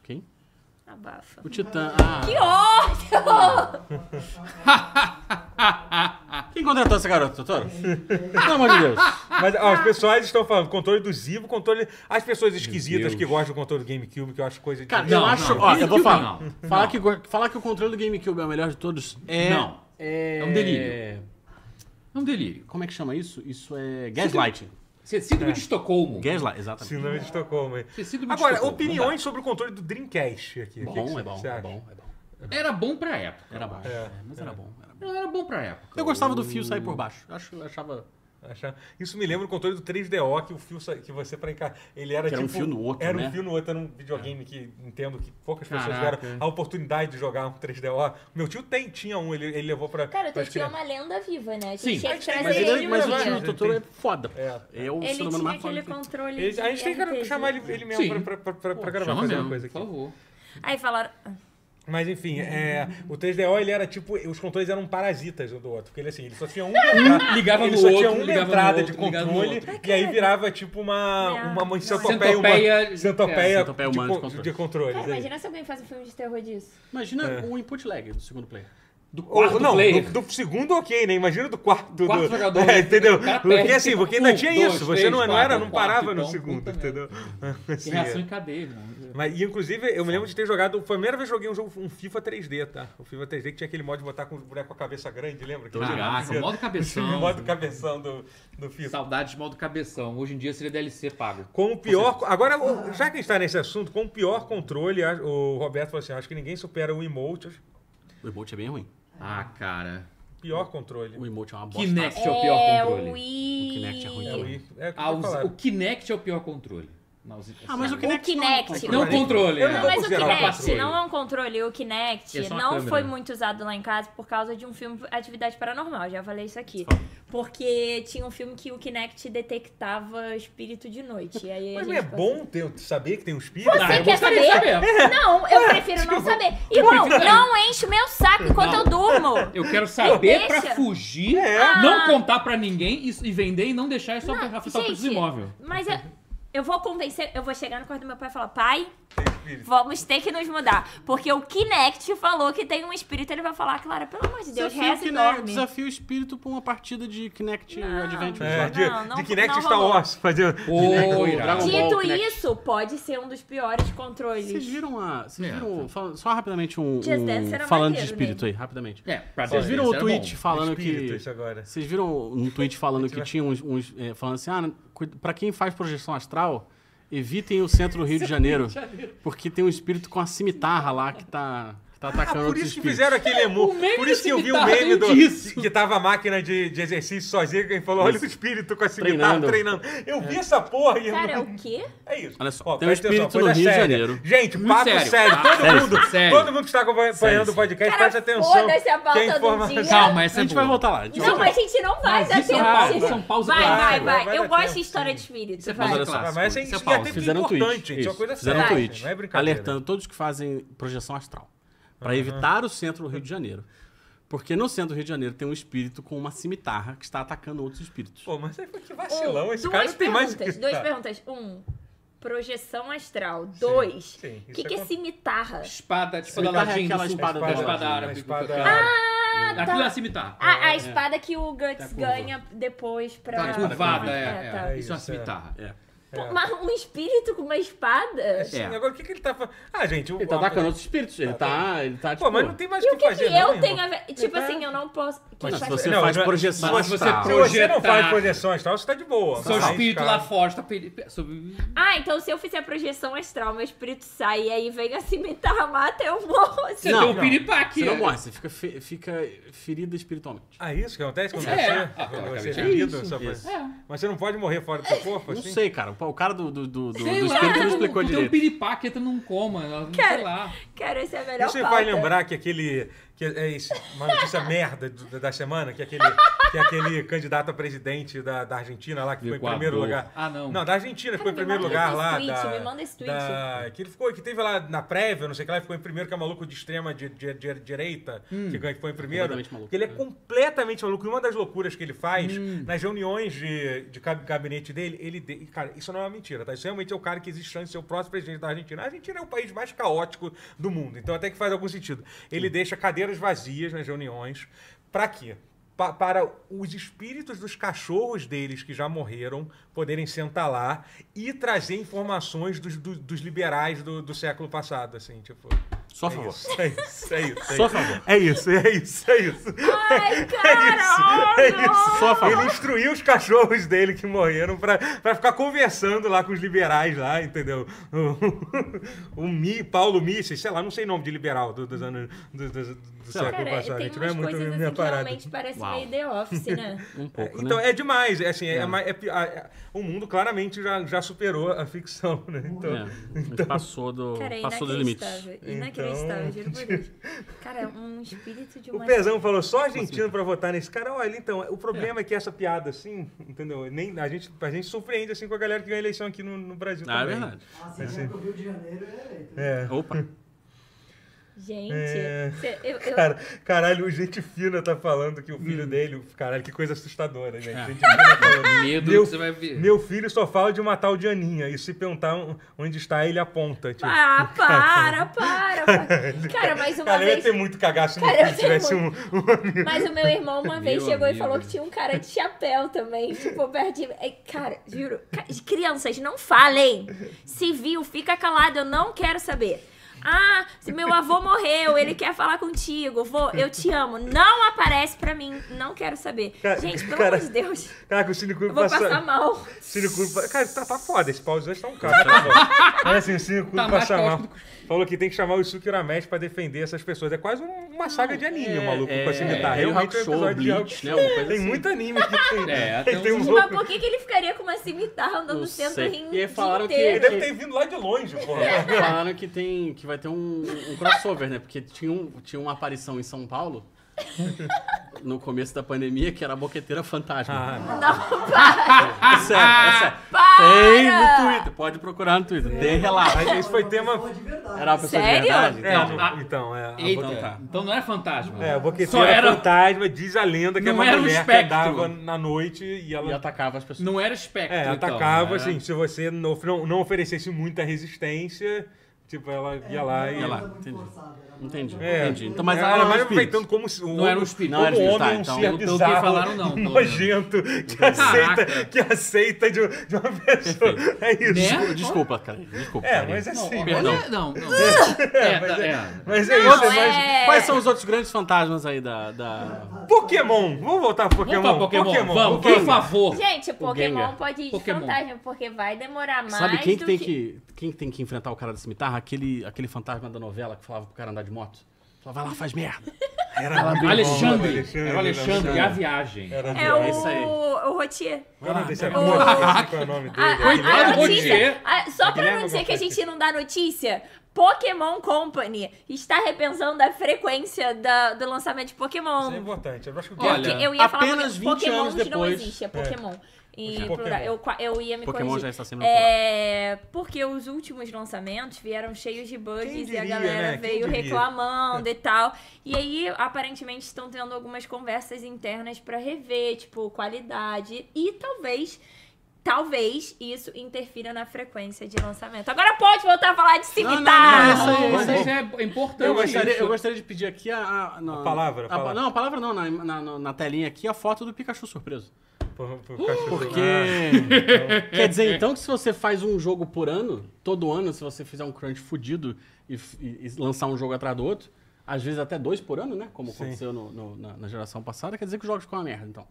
[SPEAKER 3] Quem?
[SPEAKER 4] Abafa.
[SPEAKER 3] O Titã. Ah.
[SPEAKER 4] Que ódio!
[SPEAKER 3] Quem contratou essa garota, Totoro? Pelo amor de Deus.
[SPEAKER 1] Mas ó, as pessoas estão falando controle do Zivo, controle. As pessoas esquisitas
[SPEAKER 2] Deus.
[SPEAKER 1] que gostam do controle do GameCube, que eu acho coisa de.
[SPEAKER 3] Cara,
[SPEAKER 2] Não,
[SPEAKER 3] eu
[SPEAKER 2] não,
[SPEAKER 3] acho. ó, eu vou
[SPEAKER 2] GameCube
[SPEAKER 3] falar.
[SPEAKER 2] não.
[SPEAKER 3] Falar,
[SPEAKER 2] Não.
[SPEAKER 3] Que, go- falar que o controle do GameCube é o melhor de todos é.
[SPEAKER 2] Não.
[SPEAKER 3] É,
[SPEAKER 2] É um delírio. É um delírio.
[SPEAKER 3] Como é que chama isso? Isso é gaslighting.
[SPEAKER 2] Você é síndrome de Estocolmo.
[SPEAKER 3] Gaslight, exatamente.
[SPEAKER 1] Síndrome de Estocolmo. hein?
[SPEAKER 2] Você é síndrome de
[SPEAKER 1] Agora,
[SPEAKER 2] Estocolmo.
[SPEAKER 1] opiniões sobre o controle do Dreamcast aqui. O que que
[SPEAKER 3] Bom,
[SPEAKER 1] você-
[SPEAKER 3] é bom,
[SPEAKER 1] você
[SPEAKER 3] é
[SPEAKER 1] acha?
[SPEAKER 3] bom, é bom.
[SPEAKER 2] Era bom pra época.
[SPEAKER 3] Era bom.
[SPEAKER 1] É,
[SPEAKER 3] é, mas era bom, era bom.
[SPEAKER 2] Não, era bom pra época.
[SPEAKER 3] Eu gostava do fio sair por baixo. Eu acho- eu achava.
[SPEAKER 1] Achar- Isso me lembra o controle do 3DO, que o fio sa- que você pra encar... Ele era
[SPEAKER 3] Que era um
[SPEAKER 1] tipo.
[SPEAKER 3] fio no outro,
[SPEAKER 1] Era um
[SPEAKER 3] né?
[SPEAKER 1] fio no outro, era um videogame que entendo que poucas pessoas
[SPEAKER 2] Caraca.
[SPEAKER 1] tiveram a oportunidade de jogar um 3DO. Meu tio tem, tinha um, ele, ele levou pra.
[SPEAKER 4] Cara, o teu
[SPEAKER 1] pras
[SPEAKER 4] tio é
[SPEAKER 1] crianças.
[SPEAKER 4] uma lenda viva, né? A gente
[SPEAKER 2] Sim.
[SPEAKER 4] tinha que
[SPEAKER 1] Mas ele-
[SPEAKER 4] trazer
[SPEAKER 3] Mas, ele,
[SPEAKER 4] ele,
[SPEAKER 1] é-
[SPEAKER 4] no
[SPEAKER 3] mas o
[SPEAKER 4] programa.
[SPEAKER 3] tio Totoro é foda. pô.
[SPEAKER 1] É.
[SPEAKER 3] É o ser
[SPEAKER 4] Ele
[SPEAKER 3] humano
[SPEAKER 4] tinha
[SPEAKER 3] mais foda.
[SPEAKER 4] aquele
[SPEAKER 3] que tem.
[SPEAKER 4] controle.
[SPEAKER 1] Ele- a gente tem que
[SPEAKER 4] RPG.
[SPEAKER 1] chamar ele, ele mesmo
[SPEAKER 2] Sim.
[SPEAKER 1] pra, pra, pra, pra- pra gravar,
[SPEAKER 2] Chama
[SPEAKER 1] fazer
[SPEAKER 2] mesmo,
[SPEAKER 1] uma coisa aqui.
[SPEAKER 2] por favor.
[SPEAKER 4] Aí falaram. "Ah,
[SPEAKER 1] Mas enfim, é, o 3DO ele era tipo. Os controles eram parasitas um do outro. Porque ele assim, ele só tinha um. entra-
[SPEAKER 2] ligava
[SPEAKER 1] ele
[SPEAKER 2] no
[SPEAKER 1] só
[SPEAKER 2] outro,
[SPEAKER 1] tinha uma
[SPEAKER 2] ligava no
[SPEAKER 1] entrada
[SPEAKER 2] outro,
[SPEAKER 1] de
[SPEAKER 2] ligava no
[SPEAKER 1] controle.
[SPEAKER 2] outro.
[SPEAKER 1] E aí virava tipo uma.
[SPEAKER 4] Não,
[SPEAKER 1] Uma
[SPEAKER 2] não.
[SPEAKER 1] centopeia. uma-
[SPEAKER 2] Centopeia-
[SPEAKER 1] Centopeia.
[SPEAKER 2] é,
[SPEAKER 1] de
[SPEAKER 3] centopeia humana de
[SPEAKER 1] con- de,
[SPEAKER 3] controles.
[SPEAKER 1] controles.
[SPEAKER 4] Cara,
[SPEAKER 1] é isso.
[SPEAKER 4] imagina se alguém faz um filme de terror disso.
[SPEAKER 3] Imagina o input lag do segundo player.
[SPEAKER 2] Do
[SPEAKER 1] Ou,
[SPEAKER 2] quarto
[SPEAKER 1] não,
[SPEAKER 2] player.
[SPEAKER 1] do, do segundo ok, né? Imagina do quarto. Do,
[SPEAKER 2] Quarto
[SPEAKER 1] do-
[SPEAKER 2] jogador.
[SPEAKER 1] É, entendeu?
[SPEAKER 2] O cara
[SPEAKER 1] Porque
[SPEAKER 2] perde,
[SPEAKER 1] assim,
[SPEAKER 2] fica
[SPEAKER 1] porque ainda
[SPEAKER 2] um,
[SPEAKER 1] tinha
[SPEAKER 2] dois,
[SPEAKER 1] isso. Você
[SPEAKER 2] três,
[SPEAKER 1] não, não
[SPEAKER 2] quatro,
[SPEAKER 1] era, não
[SPEAKER 2] quarto,
[SPEAKER 1] parava no
[SPEAKER 2] então,
[SPEAKER 1] segundo,
[SPEAKER 2] puta
[SPEAKER 1] entendeu?
[SPEAKER 2] Que
[SPEAKER 1] Assim,
[SPEAKER 2] reação
[SPEAKER 1] é.
[SPEAKER 2] em cadeia, irmão.
[SPEAKER 1] Mas, e, inclusive, eu me lembro de ter jogado. Foi a primeira vez que joguei um jogo, um FIFA 3D, tá? O FIFA 3D que tinha aquele modo de botar com o boneco com a cabeça grande, lembra? Que
[SPEAKER 2] Caraca,
[SPEAKER 1] tinha-
[SPEAKER 2] modo cabeção.
[SPEAKER 1] O modo cabeção do, do FIFA.
[SPEAKER 2] Saudades de modo cabeção. Hoje em dia seria DLC pago.
[SPEAKER 1] Com o pior. Agora, o- já que a gente tá nesse assunto, com o pior controle, a- o Roberto falou assim: acho que ninguém supera o emote. acho-
[SPEAKER 3] O emote é bem ruim.
[SPEAKER 2] Ah, cara.
[SPEAKER 1] Pior controle.
[SPEAKER 3] O emote é uma bosta.
[SPEAKER 2] Kinect é o pior
[SPEAKER 4] É,
[SPEAKER 2] controle.
[SPEAKER 4] o Wii.
[SPEAKER 3] O Kinect é ruim
[SPEAKER 1] É, o i- é o que
[SPEAKER 2] Ah,
[SPEAKER 1] eu
[SPEAKER 2] o,
[SPEAKER 1] falei.
[SPEAKER 2] o Kinect é o pior controle. Não, os-
[SPEAKER 3] Ah, mas o
[SPEAKER 2] assim,
[SPEAKER 3] Kinect,
[SPEAKER 4] Kinect.
[SPEAKER 3] não
[SPEAKER 2] Não
[SPEAKER 3] é um
[SPEAKER 2] o controle.
[SPEAKER 1] Eu não
[SPEAKER 2] né?
[SPEAKER 4] Não,
[SPEAKER 1] vou
[SPEAKER 4] mas o
[SPEAKER 1] considerar um
[SPEAKER 4] Kinect
[SPEAKER 1] controle.
[SPEAKER 4] não é um controle. O Kinect
[SPEAKER 2] É só uma
[SPEAKER 4] não
[SPEAKER 2] câmera.
[SPEAKER 4] foi muito usado lá em casa por causa de um filme Atividade Paranormal. Já falei isso aqui. Porque tinha um filme que o Kinect detectava espírito de noite. E aí a
[SPEAKER 1] Mas não é
[SPEAKER 4] gente ficou
[SPEAKER 1] bom ter, saber que tem um espírito?
[SPEAKER 4] assim, Você
[SPEAKER 2] Ah, eu
[SPEAKER 4] quer
[SPEAKER 2] gostaria de
[SPEAKER 4] saber?
[SPEAKER 2] saber. Ah,
[SPEAKER 4] Não, eu prefiro não saber. Irmão, não enche o meu saco enquanto eu durmo.
[SPEAKER 2] Eu quero saber
[SPEAKER 4] é um Deixa.
[SPEAKER 2] pra fugir,
[SPEAKER 1] É.
[SPEAKER 2] não contar pra ninguém e, e vender e não deixar isso só pra afetar o preço do
[SPEAKER 4] gente,
[SPEAKER 2] imóvel.
[SPEAKER 4] Mas eu, eu vou convencer, eu vou chegar no quarto do meu pai e falar, pai,
[SPEAKER 1] Tem espírito.
[SPEAKER 4] vamos ter que nos mudar. Porque o Kinect falou que tem um espírito, ele vai falar, Clara, pelo amor de Deus,
[SPEAKER 3] Desafio,
[SPEAKER 4] reza e
[SPEAKER 3] Kinect,
[SPEAKER 4] dorme.
[SPEAKER 3] desafio espírito pra uma partida de Kinect Adventure.
[SPEAKER 1] É,
[SPEAKER 3] lá.
[SPEAKER 1] de,
[SPEAKER 4] Não, não-
[SPEAKER 1] de Kinect
[SPEAKER 4] não
[SPEAKER 1] Star
[SPEAKER 4] rolou.
[SPEAKER 1] Wars. Fazer...
[SPEAKER 2] Ô,
[SPEAKER 3] irado.
[SPEAKER 2] é irado.
[SPEAKER 3] Dragon Ball
[SPEAKER 4] Dito
[SPEAKER 3] Kinect.
[SPEAKER 4] isso, pode ser um dos piores controles.
[SPEAKER 3] Vocês viram a. Vocês
[SPEAKER 2] É,
[SPEAKER 3] viram. fala- Só rapidamente um.
[SPEAKER 4] Just
[SPEAKER 3] um-
[SPEAKER 4] Dance era
[SPEAKER 3] falando de
[SPEAKER 4] maneiro, né?
[SPEAKER 3] espírito aí, rapidamente.
[SPEAKER 2] É, pra Deus,
[SPEAKER 3] Vocês viram
[SPEAKER 2] isso
[SPEAKER 3] o
[SPEAKER 2] era
[SPEAKER 3] tweet
[SPEAKER 2] bom.
[SPEAKER 3] falando
[SPEAKER 1] espírito
[SPEAKER 3] que.
[SPEAKER 1] isso agora.
[SPEAKER 3] Vocês viram um tweet falando que tinha uns. uns, é, falando assim, ah, cuida- pra quem faz projeção astral, evitem o centro do Rio de Janeiro. Porque tem um espírito com a cimitarra lá que tá, que tá
[SPEAKER 1] Ah,
[SPEAKER 4] é
[SPEAKER 3] atacando
[SPEAKER 1] por
[SPEAKER 3] outros
[SPEAKER 1] isso que
[SPEAKER 3] espíritos.
[SPEAKER 1] fizeram aquele emu.
[SPEAKER 2] O meme
[SPEAKER 1] Por isso que eu vi o
[SPEAKER 4] tá
[SPEAKER 2] da
[SPEAKER 1] meme do,
[SPEAKER 2] cimitarra veio disso.
[SPEAKER 1] que tava a máquina de, de exercício sozinha, que ele falou, olha o espírito com a cimitarra treinando.
[SPEAKER 3] Treinando.
[SPEAKER 1] Eu vi essa porra e... eu
[SPEAKER 4] Cara, é
[SPEAKER 1] não-
[SPEAKER 4] o quê?
[SPEAKER 1] É isso.
[SPEAKER 3] Olha só,
[SPEAKER 1] Ó,
[SPEAKER 3] tem um
[SPEAKER 1] presta atenção,
[SPEAKER 3] espírito no
[SPEAKER 1] coisa
[SPEAKER 3] Rio de
[SPEAKER 1] séria.
[SPEAKER 3] Janeiro.
[SPEAKER 1] Gente,
[SPEAKER 2] Muito
[SPEAKER 1] papo sério.
[SPEAKER 2] sério. Ah,
[SPEAKER 1] Todo,
[SPEAKER 2] sério,
[SPEAKER 1] mundo,
[SPEAKER 2] sério.
[SPEAKER 1] todo mundo que está acompanhando
[SPEAKER 3] Sério.
[SPEAKER 1] o podcast,
[SPEAKER 4] Cara,
[SPEAKER 1] presta atenção.
[SPEAKER 4] foda-se a pauta
[SPEAKER 1] que é
[SPEAKER 4] do
[SPEAKER 1] informação-
[SPEAKER 4] dia.
[SPEAKER 2] Calma, essa
[SPEAKER 3] A
[SPEAKER 2] é
[SPEAKER 3] gente
[SPEAKER 2] boa.
[SPEAKER 3] vai voltar lá. a gente
[SPEAKER 4] Não,
[SPEAKER 3] vai
[SPEAKER 4] mas
[SPEAKER 3] voltar.
[SPEAKER 4] a gente não vai
[SPEAKER 2] Mas
[SPEAKER 4] dar
[SPEAKER 2] isso é
[SPEAKER 4] tempo.
[SPEAKER 2] pausa,
[SPEAKER 4] gente.
[SPEAKER 2] são pausas
[SPEAKER 4] vai,
[SPEAKER 1] pra
[SPEAKER 4] vai,
[SPEAKER 1] caralho,
[SPEAKER 4] vai,
[SPEAKER 1] vai
[SPEAKER 4] Eu
[SPEAKER 1] dar
[SPEAKER 4] gosto
[SPEAKER 1] tempo,
[SPEAKER 4] de história de
[SPEAKER 1] sim.
[SPEAKER 4] espírito.
[SPEAKER 2] Isso é
[SPEAKER 4] vai.
[SPEAKER 2] pausa
[SPEAKER 3] Mas olha só,
[SPEAKER 1] Ah,
[SPEAKER 2] clássica.
[SPEAKER 1] mas
[SPEAKER 2] isso
[SPEAKER 1] isso
[SPEAKER 2] é
[SPEAKER 1] é até
[SPEAKER 2] pausa.
[SPEAKER 1] muito
[SPEAKER 3] Fizeram um tweet,
[SPEAKER 1] importante, gente. É uma
[SPEAKER 3] isso.
[SPEAKER 1] coisa
[SPEAKER 3] Fizeram um
[SPEAKER 1] séria.
[SPEAKER 3] tweet
[SPEAKER 1] Não é brincadeira.
[SPEAKER 3] alertando todos que fazem projeção astral para evitar o centro do Rio de Janeiro. Porque no centro do Rio de Janeiro tem um espírito com uma cimitarra que está atacando outros espíritos.
[SPEAKER 1] Pô, mas é que
[SPEAKER 4] Um,
[SPEAKER 1] vacilão. Esse
[SPEAKER 4] duas
[SPEAKER 1] cara não tem mais...
[SPEAKER 4] perguntas,
[SPEAKER 1] o que
[SPEAKER 4] duas
[SPEAKER 1] tá.
[SPEAKER 4] perguntas. Um, projeção astral. Dois,
[SPEAKER 1] sim,
[SPEAKER 4] o
[SPEAKER 1] isso
[SPEAKER 4] que,
[SPEAKER 1] é
[SPEAKER 4] que é
[SPEAKER 1] con-
[SPEAKER 4] cimitarra?
[SPEAKER 2] Espada, tipo da
[SPEAKER 3] Cimitarra é
[SPEAKER 2] Aladdin do
[SPEAKER 3] aquela
[SPEAKER 2] sul.
[SPEAKER 3] espada
[SPEAKER 2] da
[SPEAKER 3] dela.
[SPEAKER 2] espada
[SPEAKER 1] A
[SPEAKER 2] árabe.
[SPEAKER 1] espada-
[SPEAKER 2] Ah, Aquilo é cimitarra.
[SPEAKER 1] Ah,
[SPEAKER 4] A, a espada que o Guts
[SPEAKER 3] curva.
[SPEAKER 4] ganha depois pra...
[SPEAKER 2] Tá curvada, é.
[SPEAKER 4] É, tá.
[SPEAKER 2] é. Isso é uma
[SPEAKER 1] Isso, é.
[SPEAKER 2] cimitarra.
[SPEAKER 3] É.
[SPEAKER 4] Pô, mas um espírito com uma espada?
[SPEAKER 1] Sim,
[SPEAKER 2] É.
[SPEAKER 1] agora o que, que ele tá falando? Ah, gente, o.
[SPEAKER 3] Ele tá
[SPEAKER 1] a-
[SPEAKER 3] atacando outros espíritos. Ele tá. Ele tá tipo,
[SPEAKER 1] Pô, mas não tem mais o
[SPEAKER 4] E o
[SPEAKER 1] que,
[SPEAKER 4] que, que
[SPEAKER 1] fazer. não,
[SPEAKER 4] eu
[SPEAKER 1] irmão.
[SPEAKER 4] tenho a ver? Tipo
[SPEAKER 1] tá-
[SPEAKER 4] assim, eu não posso... Quem
[SPEAKER 3] Mas se
[SPEAKER 4] faz-
[SPEAKER 3] você
[SPEAKER 1] Não,
[SPEAKER 3] faz
[SPEAKER 1] não é-
[SPEAKER 3] projeção
[SPEAKER 2] mas você
[SPEAKER 3] astral.
[SPEAKER 1] Se você não
[SPEAKER 2] Projetar.
[SPEAKER 1] faz projeção astral, você tá de boa.
[SPEAKER 2] Seu
[SPEAKER 1] Mas,
[SPEAKER 2] espírito
[SPEAKER 1] cara,
[SPEAKER 2] lá fora está pe- pe- sob-
[SPEAKER 4] Ah, então se eu fizer projeção astral, meu espírito sai e aí vem a cimitarra, mata, eu morro. assim.
[SPEAKER 2] Você
[SPEAKER 3] Não,
[SPEAKER 2] deu um
[SPEAKER 3] não.
[SPEAKER 2] piripaque.
[SPEAKER 3] Você não
[SPEAKER 2] né?
[SPEAKER 3] morre, você fica, fe- fica ferida espiritualmente.
[SPEAKER 1] Ah, isso que acontece quando
[SPEAKER 2] É.
[SPEAKER 1] você,
[SPEAKER 2] Ah,
[SPEAKER 1] quando
[SPEAKER 2] claro,
[SPEAKER 1] você é
[SPEAKER 2] isso.
[SPEAKER 1] ferido, essa coisa.
[SPEAKER 3] Isso.
[SPEAKER 1] Mas você não pode morrer fora do seu corpo,
[SPEAKER 3] Não
[SPEAKER 1] assim?
[SPEAKER 3] sei, cara. O cara do, do, do, do
[SPEAKER 2] Sei
[SPEAKER 3] do
[SPEAKER 2] lá,
[SPEAKER 3] espírito
[SPEAKER 2] tu-
[SPEAKER 3] não explicou
[SPEAKER 2] tu Tem um
[SPEAKER 3] direito.
[SPEAKER 2] piripaque, entra num coma. Não
[SPEAKER 4] Cara,
[SPEAKER 2] sei lá.
[SPEAKER 4] Cara, essa é a melhor
[SPEAKER 1] Isso me
[SPEAKER 4] pauta.
[SPEAKER 1] faz lembrar que aquele. Que é esse, uma notícia merda do- da semana, que é aquele. Que é aquele candidato a presidente da, da Argentina lá, que foi em
[SPEAKER 2] Equador.
[SPEAKER 1] primeiro lugar.
[SPEAKER 2] Ah, não.
[SPEAKER 1] Não, da Argentina, que foi em
[SPEAKER 4] me
[SPEAKER 1] primeiro
[SPEAKER 4] manda
[SPEAKER 1] lugar
[SPEAKER 4] esse
[SPEAKER 1] lá.
[SPEAKER 4] tweet,
[SPEAKER 1] da,
[SPEAKER 4] me manda esse tweet.
[SPEAKER 1] da- que ele ficou, que teve lá na prévia, não sei o que lá, ele ficou em primeiro, que é maluco de extrema de, de- de- direita, que ganhou- que foi em primeiro.
[SPEAKER 3] Completamente maluco.
[SPEAKER 1] Que ele é completamente maluco. E uma das loucuras que ele faz,
[SPEAKER 3] Hum.
[SPEAKER 1] nas reuniões de, de cab- gabinete dele, ele. de- e, cara, isso não é uma mentira, tá? Isso realmente é o cara que existe chance de ser o próximo presidente da Argentina. A Argentina é o país mais caótico do mundo, então até que faz algum sentido. Ele deixa cadeiras vazias nas reuniões. Pra quê? Pa- para os espíritos dos cachorros deles que já morreram poderem sentar lá e trazer informações dos, do- dos liberais do, do século passado, assim, tipo.
[SPEAKER 3] Só a
[SPEAKER 1] É
[SPEAKER 3] favor.
[SPEAKER 1] isso, é isso, é isso. é
[SPEAKER 3] Só a
[SPEAKER 1] isso.
[SPEAKER 3] favor.
[SPEAKER 1] É isso, é isso, é isso.
[SPEAKER 4] Ai, cara!
[SPEAKER 1] É
[SPEAKER 4] oh, não!
[SPEAKER 2] Ah!
[SPEAKER 1] isso.
[SPEAKER 3] Só a favor.
[SPEAKER 1] Ele instruiu os cachorros dele que morreram pra, pra ficar conversando lá com os liberais lá, entendeu? O, o Mi, Paulo Mises, sei lá, não sei o nome de liberal do- dos anos do, do- do século
[SPEAKER 4] Cara,
[SPEAKER 1] passado.
[SPEAKER 4] tem
[SPEAKER 1] gente não é
[SPEAKER 4] umas
[SPEAKER 1] muito
[SPEAKER 4] coisas
[SPEAKER 1] minha
[SPEAKER 4] assim que
[SPEAKER 1] parada.
[SPEAKER 4] realmente parece
[SPEAKER 2] Uau.
[SPEAKER 4] meio The Office, né?
[SPEAKER 3] Um pouco,
[SPEAKER 1] então
[SPEAKER 3] né?
[SPEAKER 1] é demais, é assim, é,
[SPEAKER 3] É.
[SPEAKER 1] é mais- é pi- a- a- o mundo claramente já, já superou a ficção, né? Então,
[SPEAKER 3] É, a gente passou, do,
[SPEAKER 4] Cara, é
[SPEAKER 3] passou dos limites.
[SPEAKER 4] inacreditável. Inacreditável, juro por Deus. Cara, um espírito de
[SPEAKER 1] O
[SPEAKER 4] uma...
[SPEAKER 1] Pezão falou, só
[SPEAKER 3] Tipo assim.
[SPEAKER 1] argentino pra votar nesse cara. Olha, então, o problema é, que essa piada, assim, entendeu? Nem, a, gente, a gente surpreende, assim, com a galera que ganha eleição aqui no, no Brasil
[SPEAKER 3] Ah, é
[SPEAKER 1] também.
[SPEAKER 3] verdade.
[SPEAKER 5] Assim é que o Rio de Janeiro é eleito.
[SPEAKER 1] É.
[SPEAKER 3] Opa.
[SPEAKER 4] Gente,
[SPEAKER 1] É.
[SPEAKER 4] cê- eu, eu-
[SPEAKER 1] Cara, caralho, o Gente Fina tá falando que o filho dele... Caralho, que coisa assustadora, gente.
[SPEAKER 3] Hum. É.
[SPEAKER 1] Gente Fina tá falando.
[SPEAKER 2] Medo
[SPEAKER 1] Meu-
[SPEAKER 2] que você vai ver.
[SPEAKER 1] Meu filho só fala de uma tal de Aninha. E se perguntar onde está, ele aponta. Tipo.
[SPEAKER 4] Ah, para, para, para. Cara, mais uma
[SPEAKER 1] Cara, eu ia
[SPEAKER 4] vez...
[SPEAKER 1] ter muito cagaço se meu
[SPEAKER 4] Cara, eu
[SPEAKER 1] filho
[SPEAKER 4] tenho
[SPEAKER 1] tivesse um, um amigo.
[SPEAKER 4] Mas o meu irmão uma vez
[SPEAKER 2] Meu
[SPEAKER 4] chegou e
[SPEAKER 2] amigo.
[SPEAKER 4] falou que tinha um cara de chapéu também, tipo, perto de... É, Cara, juro. Ca- Crianças, não falem. Se viu, fica calado, eu não quero saber. Ah, se meu avô morreu, ele quer falar contigo. Vô, eu te amo. Não aparece pra mim, não quero saber.
[SPEAKER 1] Cara,
[SPEAKER 4] Gente, pelo
[SPEAKER 1] cara,
[SPEAKER 4] amor de Deus,
[SPEAKER 1] Caraca, o Cine
[SPEAKER 4] eu
[SPEAKER 1] Clube
[SPEAKER 4] vou
[SPEAKER 1] passa-
[SPEAKER 4] passar mal.
[SPEAKER 1] Cine Clube. Cara, tá, tá foda, esse pause hoje tá um cara. Tá foda. Mas assim, o Cine Clube
[SPEAKER 2] Tá
[SPEAKER 1] pra
[SPEAKER 2] mais
[SPEAKER 1] chamar.
[SPEAKER 2] caótico
[SPEAKER 1] Falou que tem que chamar o Isuki Uramesh pra defender essas pessoas. É quase um- uma saga de anime,
[SPEAKER 3] É,
[SPEAKER 1] maluco, com essa
[SPEAKER 3] é,
[SPEAKER 1] guitarra.
[SPEAKER 3] é, é
[SPEAKER 1] Realmente é
[SPEAKER 3] o
[SPEAKER 1] um
[SPEAKER 3] Hakusho,
[SPEAKER 1] episódio de
[SPEAKER 3] Bleach,
[SPEAKER 1] Hakusho.
[SPEAKER 3] né, alguma coisa
[SPEAKER 1] Tem
[SPEAKER 3] assim.
[SPEAKER 1] muito anime que tem. né?
[SPEAKER 2] É, até
[SPEAKER 1] tem um
[SPEAKER 2] uns-
[SPEAKER 1] uns
[SPEAKER 4] Mas
[SPEAKER 1] loucos.
[SPEAKER 4] por que, que ele ficaria com uma cimitarra andando
[SPEAKER 3] Não
[SPEAKER 4] no centro
[SPEAKER 3] sei.
[SPEAKER 4] rindo
[SPEAKER 3] E aí
[SPEAKER 4] o
[SPEAKER 3] falaram que- é
[SPEAKER 4] dia
[SPEAKER 1] Ele
[SPEAKER 4] inteiro?
[SPEAKER 1] deve ter vindo lá de longe, porra.
[SPEAKER 2] É.
[SPEAKER 3] Falaram que, tem, que vai ter um, um crossover, né? Porque tinha, um, tinha uma aparição em São Paulo no começo da pandemia que era a boqueteira fantasma.
[SPEAKER 1] Ah,
[SPEAKER 3] é sério, é sério. Tem no Twitter, pode procurar no Twitter. Tem relato.
[SPEAKER 1] mas isso foi tema.
[SPEAKER 5] Foi de verdade.
[SPEAKER 3] Era uma pessoa
[SPEAKER 4] Sério?
[SPEAKER 3] de verdade?
[SPEAKER 1] É,
[SPEAKER 2] Não,
[SPEAKER 1] não-
[SPEAKER 2] a-
[SPEAKER 1] então, é. a
[SPEAKER 2] Eita,
[SPEAKER 1] boqueteira.
[SPEAKER 2] então,
[SPEAKER 3] tá.
[SPEAKER 2] não era fantasma.
[SPEAKER 1] É, a
[SPEAKER 2] Só
[SPEAKER 1] boqueteira
[SPEAKER 2] era-
[SPEAKER 1] fantasma, diz a lenda que é
[SPEAKER 2] Não
[SPEAKER 1] uma
[SPEAKER 2] era um
[SPEAKER 1] mulher que
[SPEAKER 2] espectro.
[SPEAKER 1] andava na noite e ela
[SPEAKER 3] E atacava as pessoas.
[SPEAKER 2] Não era espectro.
[SPEAKER 1] É,
[SPEAKER 2] então,
[SPEAKER 1] atacava,
[SPEAKER 2] era-
[SPEAKER 1] assim, se você não, não, não oferecesse muita resistência, tipo, ela ia
[SPEAKER 2] É,
[SPEAKER 1] lá e...
[SPEAKER 3] Ia lá.
[SPEAKER 5] Era muito
[SPEAKER 3] entendi.
[SPEAKER 5] forçada, era muito-
[SPEAKER 3] Entendi.
[SPEAKER 1] É,
[SPEAKER 3] Entendi. Então, mas
[SPEAKER 1] ela
[SPEAKER 3] era
[SPEAKER 1] era
[SPEAKER 3] um
[SPEAKER 1] mais
[SPEAKER 3] espírito.
[SPEAKER 1] aproveitando como se o
[SPEAKER 2] Não era um
[SPEAKER 1] homem-
[SPEAKER 2] espírito.
[SPEAKER 1] como
[SPEAKER 3] Não era
[SPEAKER 1] o
[SPEAKER 3] espírito,
[SPEAKER 1] homem,
[SPEAKER 3] tá,
[SPEAKER 1] um
[SPEAKER 3] então,
[SPEAKER 1] ser
[SPEAKER 2] pelo que
[SPEAKER 1] bizarro,
[SPEAKER 2] falaram, não, pelo menos.
[SPEAKER 1] nojento, que
[SPEAKER 2] Caraca.
[SPEAKER 1] aceita, que aceita de, de uma pessoa.
[SPEAKER 3] Perfeito.
[SPEAKER 1] É isso.
[SPEAKER 2] Né?
[SPEAKER 3] Desculpa, cara. Desculpa.
[SPEAKER 1] É,
[SPEAKER 3] cara.
[SPEAKER 1] mas assim... mas-
[SPEAKER 2] Não,
[SPEAKER 3] Perdão.
[SPEAKER 2] olha- não, não. É, tá- é.
[SPEAKER 1] Mas é
[SPEAKER 4] Não,
[SPEAKER 1] isso, é
[SPEAKER 4] é-
[SPEAKER 1] mais...
[SPEAKER 3] Quais são os outros grandes fantasmas aí da. da...
[SPEAKER 1] Pokémon! Vamos voltar pro Pokémon.
[SPEAKER 2] Vamos pra Então tá, Pokémon. Vamos, por favor.
[SPEAKER 4] Gente, o Pokémon
[SPEAKER 3] Gengar.
[SPEAKER 4] pode ir de
[SPEAKER 2] Pokémon.
[SPEAKER 4] fantasma, porque vai demorar mais
[SPEAKER 3] Sabe quem que
[SPEAKER 4] do
[SPEAKER 3] tem que... quem que tem que enfrentar o cara da cimitarra? Aquele, aquele fantasma da novela que falava pro cara andar de moto. Falava, vai lá, faz merda.
[SPEAKER 1] Era muito bom,
[SPEAKER 2] Alexandre. Era o Alexandre
[SPEAKER 1] Alexandre.
[SPEAKER 2] e a viagem.
[SPEAKER 1] Era
[SPEAKER 4] É
[SPEAKER 1] demais.
[SPEAKER 4] o,
[SPEAKER 3] isso aí.
[SPEAKER 4] o Rotier.
[SPEAKER 1] Qual o nome desse ator?
[SPEAKER 4] o- Ah,
[SPEAKER 1] Não sei qual é o nome
[SPEAKER 4] A, a-
[SPEAKER 1] dele.
[SPEAKER 4] a
[SPEAKER 2] Guilherme
[SPEAKER 4] notícia,
[SPEAKER 2] Rotier.
[SPEAKER 4] a- só pra
[SPEAKER 1] Guilherme
[SPEAKER 4] não dizer que a
[SPEAKER 1] Rotier.
[SPEAKER 4] gente não dá notícia, Pokémon Company está repensando a frequência da- do lançamento de
[SPEAKER 1] Isso é
[SPEAKER 4] Pokémon.
[SPEAKER 1] importante. Eu acho que o
[SPEAKER 2] Olha,
[SPEAKER 4] Porque eu ia falar
[SPEAKER 3] apenas
[SPEAKER 4] Pokémon,
[SPEAKER 3] 20
[SPEAKER 4] Pokémon
[SPEAKER 3] anos
[SPEAKER 4] não
[SPEAKER 3] depois.
[SPEAKER 4] existe, é Pokémon. E
[SPEAKER 1] Pokémon.
[SPEAKER 4] plural, eu, qua- eu ia me
[SPEAKER 3] Pokémon
[SPEAKER 4] corrigir.
[SPEAKER 3] já está sendo
[SPEAKER 4] É, porque os últimos lançamentos vieram cheios de bugs
[SPEAKER 1] Quem
[SPEAKER 4] e a
[SPEAKER 1] diria,
[SPEAKER 4] galera
[SPEAKER 1] né? Quem
[SPEAKER 4] veio
[SPEAKER 1] diria?
[SPEAKER 4] reclamando e tal. E aí, aparentemente, estão tendo algumas conversas internas pra rever, tipo, qualidade. E talvez, talvez isso interfira na frequência de lançamento. Agora pode voltar a falar de
[SPEAKER 3] Não, não,
[SPEAKER 4] cimitarra!
[SPEAKER 3] não, é
[SPEAKER 2] Mas
[SPEAKER 3] isso aí.
[SPEAKER 2] isso é importante.
[SPEAKER 3] Eu gostaria, eu
[SPEAKER 2] isso.
[SPEAKER 3] gostaria de pedir aqui a. a- na-
[SPEAKER 1] A palavra, a
[SPEAKER 3] a pa-
[SPEAKER 1] palavra.
[SPEAKER 3] Não, a palavra não, na, na- na- na telinha aqui, a foto do Pikachu surpreso.
[SPEAKER 1] Por- por cachorro.
[SPEAKER 3] Porque.
[SPEAKER 1] Ah, então-
[SPEAKER 3] Quer dizer, então, que se você faz um jogo por ano, todo ano, se você fizer um crunch fudido e, f- e- e lançar um jogo atrás do outro, às vezes até dois por ano, né? Como
[SPEAKER 1] Sim.
[SPEAKER 3] aconteceu no- no- na, na geração passada, quer dizer que os jogos ficam uma merda, então.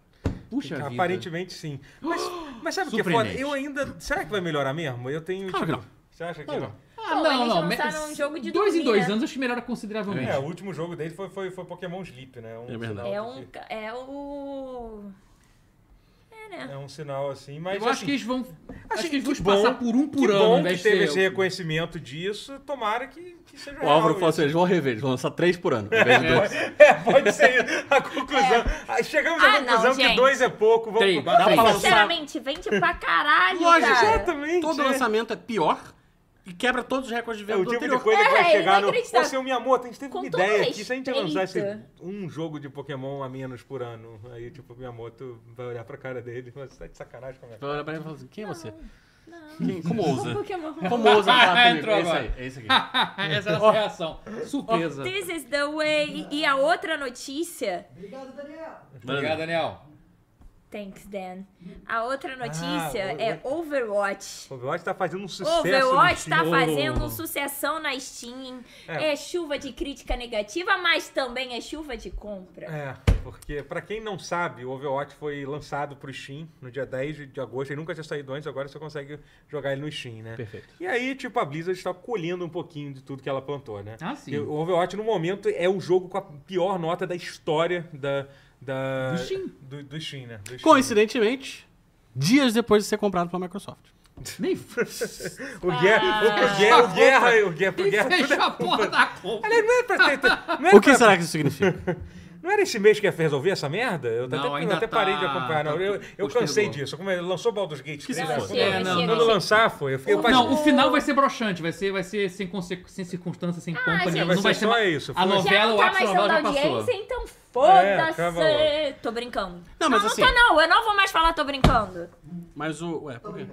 [SPEAKER 2] Puxa vida.
[SPEAKER 1] Aparentemente sim. Mas, mas sabe o que é foda?
[SPEAKER 2] Surpreendente.
[SPEAKER 1] Eu ainda. Será que vai melhorar mesmo? Eu tenho. tipo,
[SPEAKER 3] Claro que não.
[SPEAKER 1] Você acha que
[SPEAKER 3] Claro que
[SPEAKER 1] não?
[SPEAKER 2] Ah,
[SPEAKER 4] Pô,
[SPEAKER 2] não,
[SPEAKER 4] eles
[SPEAKER 2] não.
[SPEAKER 4] lançaram um jogo de
[SPEAKER 2] dois em
[SPEAKER 4] dormir,
[SPEAKER 2] dois
[SPEAKER 4] né?
[SPEAKER 2] anos, acho que melhora consideravelmente.
[SPEAKER 1] É, o último jogo dele É
[SPEAKER 2] É
[SPEAKER 1] foi, foi, foi Pokémon Sleep, né? Um
[SPEAKER 3] É
[SPEAKER 1] final
[SPEAKER 3] verdade.
[SPEAKER 4] É
[SPEAKER 1] que-
[SPEAKER 4] um. ca- É o. É, né?
[SPEAKER 1] É um sinal assim, mas.
[SPEAKER 2] eu acho
[SPEAKER 1] assim,
[SPEAKER 2] que eles vão. acho que eles
[SPEAKER 1] que
[SPEAKER 2] vão
[SPEAKER 1] bom-
[SPEAKER 2] passar por um por
[SPEAKER 1] que
[SPEAKER 2] ano, ao
[SPEAKER 1] bom que
[SPEAKER 2] invés de
[SPEAKER 1] teve
[SPEAKER 2] ser-
[SPEAKER 1] esse reconhecimento disso, tomara que, que seja
[SPEAKER 3] O Álvaro
[SPEAKER 1] real
[SPEAKER 3] falou
[SPEAKER 1] isso.
[SPEAKER 3] assim: eles vão rever, eles vão lançar três por ano. ao invés de dois.
[SPEAKER 1] É, pode ser isso. a conclusão. Ah, Chegamos à
[SPEAKER 4] Ah, não,
[SPEAKER 1] conclusão que
[SPEAKER 4] gente.
[SPEAKER 1] dois é pouco. Vamos...
[SPEAKER 2] Três,
[SPEAKER 1] Dá
[SPEAKER 2] três.
[SPEAKER 1] pra lançar.
[SPEAKER 4] Sinceramente, vende pra caralho,
[SPEAKER 3] Lógico,
[SPEAKER 4] cara.
[SPEAKER 2] tá-
[SPEAKER 1] Exatamente.
[SPEAKER 3] Todo
[SPEAKER 1] é.
[SPEAKER 3] lançamento é pior e quebra todos os recordes de
[SPEAKER 1] É
[SPEAKER 3] venda
[SPEAKER 1] o
[SPEAKER 3] do
[SPEAKER 1] tipo
[SPEAKER 3] anterior.
[SPEAKER 1] de coisa que vai
[SPEAKER 4] É,
[SPEAKER 1] chegar no. Ô,
[SPEAKER 4] inacreditável.
[SPEAKER 1] seu Miyamoto, a gente teve
[SPEAKER 4] Com
[SPEAKER 1] uma
[SPEAKER 4] todo
[SPEAKER 1] ideia aqui. Se a gente
[SPEAKER 4] respeito.
[SPEAKER 1] lançasse um jogo de Pokémon a menos por ano, aí, tipo, o Miyamoto vai olhar pra cara dele e falar: "Você tá de sacanagem com a minha
[SPEAKER 3] Vai olhar pra ele e falar assim: quem é você?
[SPEAKER 4] Não.
[SPEAKER 3] Quem- como ousa?
[SPEAKER 4] Pokémon.
[SPEAKER 3] Como ousa falar comigo?
[SPEAKER 2] Entrou
[SPEAKER 3] É isso
[SPEAKER 2] agora.
[SPEAKER 3] aí, é isso aqui.
[SPEAKER 2] Essa é a nossa reação. Surpresa.
[SPEAKER 4] This is the way. E a outra notícia.
[SPEAKER 5] Obrigado, Daniel.
[SPEAKER 2] Obrigado, Daniel.
[SPEAKER 4] Thanks, Dan. A outra notícia
[SPEAKER 1] o-
[SPEAKER 4] é Overwatch.
[SPEAKER 1] O Overwatch tá fazendo um sucesso.
[SPEAKER 4] Overwatch
[SPEAKER 1] no
[SPEAKER 4] tá
[SPEAKER 1] Steam.
[SPEAKER 4] fazendo sucessão na Steam.
[SPEAKER 1] É.
[SPEAKER 4] É. chuva de crítica negativa, mas também é chuva de compra.
[SPEAKER 1] É, porque pra quem não sabe, o Overwatch foi lançado pro Steam no dia 10 de agosto, ele nunca tinha saído antes, agora você consegue jogar ele no Steam, né?
[SPEAKER 3] Perfeito.
[SPEAKER 1] E aí, tipo, a Blizzard está colhendo um pouquinho de tudo que ela plantou, né?
[SPEAKER 2] Ah, sim.
[SPEAKER 1] E O Overwatch, no momento, é o jogo com a pior nota da história da... da
[SPEAKER 2] Do Steam.
[SPEAKER 1] Do, do Steam, né? Do Steam.
[SPEAKER 3] Coincidentemente, dias depois de ser comprado pela Microsoft.
[SPEAKER 2] Nem
[SPEAKER 1] O Guerra,
[SPEAKER 2] Ah.
[SPEAKER 1] o, o Guerra, o Guerra, o Guerra, pro Guerra, tudo é-
[SPEAKER 2] fecha a porra da compra.
[SPEAKER 1] Aliás, não era pra ter... Não era
[SPEAKER 3] O que
[SPEAKER 1] pra-
[SPEAKER 3] será que isso significa?
[SPEAKER 1] Não era esse mês que ia resolver essa merda? Eu
[SPEAKER 2] Não,
[SPEAKER 1] até, eu
[SPEAKER 2] ainda
[SPEAKER 1] até parei
[SPEAKER 2] tá-
[SPEAKER 1] de acompanhar. não.
[SPEAKER 2] tá-
[SPEAKER 1] Eu, eu
[SPEAKER 2] postergou.
[SPEAKER 1] cansei disso. Como é, lançou Baldur's Gate
[SPEAKER 3] Que se
[SPEAKER 1] 3.
[SPEAKER 3] foda.
[SPEAKER 1] né?
[SPEAKER 4] Chega,
[SPEAKER 2] É, não,
[SPEAKER 4] chega,
[SPEAKER 1] Quando
[SPEAKER 4] chega.
[SPEAKER 1] lançar, foi. Eu fiquei
[SPEAKER 4] Não,
[SPEAKER 1] fascinado.
[SPEAKER 2] Não, o final vai ser broxante, vai ser, vai ser sem, conse- sem circunstância, sem compra
[SPEAKER 4] Ah, gente.
[SPEAKER 2] nenhuma.
[SPEAKER 1] Vai
[SPEAKER 2] Não vai
[SPEAKER 1] ser
[SPEAKER 2] ser
[SPEAKER 1] só
[SPEAKER 2] mais-
[SPEAKER 1] isso,
[SPEAKER 2] A
[SPEAKER 1] foi. Já
[SPEAKER 2] novela, o
[SPEAKER 4] não tá
[SPEAKER 2] ápice da
[SPEAKER 4] mais
[SPEAKER 2] novela
[SPEAKER 4] sendo
[SPEAKER 2] já passou.
[SPEAKER 4] audiência, então foda-se.
[SPEAKER 1] acaba logo.
[SPEAKER 4] tô brincando.
[SPEAKER 3] Não, mas assim-
[SPEAKER 4] não tô não. Eu não vou mais falar tô brincando.
[SPEAKER 3] Mas o. Ué, por quê?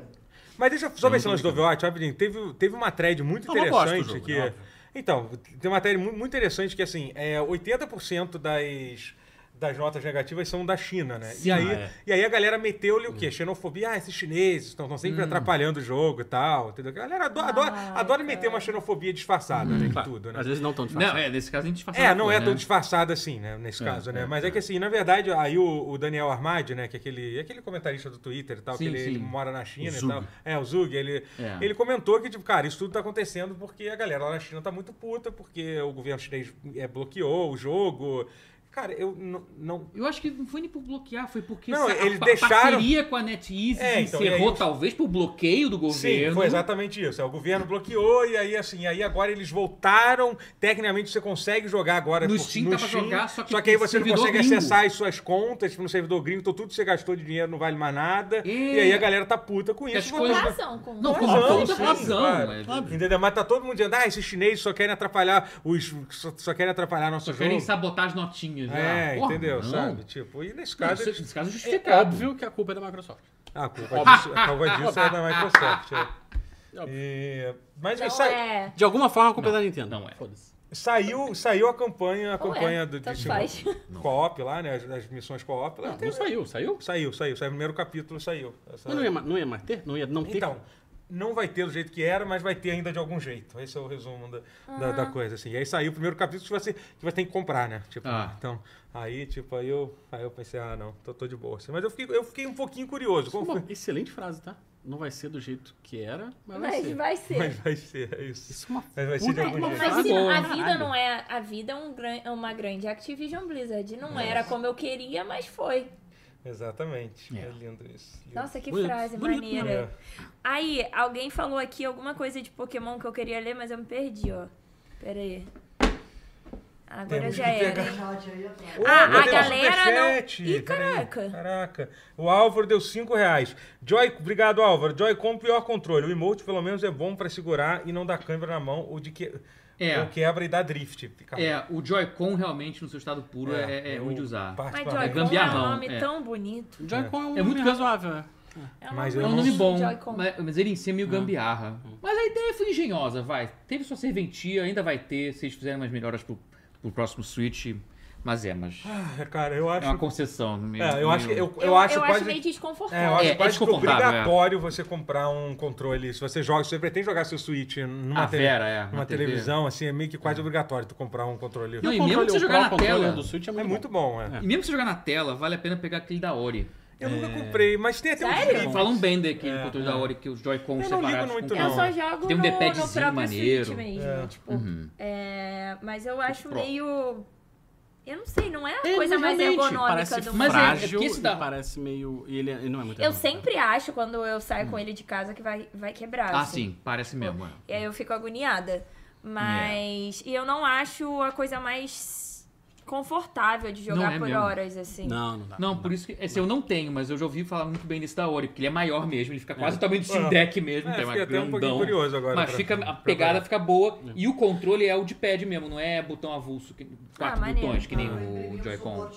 [SPEAKER 1] Mas deixa eu só ver esse lance do Overwatch, rapidinho. Teve, teve uma thread muito
[SPEAKER 3] Eu não gosto do
[SPEAKER 1] interessante
[SPEAKER 3] jogo,
[SPEAKER 1] que.
[SPEAKER 3] né, óbvio.
[SPEAKER 1] Então, tem uma thread mu- muito interessante que, assim, é, 80% das. Das notas negativas são da China, né? e, aí,
[SPEAKER 3] Ah, é. Hum.
[SPEAKER 1] e aí a galera meteu-lhe o quê? Xenofobia. Ah, esses chineses estão estão sempre atrapalhando o jogo e tal. Entendeu? A galera adora, adora, adora meter uma xenofobia disfarçada, né? em
[SPEAKER 3] Claro,
[SPEAKER 1] tudo, né?
[SPEAKER 3] Às vezes não tão
[SPEAKER 2] Não,
[SPEAKER 3] disfarçado.
[SPEAKER 2] é, nesse caso a gente disfarçou.
[SPEAKER 1] É, não é
[SPEAKER 2] né?
[SPEAKER 1] tão disfarçado assim, né? Nesse caso, né? Mas é que assim, na verdade, aí o, o Daniel Armadi, né? Que é aquele, aquele comentarista do Twitter e tal,
[SPEAKER 2] Sim,
[SPEAKER 1] que ele,
[SPEAKER 2] sim.
[SPEAKER 1] ele mora na China
[SPEAKER 3] O
[SPEAKER 1] e
[SPEAKER 3] Zug.
[SPEAKER 1] tal. É, o Zug, ele,
[SPEAKER 2] É.
[SPEAKER 1] ele comentou que, tipo, cara, isso tudo tá acontecendo porque a galera lá na China tá muito puta, porque o governo chinês é, bloqueou o jogo. Cara, eu não. não-
[SPEAKER 2] Eu acho que não foi nem por bloquear, foi porque
[SPEAKER 1] Não,
[SPEAKER 2] se a,
[SPEAKER 1] eles
[SPEAKER 2] pa-
[SPEAKER 1] deixaram-
[SPEAKER 2] parceria com a NetEase
[SPEAKER 1] É,
[SPEAKER 2] se
[SPEAKER 1] então, e
[SPEAKER 2] encerrou,
[SPEAKER 1] aí os-
[SPEAKER 2] talvez, por bloqueio do governo.
[SPEAKER 1] Sim, foi exatamente isso. É, O governo bloqueou e aí, assim, aí agora eles voltaram. Tecnicamente você consegue jogar agora
[SPEAKER 2] No
[SPEAKER 1] por-
[SPEAKER 2] Steam dá pra jogar, só que
[SPEAKER 1] aí
[SPEAKER 2] pro
[SPEAKER 1] você não
[SPEAKER 2] servidor
[SPEAKER 1] consegue
[SPEAKER 2] gringo.
[SPEAKER 1] acessar as suas contas tipo, no servidor gringo, então tudo que você gastou de dinheiro não vale mais nada. E,
[SPEAKER 2] E-
[SPEAKER 1] aí a galera tá puta com isso.
[SPEAKER 2] É. as
[SPEAKER 1] Mas-
[SPEAKER 2] coisas-
[SPEAKER 1] mas-
[SPEAKER 4] Razão com
[SPEAKER 2] Não, com
[SPEAKER 1] Razão,
[SPEAKER 2] toda
[SPEAKER 1] sim,
[SPEAKER 2] razão.
[SPEAKER 1] claro.
[SPEAKER 2] mas- é.
[SPEAKER 1] Entendeu? Mas tá todo mundo dizendo, ah, esses chineses só querem atrapalhar os. Só, só querem atrapalhar nosso
[SPEAKER 2] Só
[SPEAKER 1] jogo.
[SPEAKER 2] querem sabotar as notinhas. né?
[SPEAKER 1] É,
[SPEAKER 2] Porra,
[SPEAKER 1] entendeu?
[SPEAKER 2] não.
[SPEAKER 1] Sabe? Tipo, e nesse
[SPEAKER 2] Não,
[SPEAKER 1] caso.
[SPEAKER 2] isso-
[SPEAKER 1] eles-
[SPEAKER 2] Nesse caso é
[SPEAKER 3] É
[SPEAKER 2] justificado.
[SPEAKER 3] óbvio que a culpa é da Microsoft.
[SPEAKER 1] Ah, a culpa disso, a culpa disso é da Microsoft. é.
[SPEAKER 3] Óbvio.
[SPEAKER 1] E- Mas
[SPEAKER 4] Então
[SPEAKER 1] sa-
[SPEAKER 4] é...
[SPEAKER 3] De alguma forma, a culpa é da Nintendo.
[SPEAKER 2] não é.
[SPEAKER 3] Foda-se.
[SPEAKER 1] saiu, saiu a campanha, a
[SPEAKER 4] Ou é,
[SPEAKER 1] campanha do
[SPEAKER 4] tanto
[SPEAKER 1] de-
[SPEAKER 4] faz.
[SPEAKER 1] co-op lá, né? As, as missões co-op lá.
[SPEAKER 3] Não, não saiu, saiu?
[SPEAKER 1] Saiu, saiu, saiu. O primeiro capítulo saiu. Essa-
[SPEAKER 3] Mas não ia, ma- não ia mais ter? Não ia não ter?
[SPEAKER 1] Então, não vai ter do jeito que era, mas vai ter ainda de algum jeito. Esse é o resumo da, da, da coisa, assim. E aí saiu o primeiro capítulo que você, que você tem que comprar, né? Tipo,
[SPEAKER 2] Ah.
[SPEAKER 1] então, aí, tipo, aí eu, aí eu pensei, ah, não, tô, tô de boa. assim. Mas eu fiquei, eu fiquei um pouquinho curioso. Como
[SPEAKER 3] Uma
[SPEAKER 1] foi?
[SPEAKER 3] excelente frase, tá? Não vai ser do jeito que era, mas, vai
[SPEAKER 4] Mas
[SPEAKER 3] ser.
[SPEAKER 4] vai ser.
[SPEAKER 1] Mas vai ser, é isso.
[SPEAKER 3] Isso é uma
[SPEAKER 1] Mas vai ser
[SPEAKER 3] puta
[SPEAKER 1] de algum
[SPEAKER 3] uma
[SPEAKER 1] jeito.
[SPEAKER 4] Mas
[SPEAKER 3] frase
[SPEAKER 4] se não-
[SPEAKER 3] boa,
[SPEAKER 4] a
[SPEAKER 3] né?
[SPEAKER 4] vida
[SPEAKER 3] Caralho.
[SPEAKER 4] não é. A vida é um gran- é uma grande Activision Blizzard. Não era como eu queria, mas foi.
[SPEAKER 1] Exatamente. É,
[SPEAKER 2] É.
[SPEAKER 1] lindo isso. lindo. É.
[SPEAKER 4] Nossa, é. que
[SPEAKER 3] Bonito,
[SPEAKER 4] frase
[SPEAKER 3] bonito,
[SPEAKER 4] maneira. Aí, alguém falou aqui alguma coisa de Pokémon que eu queria ler, mas eu me perdi, ó. Pera aí. Agora
[SPEAKER 1] Temos
[SPEAKER 4] já
[SPEAKER 1] que
[SPEAKER 5] Tem
[SPEAKER 4] era.
[SPEAKER 1] pegar.
[SPEAKER 4] hein?
[SPEAKER 5] chat aí atrás.
[SPEAKER 1] Ô,
[SPEAKER 4] Ah,
[SPEAKER 1] meu
[SPEAKER 4] a
[SPEAKER 1] Deus,
[SPEAKER 4] galera não-
[SPEAKER 1] superchat. Peraí,
[SPEAKER 4] Ih, caraca.
[SPEAKER 1] Caraca. O Álvaro deu 5 reais. Joy, obrigado, Álvaro. Joy com o pior controle. O emote, pelo menos, é bom pra segurar e não dar câmera na mão ou de que... tá.
[SPEAKER 2] É.
[SPEAKER 1] ou quebra e dá drift. Cara,
[SPEAKER 2] É, o Joy-Con realmente, no seu estado puro, é, é, é
[SPEAKER 1] eu
[SPEAKER 2] ruim de usar.
[SPEAKER 4] Mas
[SPEAKER 1] particularmente-
[SPEAKER 4] Joy-Con é um
[SPEAKER 2] Gambiarrão,
[SPEAKER 4] nome
[SPEAKER 2] é.
[SPEAKER 4] tão bonito.
[SPEAKER 3] Joy-Con é um
[SPEAKER 2] É muito
[SPEAKER 3] nome razoável, é.
[SPEAKER 4] É um
[SPEAKER 1] Mas
[SPEAKER 2] É
[SPEAKER 1] eu não-
[SPEAKER 2] um nome
[SPEAKER 4] bonito,
[SPEAKER 2] bom,
[SPEAKER 4] Joy-Con.
[SPEAKER 2] mas, mas ele em si é
[SPEAKER 1] Hum.
[SPEAKER 2] meio gambiarra. Mas a ideia foi engenhosa, vai. Teve sua serventia, ainda vai ter, se eles fizerem umas melhoras pro, pro próximo Switch. Mas é, mas
[SPEAKER 1] Ah, Cara, eu acho...
[SPEAKER 2] é uma concessão. Meio,
[SPEAKER 1] É, eu acho que...
[SPEAKER 2] meio-
[SPEAKER 1] Eu, eu
[SPEAKER 4] Eu,
[SPEAKER 1] acho
[SPEAKER 4] eu
[SPEAKER 1] quase...
[SPEAKER 4] meio
[SPEAKER 1] É, eu acho
[SPEAKER 4] desconfortável.
[SPEAKER 2] É, é
[SPEAKER 1] quase que
[SPEAKER 2] desconfortável,
[SPEAKER 1] obrigatório você comprar um controle. Se você joga, se você pretende jogar seu Switch numa,
[SPEAKER 2] A
[SPEAKER 1] te-
[SPEAKER 2] Vera, é,
[SPEAKER 1] numa
[SPEAKER 2] na TV.
[SPEAKER 1] televisão, assim, é meio que quase obrigatório tu comprar um controle.
[SPEAKER 2] Não,
[SPEAKER 3] O
[SPEAKER 2] e
[SPEAKER 3] controle-
[SPEAKER 2] mesmo que você
[SPEAKER 3] o
[SPEAKER 2] jogar na
[SPEAKER 3] Pro Controller
[SPEAKER 2] tela.
[SPEAKER 3] do Switch é
[SPEAKER 1] É
[SPEAKER 3] muito,
[SPEAKER 1] muito
[SPEAKER 3] bom.
[SPEAKER 1] bom, é.
[SPEAKER 2] E mesmo que você jogar na tela, vale a pena pegar aquele da Ori.
[SPEAKER 1] Eu nunca
[SPEAKER 2] É.
[SPEAKER 1] comprei, mas tem até
[SPEAKER 4] Sério?
[SPEAKER 1] um
[SPEAKER 2] Falam bem daquele controle da Ori, que os Joy-Cons
[SPEAKER 1] é. Eu não ligo
[SPEAKER 2] separados.
[SPEAKER 1] muito,
[SPEAKER 2] com-
[SPEAKER 1] não. É
[SPEAKER 4] Eu só jogo
[SPEAKER 2] Tem um
[SPEAKER 4] no, no
[SPEAKER 2] D-padzinho
[SPEAKER 4] próprio
[SPEAKER 2] maneiro. Uhum.
[SPEAKER 4] Switch mesmo. Tipo, é, mas eu acho
[SPEAKER 2] Pro.
[SPEAKER 4] meio. Eu não sei, não é a
[SPEAKER 3] Ele
[SPEAKER 4] coisa mais
[SPEAKER 3] realmente
[SPEAKER 4] ergonômica
[SPEAKER 3] parece
[SPEAKER 4] do
[SPEAKER 2] Mas é- é
[SPEAKER 3] frágil
[SPEAKER 2] porque esse
[SPEAKER 3] e
[SPEAKER 2] dá-
[SPEAKER 3] parece meio... e Ele, ele não é muito
[SPEAKER 4] Eu
[SPEAKER 2] né?
[SPEAKER 3] ergonômico.
[SPEAKER 4] sempre acho, quando eu saio com ele de casa, que vai, vai quebrar.
[SPEAKER 2] Hum. Ah,
[SPEAKER 4] assim.
[SPEAKER 2] sim, parece mesmo. é.
[SPEAKER 4] E aí eu fico agoniada. Mas. E eu não acho a coisa mais confortável de jogar
[SPEAKER 2] Não é
[SPEAKER 4] por
[SPEAKER 2] mesmo.
[SPEAKER 4] horas, assim.
[SPEAKER 3] Não, não dá.
[SPEAKER 2] Não, por isso que. Esse eu não tenho, mas eu já ouvi falar muito bem desse da Ori, porque ele é maior mesmo, ele fica quase o tamanho do Steam Deck mesmo,
[SPEAKER 1] É,
[SPEAKER 2] tem uma
[SPEAKER 1] fiquei até um pouquinho
[SPEAKER 2] grandão.
[SPEAKER 1] curioso agora.
[SPEAKER 2] Mas
[SPEAKER 1] pra-
[SPEAKER 2] fica,
[SPEAKER 1] pra
[SPEAKER 2] a pegada
[SPEAKER 1] ver.
[SPEAKER 2] fica boa e o controle é o de pad mesmo, não é botão avulso, que- quatro
[SPEAKER 4] maneiro.
[SPEAKER 2] botões, que nem
[SPEAKER 4] Ah,
[SPEAKER 2] o Joy-Con.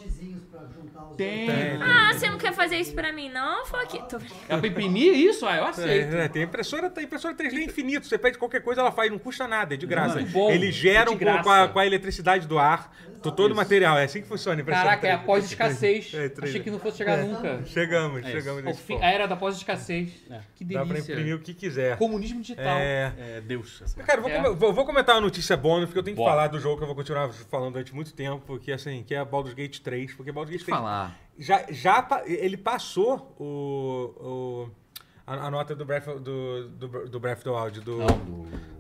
[SPEAKER 5] Tem.
[SPEAKER 1] É,
[SPEAKER 4] Ah, você não quer fazer isso pra mim, não? Fuck. it. Tô...
[SPEAKER 2] É pra imprimir isso? Ah, eu aceito.
[SPEAKER 1] É, é, tem impressora, tem impressora 3D infinito. Você pede qualquer coisa, ela faz, não custa nada, é de graça.
[SPEAKER 2] Muito bom,
[SPEAKER 1] Eles
[SPEAKER 2] é
[SPEAKER 1] geram
[SPEAKER 2] de
[SPEAKER 1] com, a-
[SPEAKER 2] graça.
[SPEAKER 1] com a, com a eletricidade do ar, to- todo o material. É assim que funciona a impressora.
[SPEAKER 2] Caraca, é a
[SPEAKER 1] 3D.
[SPEAKER 2] pós-escassez.
[SPEAKER 1] É, 3D.
[SPEAKER 2] Achei que não fosse chegar nunca.
[SPEAKER 1] Chegamos,
[SPEAKER 3] É isso.
[SPEAKER 1] chegamos
[SPEAKER 2] O
[SPEAKER 1] nesse
[SPEAKER 2] fim-
[SPEAKER 1] ponto.
[SPEAKER 2] a era da pós-escassez. Que
[SPEAKER 1] Dá pra imprimir
[SPEAKER 2] delícia.
[SPEAKER 1] o que quiser.
[SPEAKER 2] Comunismo digital.
[SPEAKER 1] É.
[SPEAKER 3] É Deus. assim.
[SPEAKER 1] Cara, eu vou,
[SPEAKER 2] É.
[SPEAKER 1] come- vou- vou comentar uma notícia bônus, porque eu tenho que
[SPEAKER 2] Bora.
[SPEAKER 1] falar do jogo que eu vou continuar falando durante muito tempo, que assim, que é Baldur's Gate 3, porque Baldur's Gate 3
[SPEAKER 2] Falar.
[SPEAKER 1] já, já pa- ele passou o, o- a, a nota do Breath, do, do, do Breath of the Wild, do,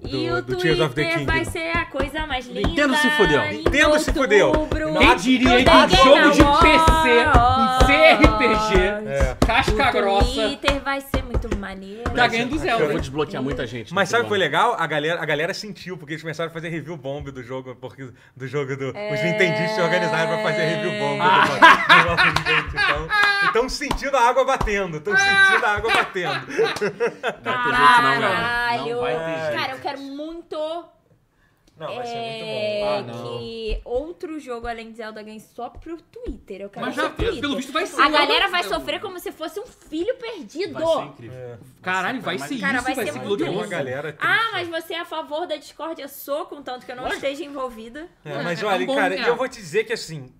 [SPEAKER 4] e o
[SPEAKER 1] do, do Tears
[SPEAKER 4] Twitter
[SPEAKER 1] of the Kingdom.
[SPEAKER 4] vai ser a coisa mais linda.
[SPEAKER 3] Nintendo se fudeu.
[SPEAKER 4] em
[SPEAKER 1] Nintendo se fudeu.
[SPEAKER 4] outubro.
[SPEAKER 2] Quem diria hein,
[SPEAKER 4] Não
[SPEAKER 2] que um
[SPEAKER 4] tem
[SPEAKER 2] jogo de
[SPEAKER 4] não.
[SPEAKER 2] PC, um CRPG,
[SPEAKER 1] É.
[SPEAKER 2] casca
[SPEAKER 4] O
[SPEAKER 2] grossa,
[SPEAKER 4] Twitter vai ser muito maneiro.
[SPEAKER 2] tá ganhando do
[SPEAKER 3] Eu vou
[SPEAKER 2] Zelda.
[SPEAKER 3] desbloquear muita gente.
[SPEAKER 1] Mas
[SPEAKER 3] nesse
[SPEAKER 1] sabe é? o que foi
[SPEAKER 3] ano.
[SPEAKER 1] legal? A galera, a galera sentiu, porque eles começaram a fazer review bomb do jogo, porque do jogo do.
[SPEAKER 4] É.
[SPEAKER 1] Os Nintendistas se organizaram pra fazer review bomb
[SPEAKER 4] Ah.
[SPEAKER 1] do, do Baldur's Gate. Então, então sentindo a água batendo.
[SPEAKER 4] Ah.
[SPEAKER 1] Estão sentindo a água batendo.
[SPEAKER 3] Vai ter gente, não, galera.
[SPEAKER 4] Caralho.
[SPEAKER 3] Não vai ter gente.
[SPEAKER 4] Cara, eu quero muito
[SPEAKER 1] Não, vai ser muito
[SPEAKER 4] é,
[SPEAKER 1] bom.
[SPEAKER 2] Ah, não.
[SPEAKER 4] que outro jogo além de Zelda ganhe só pro Twitter. Eu quero
[SPEAKER 2] Mas
[SPEAKER 4] só
[SPEAKER 2] já,
[SPEAKER 4] Twitter.
[SPEAKER 2] pelo visto, vai ser.
[SPEAKER 4] A galera vai sofrer como se fosse um filho perdido.
[SPEAKER 3] Vai ser incrível.
[SPEAKER 1] É.
[SPEAKER 2] Caralho, vai ser
[SPEAKER 4] Cara,
[SPEAKER 2] isso,
[SPEAKER 4] vai
[SPEAKER 2] vai
[SPEAKER 4] ser
[SPEAKER 2] ser
[SPEAKER 4] muito
[SPEAKER 1] Tem uma
[SPEAKER 2] glorioso.
[SPEAKER 1] galera. triste.
[SPEAKER 4] Ah, mas você é a favor da Discord? Eu sou, contanto que eu não esteja envolvida.
[SPEAKER 1] É, mas
[SPEAKER 2] é um
[SPEAKER 1] olha,
[SPEAKER 2] bom
[SPEAKER 1] cara,
[SPEAKER 2] lugar.
[SPEAKER 1] eu vou te dizer que assim.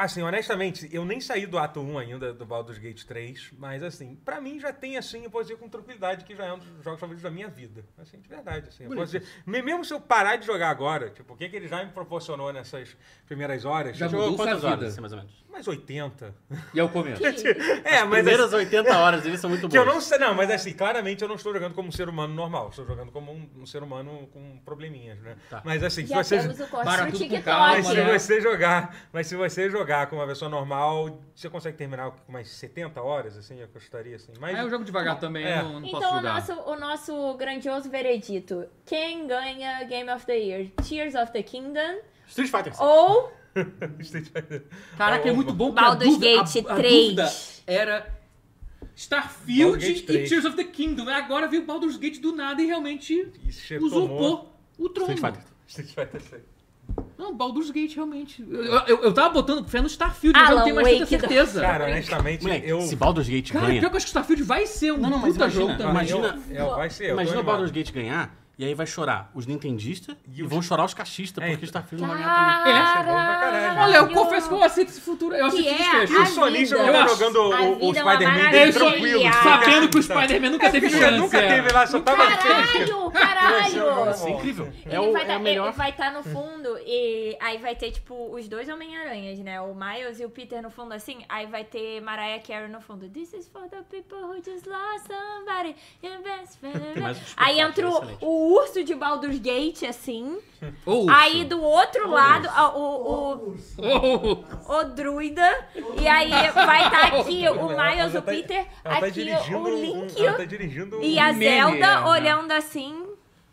[SPEAKER 1] Assim, honestamente, eu nem saí do ato 1 ainda do Baldur's Gate 3, mas assim, pra mim já tem assim, eu posso dizer com tranquilidade que já é um dos jogos favoritos da minha vida. Assim, de verdade, assim, eu posso dizer, me- mesmo se eu parar de jogar agora, tipo, o que, que ele já me proporcionou nessas primeiras horas?
[SPEAKER 2] Já
[SPEAKER 1] tipo,
[SPEAKER 2] mudou
[SPEAKER 3] Quantas
[SPEAKER 2] sua
[SPEAKER 3] horas,
[SPEAKER 2] vida.
[SPEAKER 3] assim, mais ou menos?
[SPEAKER 1] mais 80.
[SPEAKER 2] E é o começo.
[SPEAKER 1] É,
[SPEAKER 3] As
[SPEAKER 1] mas assim,
[SPEAKER 3] primeiras 80 horas dele são muito boas.
[SPEAKER 1] que eu não sei, não, mas assim, claramente eu não estou jogando como um ser humano normal, estou jogando como um, um ser humano com probleminhas, né?
[SPEAKER 3] Tá.
[SPEAKER 1] Mas assim, se
[SPEAKER 4] Já
[SPEAKER 1] vocês
[SPEAKER 4] temos o corte
[SPEAKER 2] Para
[SPEAKER 4] no
[SPEAKER 2] tudo com
[SPEAKER 4] TikTok.
[SPEAKER 2] calma,
[SPEAKER 1] Mas se
[SPEAKER 2] né?
[SPEAKER 1] você jogar, mas se você jogar com uma pessoa normal, você consegue terminar com mais 70 horas, assim, eu gostaria, assim. Mas
[SPEAKER 2] Ah, eu jogo devagar também,
[SPEAKER 1] É.
[SPEAKER 2] eu não, não posso
[SPEAKER 4] Então, o
[SPEAKER 2] jogar.
[SPEAKER 4] nosso, o nosso grandioso veredito. Quem ganha Game of the Year? Tears of the Kingdom
[SPEAKER 3] Street Fighter.
[SPEAKER 4] ou
[SPEAKER 1] Street Fighter-
[SPEAKER 2] Caraca, é muito bom porque a
[SPEAKER 4] Baldur's
[SPEAKER 2] dúvida- a-
[SPEAKER 4] Gate
[SPEAKER 2] a
[SPEAKER 4] 3.
[SPEAKER 2] dúvida era
[SPEAKER 1] Baldur's
[SPEAKER 2] Starfield
[SPEAKER 1] Gate
[SPEAKER 2] e
[SPEAKER 1] 3.
[SPEAKER 2] Tears of the Kingdom. Agora veio Baldur's Gate do nada e realmente
[SPEAKER 1] Isso tomou.
[SPEAKER 2] usurpou o trono.
[SPEAKER 3] Street Fighter.
[SPEAKER 1] Street Fighter 6.
[SPEAKER 2] Não, Baldur's Gate realmente. Eu, eu, eu tava botando fé no Starfield, mas eu
[SPEAKER 4] Alan
[SPEAKER 2] não tenho mais tanta
[SPEAKER 4] Wake dois.
[SPEAKER 2] certeza. Cara,
[SPEAKER 1] Cara, honestamente,
[SPEAKER 3] Moleque,
[SPEAKER 1] eu.
[SPEAKER 3] se Baldur's Gate
[SPEAKER 2] pior
[SPEAKER 3] ganha...
[SPEAKER 2] que eu acho que Starfield vai ser um
[SPEAKER 3] Não, não, mas
[SPEAKER 2] puta
[SPEAKER 3] imagina,
[SPEAKER 2] jogo
[SPEAKER 1] eu-
[SPEAKER 2] também.
[SPEAKER 3] imagina-
[SPEAKER 1] Ah, eu- eu- vai ser, eu tô
[SPEAKER 3] Imagina o
[SPEAKER 1] animado.
[SPEAKER 3] Baldur's Gate ganhar, e aí vai chorar os nintendistas e, vão chorar os cachistas,
[SPEAKER 1] É,
[SPEAKER 3] porque Starfield não vai
[SPEAKER 4] Ah,
[SPEAKER 3] ganhar também.
[SPEAKER 2] é
[SPEAKER 1] caralho.
[SPEAKER 4] Cara,
[SPEAKER 2] Olha, eu confesso que eu aceito esse futuro. Eu aceito
[SPEAKER 4] Que
[SPEAKER 2] esse
[SPEAKER 4] é
[SPEAKER 1] E o
[SPEAKER 4] a
[SPEAKER 2] desfecho.
[SPEAKER 1] Sonista
[SPEAKER 4] vida.
[SPEAKER 1] não tá
[SPEAKER 2] Eu-
[SPEAKER 1] jogando
[SPEAKER 4] a
[SPEAKER 1] o- o,
[SPEAKER 4] vida é uma
[SPEAKER 1] Spider-Man dele
[SPEAKER 4] maravilha.
[SPEAKER 1] tranquilo.
[SPEAKER 4] Eu-
[SPEAKER 2] Sabendo que o
[SPEAKER 1] Tá-
[SPEAKER 2] Spider-Man nunca teve
[SPEAKER 1] Ele
[SPEAKER 2] chance.
[SPEAKER 1] nunca
[SPEAKER 2] é.
[SPEAKER 1] teve lá, só tava.
[SPEAKER 4] Caralho,
[SPEAKER 1] Vai
[SPEAKER 4] caralho!
[SPEAKER 1] ser
[SPEAKER 3] Isso é incrível. É,
[SPEAKER 4] Ele
[SPEAKER 3] o,
[SPEAKER 4] vai
[SPEAKER 3] é
[SPEAKER 4] tá-
[SPEAKER 3] a melhor.
[SPEAKER 4] ele vai estar
[SPEAKER 1] Hum.
[SPEAKER 4] no fundo e aí vai ter, tipo, os dois Homem-Aranhas, né? O Miles e o Peter no fundo, assim. Aí vai ter Mariah Carey no fundo. This is for the people who just lost somebody. Your best friend.
[SPEAKER 3] Tem mais um super
[SPEAKER 4] Aí
[SPEAKER 3] chat,
[SPEAKER 4] entra o,
[SPEAKER 3] excelente.
[SPEAKER 4] o urso de Baldur's Gate, assim.
[SPEAKER 2] Ouço.
[SPEAKER 4] Aí do outro lado, a- o, o,
[SPEAKER 2] Oh,
[SPEAKER 4] o druida. E aí vai estar aqui o Miles, o
[SPEAKER 1] Ela tá-
[SPEAKER 4] Peter,
[SPEAKER 1] Ela tá
[SPEAKER 4] aqui
[SPEAKER 1] dirigindo.
[SPEAKER 4] o
[SPEAKER 1] um-
[SPEAKER 4] Link
[SPEAKER 1] ela tá dirigindo.
[SPEAKER 4] e
[SPEAKER 1] um-
[SPEAKER 4] a
[SPEAKER 2] meme,
[SPEAKER 4] Zelda
[SPEAKER 2] é, né?
[SPEAKER 4] olhando assim.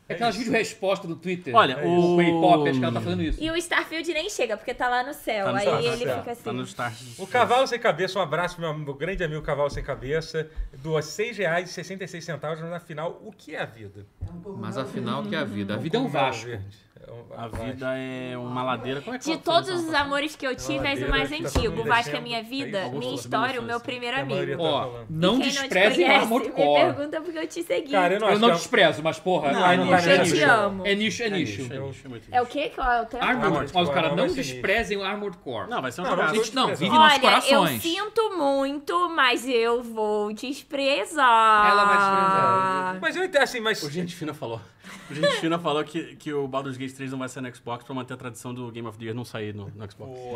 [SPEAKER 2] É aquelas vídeo-resposta do Twitter.
[SPEAKER 3] Olha,
[SPEAKER 2] o
[SPEAKER 3] o-
[SPEAKER 2] K-pop, acho que ela tá fazendo isso.
[SPEAKER 4] E o Starfield nem chega, porque tá lá no céu.
[SPEAKER 3] Tá no
[SPEAKER 4] aí
[SPEAKER 3] céu, tá no
[SPEAKER 4] ele
[SPEAKER 1] céu,
[SPEAKER 4] fica assim.
[SPEAKER 3] Tá no start.
[SPEAKER 1] O Cavalo Sem Cabeça, um abraço pro meu, meu grande amigo Cavalo Sem Cabeça. Doa R$ 6,66 na final. O que é a vida?
[SPEAKER 5] Um
[SPEAKER 2] Mas afinal, o que é a vida? A vida é um Vasco.
[SPEAKER 1] Verde. É um-
[SPEAKER 3] A
[SPEAKER 1] Vasco.
[SPEAKER 3] vida é uma ladeira. Como é que
[SPEAKER 4] De
[SPEAKER 3] fala
[SPEAKER 4] todos
[SPEAKER 3] essa
[SPEAKER 4] os
[SPEAKER 3] frase?
[SPEAKER 4] amores que eu tive, és o
[SPEAKER 1] Ladeira
[SPEAKER 4] mais
[SPEAKER 1] que tá
[SPEAKER 4] antigo.
[SPEAKER 1] todo
[SPEAKER 4] Vasco é
[SPEAKER 1] descendo.
[SPEAKER 4] minha vida,
[SPEAKER 1] Aí,
[SPEAKER 4] minha
[SPEAKER 3] Augusto,
[SPEAKER 4] história, o
[SPEAKER 3] subindo
[SPEAKER 4] meu
[SPEAKER 3] essas-
[SPEAKER 4] primeiro
[SPEAKER 1] que né? a maioria
[SPEAKER 4] amigo.
[SPEAKER 1] tá
[SPEAKER 2] Ó,
[SPEAKER 1] falando.
[SPEAKER 2] não
[SPEAKER 4] Quem não te
[SPEAKER 2] despreze
[SPEAKER 4] conhece,
[SPEAKER 2] Marmot
[SPEAKER 4] me
[SPEAKER 2] Core.
[SPEAKER 4] pergunta porque eu te segui.
[SPEAKER 1] Cara, eu não
[SPEAKER 2] Eu
[SPEAKER 1] acho
[SPEAKER 2] não
[SPEAKER 1] que é-
[SPEAKER 2] desprezo, mas porra,
[SPEAKER 3] Não,
[SPEAKER 2] é
[SPEAKER 1] não
[SPEAKER 2] nicho,
[SPEAKER 1] tá
[SPEAKER 2] é
[SPEAKER 1] nessa
[SPEAKER 2] nicho.
[SPEAKER 1] lista.
[SPEAKER 4] amo.
[SPEAKER 2] É nicho, é nicho.
[SPEAKER 3] É nicho, é muito
[SPEAKER 4] É o
[SPEAKER 3] nicho.
[SPEAKER 4] quê? Qual é o tema?
[SPEAKER 2] Armored
[SPEAKER 1] Armored
[SPEAKER 2] Core,
[SPEAKER 1] Core,
[SPEAKER 2] cara,
[SPEAKER 1] não
[SPEAKER 2] não
[SPEAKER 1] vai ser
[SPEAKER 2] desprezem o Armored Core.
[SPEAKER 3] é um Não, vai ser um
[SPEAKER 1] Não, não,
[SPEAKER 3] jogaço.
[SPEAKER 1] gente,
[SPEAKER 2] Gente, não,
[SPEAKER 1] desprezar.
[SPEAKER 2] vive
[SPEAKER 1] Em
[SPEAKER 2] nossos
[SPEAKER 4] Olha, eu
[SPEAKER 2] corações.
[SPEAKER 4] sinto muito, mas eu vou desprezar.
[SPEAKER 2] Ela vai desprezar.
[SPEAKER 1] Mas eu entendo assim, mas.
[SPEAKER 3] O Gente Fina falou. O Gente Fina falou que, que o Baldur's Gate 3 não vai sair no Xbox pra manter a tradição do Game of the Year não sair no, no Xbox.
[SPEAKER 1] Pô,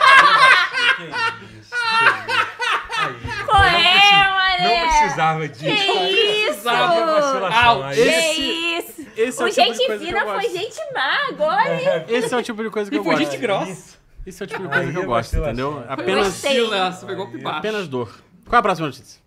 [SPEAKER 1] que isso, que isso. Aí,
[SPEAKER 4] Qual é,
[SPEAKER 1] Não
[SPEAKER 4] Maria?
[SPEAKER 1] precisava disso.
[SPEAKER 4] Que isso?
[SPEAKER 1] Precisava de vacilação
[SPEAKER 2] Au,
[SPEAKER 1] aí.
[SPEAKER 4] Que
[SPEAKER 3] Esse-
[SPEAKER 4] isso?
[SPEAKER 3] Esse é
[SPEAKER 4] o
[SPEAKER 3] o tipo de
[SPEAKER 4] gente
[SPEAKER 3] coisa que eu
[SPEAKER 4] fina foi
[SPEAKER 3] gosto.
[SPEAKER 4] gente má agora, hein?
[SPEAKER 3] Esse é o tipo de coisa que
[SPEAKER 2] E
[SPEAKER 3] eu
[SPEAKER 2] foi
[SPEAKER 3] gosto.
[SPEAKER 2] gente grossa.
[SPEAKER 3] Isso é o tipo de coisa
[SPEAKER 1] Aí
[SPEAKER 3] que eu
[SPEAKER 1] é
[SPEAKER 3] gosto,
[SPEAKER 1] vacilação.
[SPEAKER 3] entendeu? Apenas,
[SPEAKER 4] Gostei.
[SPEAKER 2] Vacila, você pegou por baixo.
[SPEAKER 3] apenas dor. Qual é a próxima notícia?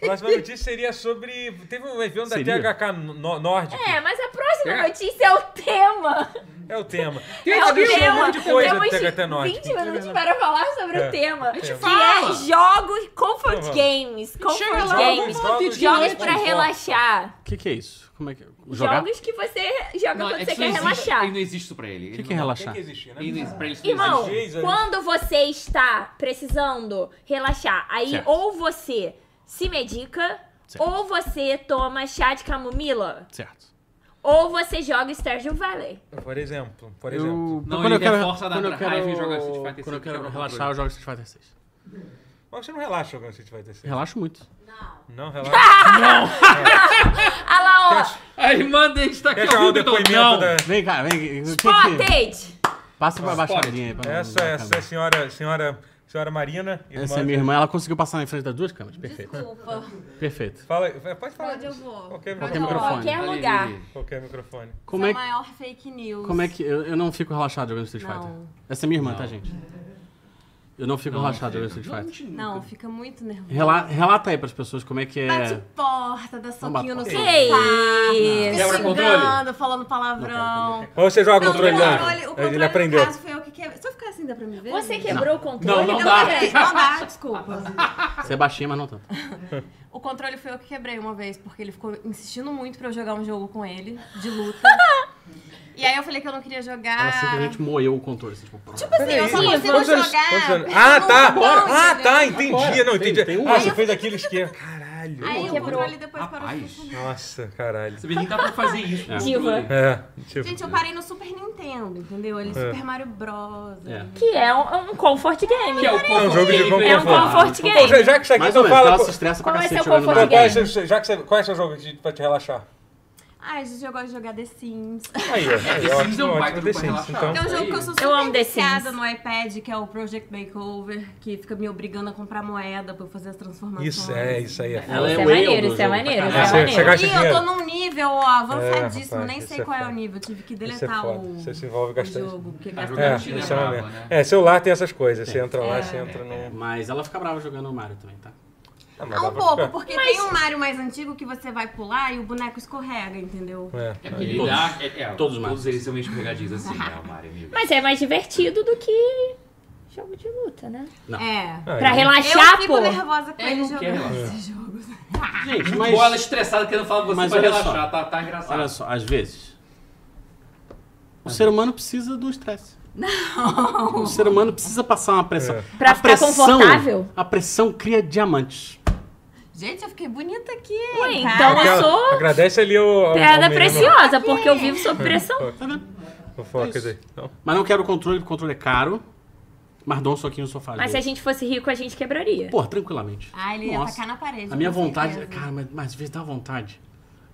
[SPEAKER 1] Próxima notícia seria sobre. Teve um evento
[SPEAKER 3] Seria?
[SPEAKER 1] da THK no- Nórdica.
[SPEAKER 4] É, mas a próxima
[SPEAKER 2] É.
[SPEAKER 4] notícia é o tema.
[SPEAKER 1] É. o tema.
[SPEAKER 4] É o
[SPEAKER 1] Tem um
[SPEAKER 4] tema.
[SPEAKER 1] monte de coisa
[SPEAKER 4] Temos
[SPEAKER 1] da THT Nórdica.
[SPEAKER 4] 20 minutos para falar sobre
[SPEAKER 1] É.
[SPEAKER 4] o tema. A
[SPEAKER 1] gente
[SPEAKER 4] que
[SPEAKER 2] fala.
[SPEAKER 4] é jogos, comfort
[SPEAKER 1] Vamos.
[SPEAKER 4] games.
[SPEAKER 2] Chega
[SPEAKER 4] Comfort
[SPEAKER 2] lá,
[SPEAKER 4] games.
[SPEAKER 2] vamos lá, tem
[SPEAKER 4] Jogos
[SPEAKER 2] direito.
[SPEAKER 4] pra relaxar.
[SPEAKER 3] O que, que é isso? Como é que... Jogar? O
[SPEAKER 4] Jogos que você joga
[SPEAKER 2] Não,
[SPEAKER 4] quando
[SPEAKER 2] é
[SPEAKER 4] você
[SPEAKER 2] que não
[SPEAKER 4] quer
[SPEAKER 2] existe-
[SPEAKER 4] relaxar.
[SPEAKER 2] Ele não existe pra ele. Ele
[SPEAKER 3] que,
[SPEAKER 2] não-
[SPEAKER 3] que é relaxar?
[SPEAKER 1] existe,
[SPEAKER 2] ele não existe- pra ele isso não
[SPEAKER 4] Irmão,
[SPEAKER 2] existe.
[SPEAKER 1] Existe,
[SPEAKER 4] quando você está precisando relaxar, aí
[SPEAKER 3] Certo.
[SPEAKER 4] ou você se medica,
[SPEAKER 3] Certo.
[SPEAKER 4] ou você toma chá de camomila,
[SPEAKER 3] Certo.
[SPEAKER 4] ou você joga Stardew Valley.
[SPEAKER 1] Então, Por exemplo. Por exemplo.
[SPEAKER 2] Não,
[SPEAKER 3] quando
[SPEAKER 2] ele
[SPEAKER 3] eu quero,
[SPEAKER 2] reforça da
[SPEAKER 3] quando eu
[SPEAKER 2] raiva
[SPEAKER 3] quero,
[SPEAKER 2] e joga Street Fighter é
[SPEAKER 3] quando eu
[SPEAKER 2] 6,
[SPEAKER 3] quero
[SPEAKER 2] joga no
[SPEAKER 3] relaxar,
[SPEAKER 2] controle.
[SPEAKER 3] eu jogo Street Fighter 6.
[SPEAKER 1] Mas você não relaxa quando você vai ter sexo.
[SPEAKER 3] Relaxo muito.
[SPEAKER 1] Não, relaxa.
[SPEAKER 4] Ah lá, ó,
[SPEAKER 2] A irmã dele está aqui
[SPEAKER 1] Quer chamar é o
[SPEAKER 2] ouvindo.
[SPEAKER 1] depoimento
[SPEAKER 2] Não.
[SPEAKER 1] da.
[SPEAKER 3] Vem cá, vem. que- que-
[SPEAKER 4] Spotted!
[SPEAKER 3] Passa pra baixadinha aí. pra-
[SPEAKER 1] Essa, essa é a senhora, senhora, senhora Marina. Irmã
[SPEAKER 3] Essa é minha irmã, ela conseguiu passar na frente das duas câmeras. Perfeito.
[SPEAKER 6] Desculpa.
[SPEAKER 3] Perfeito.
[SPEAKER 1] Fala, aí, É, pode falar.
[SPEAKER 6] Onde eu vou?
[SPEAKER 1] Qualquer
[SPEAKER 6] Pra
[SPEAKER 1] microfone.
[SPEAKER 6] onde eu vou?
[SPEAKER 3] microfone.
[SPEAKER 4] Qualquer
[SPEAKER 2] Olha
[SPEAKER 4] lugar.
[SPEAKER 2] ele.
[SPEAKER 1] Qualquer microfone.
[SPEAKER 3] Como
[SPEAKER 6] Essa
[SPEAKER 3] é
[SPEAKER 6] a
[SPEAKER 3] que.
[SPEAKER 6] maior fake news.
[SPEAKER 3] Como é que. Eu, eu não fico relaxado jogando Street
[SPEAKER 6] Não.
[SPEAKER 3] Fighter. Essa é minha irmã, tá, gente? Eu não fico
[SPEAKER 2] Não,
[SPEAKER 3] relaxado
[SPEAKER 2] fica.
[SPEAKER 3] jogando Street Fighter.
[SPEAKER 6] Não, fica muito nervoso.
[SPEAKER 3] Rela- relata aí pras pessoas como é que
[SPEAKER 6] Bate
[SPEAKER 3] é.
[SPEAKER 6] porta, dá soquinho no
[SPEAKER 3] bate
[SPEAKER 6] sofá.
[SPEAKER 3] porta.
[SPEAKER 4] Que
[SPEAKER 6] Fica
[SPEAKER 4] isso?
[SPEAKER 2] Quebra controle?
[SPEAKER 6] xingando, falando palavrão.
[SPEAKER 1] Ou você joga
[SPEAKER 6] Não,
[SPEAKER 1] o controle
[SPEAKER 6] o
[SPEAKER 1] dele?
[SPEAKER 6] controle, o controle
[SPEAKER 1] Ele aprendeu.
[SPEAKER 6] no caso foi eu que quebrei. Se eu ficar assim, dá pra me ver?
[SPEAKER 4] Você quebrou o controle?
[SPEAKER 2] Não, não
[SPEAKER 6] Eu
[SPEAKER 2] dá.
[SPEAKER 6] quebrei, não é? dá, desculpa.
[SPEAKER 3] Você é baixinha, mas não tanto.
[SPEAKER 6] O controle foi eu que quebrei uma vez, porque ele ficou insistindo muito pra eu jogar um jogo com ele, de luta. e aí eu falei que eu não queria jogar.
[SPEAKER 3] Ela simplesmente moeu o controle. Assim, tipo,
[SPEAKER 6] Tipo assim, eu só
[SPEAKER 1] Peraí,
[SPEAKER 6] consigo
[SPEAKER 1] quantos anos-
[SPEAKER 6] jogar. um
[SPEAKER 1] quantos anos? Ah, tá.
[SPEAKER 6] Agora,
[SPEAKER 1] Ah, tá.
[SPEAKER 6] entendeu?
[SPEAKER 1] Entendi. Não,
[SPEAKER 3] Tem-
[SPEAKER 1] entendi.
[SPEAKER 3] tem um
[SPEAKER 1] Ah,
[SPEAKER 3] ano.
[SPEAKER 1] você fez aquele esquema. Caralho.
[SPEAKER 6] Aí o
[SPEAKER 4] Quebrou.
[SPEAKER 6] controle depois parou de
[SPEAKER 2] Rapaz.
[SPEAKER 6] funcionar.
[SPEAKER 1] Nossa, caralho.
[SPEAKER 2] Você vê, nem dá pra fazer isso. né? com o
[SPEAKER 4] Diva.
[SPEAKER 2] controle.
[SPEAKER 1] É, tipo,
[SPEAKER 6] Gente, eu parei no Super Nintendo, entendeu?
[SPEAKER 1] É.
[SPEAKER 6] Ali, Super Mario Bros.
[SPEAKER 3] É.
[SPEAKER 6] ali.
[SPEAKER 4] Que é um, um comfort game.
[SPEAKER 2] Que é o
[SPEAKER 1] É um jogo de
[SPEAKER 2] conforto.
[SPEAKER 1] É um
[SPEAKER 4] comfort game.
[SPEAKER 1] Pô, já- já que isso aqui
[SPEAKER 3] Mais
[SPEAKER 1] então
[SPEAKER 3] ou menos,
[SPEAKER 1] fala.
[SPEAKER 3] ela
[SPEAKER 1] Qual,
[SPEAKER 3] se estressa
[SPEAKER 4] qual
[SPEAKER 3] pra
[SPEAKER 4] é
[SPEAKER 3] cacete
[SPEAKER 4] seu
[SPEAKER 3] jogando
[SPEAKER 4] conforto
[SPEAKER 1] qual,
[SPEAKER 3] Mario
[SPEAKER 1] é,
[SPEAKER 3] Bros.
[SPEAKER 4] game?
[SPEAKER 1] seu- já que você, qual é seu jogo de, pra te relaxar?
[SPEAKER 6] Ah, a gente gosta de jogar The Sims.
[SPEAKER 1] Aí, ó. aí,
[SPEAKER 2] The
[SPEAKER 1] ó,
[SPEAKER 2] Sims é um
[SPEAKER 1] ótimo, The
[SPEAKER 2] baita jogo pra
[SPEAKER 1] Sims,
[SPEAKER 2] relaxar.
[SPEAKER 1] então.
[SPEAKER 6] Tem um jogo que eu sou super
[SPEAKER 4] Eu amo The
[SPEAKER 6] viciada
[SPEAKER 4] Sims.
[SPEAKER 6] no iPad, que é o Project Makeover, que fica me obrigando a comprar moeda pra eu fazer as transformações.
[SPEAKER 1] Isso, é, isso aí. É
[SPEAKER 3] Ela
[SPEAKER 1] foda.
[SPEAKER 4] Isso
[SPEAKER 3] é
[SPEAKER 4] é
[SPEAKER 3] o eu
[SPEAKER 4] maneiro,
[SPEAKER 3] do
[SPEAKER 4] isso é
[SPEAKER 3] jogo.
[SPEAKER 4] maneiro, isso
[SPEAKER 1] Ah,
[SPEAKER 4] é
[SPEAKER 1] você- você
[SPEAKER 4] maneiro.
[SPEAKER 1] gasta-
[SPEAKER 6] E eu tô num nível ó,
[SPEAKER 1] É,
[SPEAKER 6] avançadíssimo,
[SPEAKER 1] rapaz,
[SPEAKER 6] nem
[SPEAKER 1] isso
[SPEAKER 6] sei
[SPEAKER 1] é
[SPEAKER 6] qual é
[SPEAKER 1] foda.
[SPEAKER 6] o nível. Tive que
[SPEAKER 1] Isso é
[SPEAKER 6] deletar
[SPEAKER 1] foda.
[SPEAKER 6] o,
[SPEAKER 1] Você se envolve
[SPEAKER 6] o
[SPEAKER 1] gastando.
[SPEAKER 6] jogo. Porque
[SPEAKER 2] Ah,
[SPEAKER 6] gasta
[SPEAKER 1] É,
[SPEAKER 2] jogando
[SPEAKER 6] muito
[SPEAKER 2] China
[SPEAKER 1] isso
[SPEAKER 2] é
[SPEAKER 1] é
[SPEAKER 2] braba,
[SPEAKER 1] maneiro.
[SPEAKER 2] né?
[SPEAKER 1] É, celular tem essas coisas. Você entra lá, você entra num.
[SPEAKER 3] Mas ela fica brava jogando o Mario também, tá?
[SPEAKER 1] Ah, mas
[SPEAKER 6] Ah,
[SPEAKER 1] dá
[SPEAKER 6] um
[SPEAKER 1] pra
[SPEAKER 6] pouco,
[SPEAKER 1] ficar.
[SPEAKER 6] porque tem um Mario mais antigo que você vai pular e o boneco escorrega, entendeu?
[SPEAKER 1] É.
[SPEAKER 2] É porque ele
[SPEAKER 3] Todos.
[SPEAKER 2] dá. É, é,
[SPEAKER 3] Todos
[SPEAKER 2] todos,
[SPEAKER 3] os mapas.
[SPEAKER 2] eles são meio escorregadinhos assim, né, o Mario, amigo?
[SPEAKER 4] Mas é mais divertido do que jogo de luta, né?
[SPEAKER 6] É.
[SPEAKER 1] Ah,
[SPEAKER 4] Pra
[SPEAKER 1] eu-
[SPEAKER 6] Eu
[SPEAKER 4] relaxar,
[SPEAKER 6] fico
[SPEAKER 4] pô.
[SPEAKER 6] nervosa com
[SPEAKER 2] É,
[SPEAKER 6] ele
[SPEAKER 2] não quer
[SPEAKER 6] jogando
[SPEAKER 2] relaxar.
[SPEAKER 6] esses jogos.
[SPEAKER 3] Gente,
[SPEAKER 2] Mas... Bola estressada querendo falar com você
[SPEAKER 3] Mas
[SPEAKER 2] pra
[SPEAKER 3] olha só.
[SPEAKER 2] relaxar. Tá, tá engraçado.
[SPEAKER 3] Olha só, às vezes. O ser humano precisa do estresse. Não! O ser humano precisa passar uma pressão.
[SPEAKER 1] É.
[SPEAKER 4] Pra
[SPEAKER 3] a
[SPEAKER 4] ficar confortável?
[SPEAKER 3] A pressão cria diamantes.
[SPEAKER 6] Gente, eu fiquei bonita aqui.
[SPEAKER 4] Ué,
[SPEAKER 6] hein,
[SPEAKER 4] então
[SPEAKER 6] cara?
[SPEAKER 1] Aquela-
[SPEAKER 4] eu sou-
[SPEAKER 1] Agradece ali o. ao- ao
[SPEAKER 4] Piada
[SPEAKER 1] menino.
[SPEAKER 4] preciosa, porque eu vivo sob pressão.
[SPEAKER 3] Tá vendo?
[SPEAKER 1] Fofocas
[SPEAKER 3] Isso.
[SPEAKER 1] aí. Então,
[SPEAKER 3] Mas não quero o controle, porque o controle é caro. Mas dou um soquinho no sofá. às
[SPEAKER 4] Mas se a
[SPEAKER 3] vezes.
[SPEAKER 4] gente fosse rico, a gente quebraria.
[SPEAKER 3] Pô, tranquilamente.
[SPEAKER 6] Ah, ele ia
[SPEAKER 3] Nossa.
[SPEAKER 6] tacar na parede.
[SPEAKER 3] A minha
[SPEAKER 6] com
[SPEAKER 3] vontade.
[SPEAKER 6] certeza.
[SPEAKER 3] Cara, mas, mas às vezes dá vontade.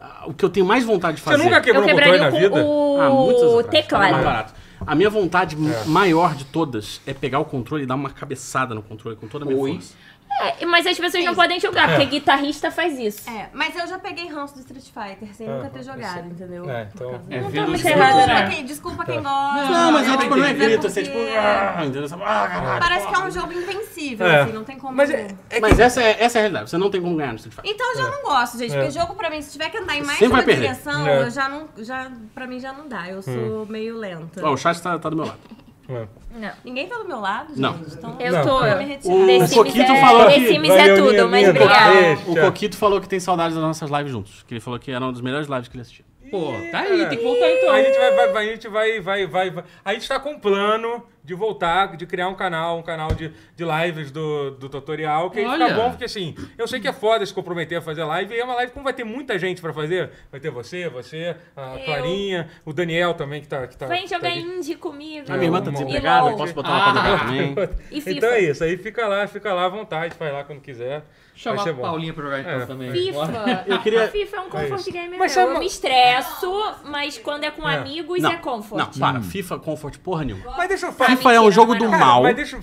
[SPEAKER 3] Ah, O que eu tenho mais vontade de
[SPEAKER 1] Você
[SPEAKER 3] fazer.
[SPEAKER 1] nunca quebrou
[SPEAKER 4] Eu
[SPEAKER 1] um controle na
[SPEAKER 4] quebraria
[SPEAKER 1] vida?
[SPEAKER 4] o,
[SPEAKER 3] Ah, muitos
[SPEAKER 4] o
[SPEAKER 3] anos atrás. Era mais
[SPEAKER 4] teclado.
[SPEAKER 3] barato. A minha vontade
[SPEAKER 1] É.
[SPEAKER 3] maior de todas é pegar o controle e dar uma cabeçada no controle com toda a minha
[SPEAKER 2] Oi.
[SPEAKER 3] força.
[SPEAKER 4] É, mas as pessoas não podem julgar, porque guitarrista faz
[SPEAKER 3] então-
[SPEAKER 4] isso.
[SPEAKER 6] É, mas eu já peguei ranço do Street Fighter sem
[SPEAKER 1] Ah,
[SPEAKER 6] nunca ter
[SPEAKER 1] eu
[SPEAKER 6] jogado,
[SPEAKER 1] sei.
[SPEAKER 6] entendeu?
[SPEAKER 1] É,
[SPEAKER 6] Por
[SPEAKER 1] então- Tá.
[SPEAKER 6] causa-
[SPEAKER 2] É
[SPEAKER 4] Não
[SPEAKER 2] vendo
[SPEAKER 4] tá
[SPEAKER 2] os
[SPEAKER 4] muito
[SPEAKER 2] outros,
[SPEAKER 4] errado,
[SPEAKER 2] né?
[SPEAKER 6] Desculpa quem- Desculpa quem gosta.
[SPEAKER 3] Não, mas é tipo, não é
[SPEAKER 6] porque-
[SPEAKER 3] grito, assim, é tipo. "Ah", entendeu? Sabe? Ah, caralho.
[SPEAKER 6] Parece que é um jogo invencível,
[SPEAKER 1] É.
[SPEAKER 6] assim, não tem como.
[SPEAKER 1] Mas é, é que
[SPEAKER 3] Mas essa é, essa é a realidade. Você não tem como ganhar no Street Fighter.
[SPEAKER 6] Então eu já não gosto, gente,
[SPEAKER 1] É.
[SPEAKER 6] porque jogo pra mim, se tiver que andar em mais
[SPEAKER 3] Sempre
[SPEAKER 6] uma
[SPEAKER 3] vai perder.
[SPEAKER 6] direção,
[SPEAKER 1] É. Hum.
[SPEAKER 6] eu já não. Já, pra mim já não dá. Eu sou meio lenta.
[SPEAKER 3] Ó, o chat tá, tá do meu lado.
[SPEAKER 4] Não.
[SPEAKER 6] Ninguém tá do meu lado, gente.
[SPEAKER 3] Não.
[SPEAKER 6] Então,
[SPEAKER 4] Eu
[SPEAKER 1] Não.
[SPEAKER 4] tô.
[SPEAKER 6] vou me retirar.
[SPEAKER 3] O-
[SPEAKER 4] The
[SPEAKER 3] Esse-
[SPEAKER 4] Sims
[SPEAKER 3] Coquito
[SPEAKER 4] é,
[SPEAKER 3] falou
[SPEAKER 4] The
[SPEAKER 3] aqui.
[SPEAKER 4] Sims é tudo, mas obrigado.
[SPEAKER 3] O Coquito falou que tem saudades das nossas lives juntos. Que ele falou que era uma das melhores lives que ele assistia.
[SPEAKER 2] Pô, tá aí, tem que voltar então.
[SPEAKER 1] A gente vai, vai, vai- a gente vai, vai, vai, vai- A gente tá com um plano de voltar, de criar um canal, um canal de, de lives do, do tutorial, que aí fica
[SPEAKER 2] Olha.
[SPEAKER 1] bom, porque assim, eu sei que é foda se comprometer a fazer live, e é uma live como vai ter muita gente pra fazer. Vai ter você, você, a
[SPEAKER 4] Eu.
[SPEAKER 1] Clarinha, o Daniel também, que tá. Que tá
[SPEAKER 4] Vem
[SPEAKER 1] que tá
[SPEAKER 4] jogar
[SPEAKER 1] aqui.
[SPEAKER 4] indie comigo.
[SPEAKER 3] A minha irmã tá
[SPEAKER 1] E
[SPEAKER 3] desempregada,
[SPEAKER 4] LOL.
[SPEAKER 3] eu posso botar ela pra jogar
[SPEAKER 2] Ah.
[SPEAKER 3] também.
[SPEAKER 4] E FIFA.
[SPEAKER 1] Então é isso, aí fica lá, fica lá à vontade, faz lá quando quiser. vai
[SPEAKER 2] Chamar
[SPEAKER 1] ser
[SPEAKER 2] a
[SPEAKER 1] bom.
[SPEAKER 2] Paulinha pra jogar então
[SPEAKER 1] É.
[SPEAKER 2] também. Bora.
[SPEAKER 4] FIFA.
[SPEAKER 3] Eu queria-
[SPEAKER 4] A FIFA é um comfort
[SPEAKER 1] isso.
[SPEAKER 4] game
[SPEAKER 1] Mas
[SPEAKER 4] meu.
[SPEAKER 1] sabe-
[SPEAKER 4] Eu me estresso, mas quando é com
[SPEAKER 1] É.
[SPEAKER 4] amigos
[SPEAKER 3] Não,
[SPEAKER 4] é comfort.
[SPEAKER 3] Não, para. FIFA, Comfort, porra nenhuma.
[SPEAKER 1] Mas deixa eu falar.
[SPEAKER 3] FIFA é um
[SPEAKER 4] mentira,
[SPEAKER 3] jogo
[SPEAKER 4] não
[SPEAKER 3] do
[SPEAKER 4] é
[SPEAKER 1] Cara,
[SPEAKER 3] mal.
[SPEAKER 1] Mas deixa eu.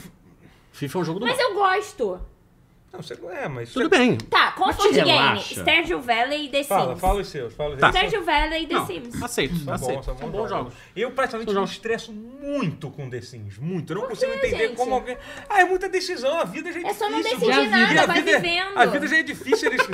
[SPEAKER 3] FIFA é um jogo do mal.
[SPEAKER 4] Mas eu gosto.
[SPEAKER 1] Não, você não é, mas.
[SPEAKER 3] Tudo bem.
[SPEAKER 4] Tá,
[SPEAKER 2] Mas
[SPEAKER 4] comfort
[SPEAKER 2] te
[SPEAKER 4] game.
[SPEAKER 2] relaxa.
[SPEAKER 4] Stardew Valley e The Sims.
[SPEAKER 1] Fala, fala os seus. Fala os
[SPEAKER 3] Tá.
[SPEAKER 1] seus.
[SPEAKER 4] Stardew Valley e The
[SPEAKER 3] Não, aceito,
[SPEAKER 4] Sims.
[SPEAKER 1] São
[SPEAKER 3] aceito.
[SPEAKER 1] bons, assim, são bons
[SPEAKER 3] jogos.
[SPEAKER 1] Eu praticamente
[SPEAKER 3] São
[SPEAKER 1] me
[SPEAKER 3] jogos.
[SPEAKER 1] estresso muito com The Sims, muito. Eu não consigo
[SPEAKER 4] quê,
[SPEAKER 1] entender
[SPEAKER 4] gente?
[SPEAKER 1] como alguém. Ah, é muita decisão, a vida já é,
[SPEAKER 4] É
[SPEAKER 1] difícil.
[SPEAKER 4] só não
[SPEAKER 2] já
[SPEAKER 4] decidir
[SPEAKER 2] vi.
[SPEAKER 1] E a
[SPEAKER 4] nada, vai
[SPEAKER 1] vida,
[SPEAKER 4] vivendo.
[SPEAKER 1] A vida já é difícil. Eles...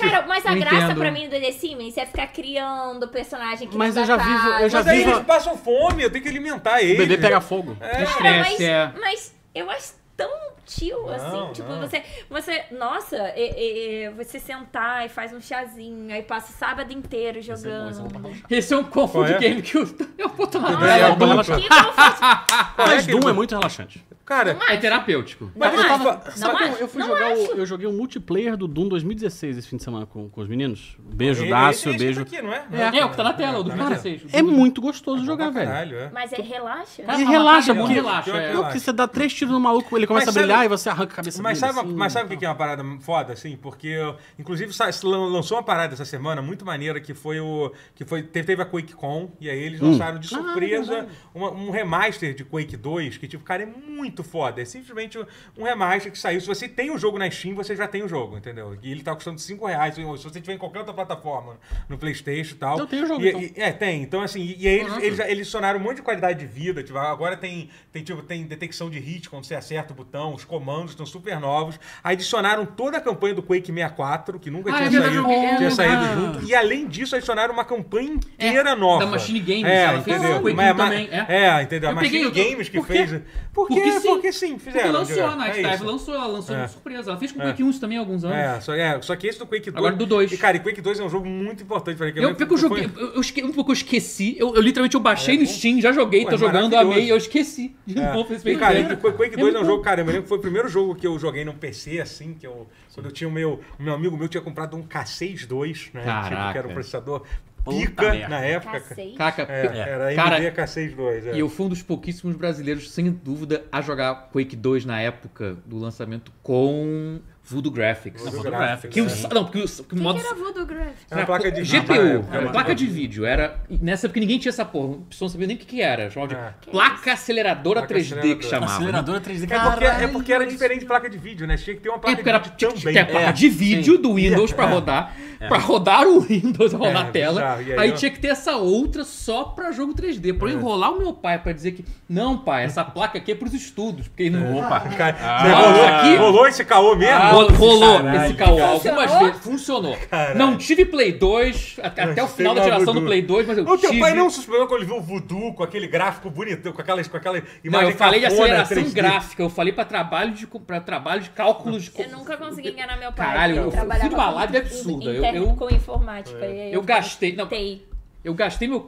[SPEAKER 4] Cara, mas a
[SPEAKER 2] Eu
[SPEAKER 4] graça
[SPEAKER 2] entendo.
[SPEAKER 4] pra mim do The Sims é ficar criando personagem que
[SPEAKER 3] Mas
[SPEAKER 4] não
[SPEAKER 3] eu
[SPEAKER 4] dá
[SPEAKER 3] já vivo- eu
[SPEAKER 4] casa.
[SPEAKER 3] já
[SPEAKER 1] mas aí
[SPEAKER 3] vivo-
[SPEAKER 1] eles passam fome, eu tenho que alimentar
[SPEAKER 3] O
[SPEAKER 1] eles.
[SPEAKER 3] bebê pega fogo.
[SPEAKER 1] É.
[SPEAKER 4] Cara,
[SPEAKER 2] Estresse,
[SPEAKER 4] mas,
[SPEAKER 2] é.
[SPEAKER 4] mas eu acho tão tio, assim,
[SPEAKER 1] Não,
[SPEAKER 4] tipo,
[SPEAKER 1] não.
[SPEAKER 4] você, você, nossa, e- e- e você sentar e faz um chazinho, aí passa o sábado inteiro
[SPEAKER 3] Esse é bom, esse é bom pra
[SPEAKER 4] jogando.
[SPEAKER 3] relaxar.
[SPEAKER 2] Esse é um
[SPEAKER 1] Qual
[SPEAKER 2] comfort
[SPEAKER 1] é?
[SPEAKER 2] game que eu, eu vou tomar.
[SPEAKER 1] Não, é
[SPEAKER 2] É,
[SPEAKER 1] bom pra
[SPEAKER 4] que conforto-
[SPEAKER 3] Mas
[SPEAKER 1] aquele-
[SPEAKER 3] Doom é muito relaxante.
[SPEAKER 1] Cara,
[SPEAKER 2] é terapêutico.
[SPEAKER 1] mas
[SPEAKER 4] Não
[SPEAKER 1] eu
[SPEAKER 4] acho.
[SPEAKER 1] tava.
[SPEAKER 4] Não
[SPEAKER 3] Sabe que eu-
[SPEAKER 4] acho,
[SPEAKER 3] eu fui
[SPEAKER 4] não
[SPEAKER 3] jogar o,
[SPEAKER 4] acho.
[SPEAKER 3] eu joguei o multiplayer do Doom 2016 esse fim de semana com, com os meninos. Beijo,
[SPEAKER 1] Esse-
[SPEAKER 3] Dácio,
[SPEAKER 1] esse
[SPEAKER 3] beijo.
[SPEAKER 1] Aqui, não é?
[SPEAKER 2] É, o que tá na tela, o do
[SPEAKER 1] Cara,
[SPEAKER 2] 2016.
[SPEAKER 3] É muito gostoso
[SPEAKER 1] bom
[SPEAKER 3] jogar,
[SPEAKER 1] pra
[SPEAKER 3] velho.
[SPEAKER 1] Caralho, é.
[SPEAKER 4] Mas é relaxa?
[SPEAKER 2] Cara,
[SPEAKER 3] E
[SPEAKER 2] uma
[SPEAKER 3] relaxa,
[SPEAKER 2] batalha,
[SPEAKER 3] porque-
[SPEAKER 2] relaxa, é.
[SPEAKER 1] Eu-
[SPEAKER 3] Não, porque você dá três tiros no maluco, ele começa
[SPEAKER 1] Mas
[SPEAKER 3] a
[SPEAKER 1] sabe-
[SPEAKER 3] brilhar e você arranca a cabeça
[SPEAKER 1] Mas
[SPEAKER 3] dele.
[SPEAKER 1] sabe,
[SPEAKER 3] assim.
[SPEAKER 1] mas sabe o que que é uma parada foda, assim? Porque, eu- inclusive, sa- lan- lançou uma parada essa semana muito maneira que foi o. que foi teve teve a Quake Con, e aí eles lançaram de
[SPEAKER 3] Ah, é
[SPEAKER 1] surpresa
[SPEAKER 3] verdade.
[SPEAKER 1] uma- um remaster de Quake 2, que, tipo, cara, é muito foda. É simplesmente um remaster que saiu. Se você tem o jogo na Steam, você já tem o jogo, entendeu? E ele tá custando 5 reais. Se você tiver em qualquer outra plataforma, no Playstation e tal.
[SPEAKER 3] Eu tenho o jogo,
[SPEAKER 1] E-
[SPEAKER 3] então.
[SPEAKER 1] e- é, tem. Então, assim, e, e aí eles,
[SPEAKER 2] Caraca.
[SPEAKER 1] eles, eles adicionaram um monte de qualidade de vida. Tipo, agora tem, tem, tipo, tem detecção de hit quando você acerta o botão, os comandos estão super novos. Adicionaram toda a campanha do Quake 64, que nunca
[SPEAKER 2] Ah, é
[SPEAKER 1] tinha
[SPEAKER 2] verdade,
[SPEAKER 1] saído,
[SPEAKER 2] eu joguei,
[SPEAKER 1] tinha
[SPEAKER 2] é
[SPEAKER 1] saído
[SPEAKER 2] verdade.
[SPEAKER 1] junto. E além disso, adicionaram uma campanha inteira
[SPEAKER 2] É,
[SPEAKER 1] nova.
[SPEAKER 2] da Machine Games,
[SPEAKER 1] É,
[SPEAKER 2] ela fez
[SPEAKER 1] entendeu?
[SPEAKER 2] o Quake
[SPEAKER 1] Mas-
[SPEAKER 2] 1
[SPEAKER 1] mas-
[SPEAKER 2] também,
[SPEAKER 1] É, entendeu? A
[SPEAKER 2] Eu
[SPEAKER 1] Machine
[SPEAKER 2] peguei, eu tô-
[SPEAKER 1] Games que
[SPEAKER 2] por quê?
[SPEAKER 1] fez. Porque, porque sim, fizeram.
[SPEAKER 2] Porque lançou né, tá
[SPEAKER 1] direto, é
[SPEAKER 2] a Night
[SPEAKER 1] isso.
[SPEAKER 2] Dive, lançou, ela lançou
[SPEAKER 1] É.
[SPEAKER 2] uma surpresa. Ela fez com o Quake 1 também há alguns anos.
[SPEAKER 1] É só, é, só que esse do Quake 2.
[SPEAKER 2] Agora do dois.
[SPEAKER 1] E, cara, e Quake 2 é um jogo muito importante pra mim. que
[SPEAKER 2] Eu,
[SPEAKER 1] lembro
[SPEAKER 2] porque
[SPEAKER 1] que
[SPEAKER 2] eu
[SPEAKER 1] foi- É.
[SPEAKER 2] joguei, eu, eu esque, um pouco eu esqueci. Eu, eu literalmente eu baixei no Steam, já joguei,
[SPEAKER 1] Pô,
[SPEAKER 2] tô
[SPEAKER 1] é
[SPEAKER 2] jogando,
[SPEAKER 1] maravilhoso.
[SPEAKER 2] amei, eu esqueci. De
[SPEAKER 1] É.
[SPEAKER 2] novo, esse
[SPEAKER 1] E,
[SPEAKER 2] meio
[SPEAKER 1] cara,
[SPEAKER 2] tempo.
[SPEAKER 1] e Quake Quake
[SPEAKER 2] É
[SPEAKER 1] 2 é um
[SPEAKER 2] muito
[SPEAKER 1] jogo, cara, eu me lembro que foi o primeiro jogo que eu joguei num PC, assim, que eu... Quando eu tinha o meu... O meu amigo meu tinha comprado um K6-2, né? Tipo, que era
[SPEAKER 2] Caraca.
[SPEAKER 1] um processador
[SPEAKER 3] Puta
[SPEAKER 1] pica
[SPEAKER 3] merda.
[SPEAKER 1] na época.
[SPEAKER 4] Cacete.
[SPEAKER 2] Caraca,
[SPEAKER 1] É,
[SPEAKER 2] eu-
[SPEAKER 1] era AMD
[SPEAKER 2] Cara,
[SPEAKER 1] K6-2. é.
[SPEAKER 2] E eu fui um dos pouquíssimos brasileiros, sem dúvida, a jogar Quake 2 na época do lançamento com Voodoo Graphics.
[SPEAKER 1] Voodoo
[SPEAKER 3] Voodoo
[SPEAKER 1] Graphics,
[SPEAKER 2] Que o,
[SPEAKER 1] é.
[SPEAKER 2] não, porque o, que o
[SPEAKER 4] O
[SPEAKER 2] modo.
[SPEAKER 4] que era avô do Graf?
[SPEAKER 1] Era uma placa de vídeo, na
[SPEAKER 2] GPU, era
[SPEAKER 1] época, era uma
[SPEAKER 2] placa de vídeo. Era, e nessa época ninguém tinha essa porra, o pessoal não sabia nem o que, que era. Chamava de
[SPEAKER 1] É.
[SPEAKER 2] placa aceleradora
[SPEAKER 1] Placa
[SPEAKER 2] 3D que
[SPEAKER 1] aceleradora.
[SPEAKER 2] chamava. né?
[SPEAKER 3] Aceleradora 3D,
[SPEAKER 1] É porque, é
[SPEAKER 3] caralho,
[SPEAKER 1] porque era
[SPEAKER 3] isso.
[SPEAKER 1] diferente de placa de vídeo, né? Tinha que ter uma
[SPEAKER 2] É
[SPEAKER 1] placa
[SPEAKER 2] porque era é.
[SPEAKER 1] de
[SPEAKER 2] tinha
[SPEAKER 1] vídeo
[SPEAKER 2] que
[SPEAKER 1] também. É,
[SPEAKER 2] ter a placa de vídeo do Windows pra rodar. Pra rodar o Windows, rodar
[SPEAKER 1] É,
[SPEAKER 2] a tela.
[SPEAKER 1] bizarro. E aí, É.
[SPEAKER 2] aí
[SPEAKER 1] ó.
[SPEAKER 2] tinha que ter essa outra só pra jogo 3D. Pra eu enrolar o meu pai pra dizer que, não, pai, essa placa aqui é pros estudos. Porque ele
[SPEAKER 1] É.
[SPEAKER 2] não.
[SPEAKER 3] Opa.
[SPEAKER 1] Cara,
[SPEAKER 3] Ah.
[SPEAKER 1] você rolou,
[SPEAKER 2] Aqui-
[SPEAKER 1] rolou esse caô mesmo?
[SPEAKER 2] Ro- rolou
[SPEAKER 3] caralho.
[SPEAKER 2] esse caô algumas
[SPEAKER 4] Funcionou?
[SPEAKER 2] vezes. Funcionou. Não tive Play 2, a- até o
[SPEAKER 1] você
[SPEAKER 2] final da
[SPEAKER 1] tem uma
[SPEAKER 2] geração do
[SPEAKER 1] voodoo.
[SPEAKER 2] Play 2, mas eu
[SPEAKER 1] O teu
[SPEAKER 2] tive.
[SPEAKER 1] pai não se surpreendeu quando ele viu o voodoo com aquele gráfico bonito, com aquela, com aquela imagem
[SPEAKER 2] Não, eu falei de
[SPEAKER 1] cafona,
[SPEAKER 2] aceleração
[SPEAKER 1] 3D.
[SPEAKER 2] gráfica, eu falei pra trabalho de, pra trabalho de cálculos. de co-
[SPEAKER 4] Eu nunca consegui enganar meu pai.
[SPEAKER 2] Caralho,
[SPEAKER 4] que
[SPEAKER 2] eu fui
[SPEAKER 4] trabalhava
[SPEAKER 2] numa
[SPEAKER 4] com
[SPEAKER 2] live
[SPEAKER 4] in-
[SPEAKER 2] absurda,
[SPEAKER 4] in-
[SPEAKER 2] eu-
[SPEAKER 4] técnico
[SPEAKER 2] eu-
[SPEAKER 4] com informática.
[SPEAKER 3] É.
[SPEAKER 4] e aí
[SPEAKER 2] Eu gastei- não.
[SPEAKER 4] gastei.
[SPEAKER 2] Eu gastei meu,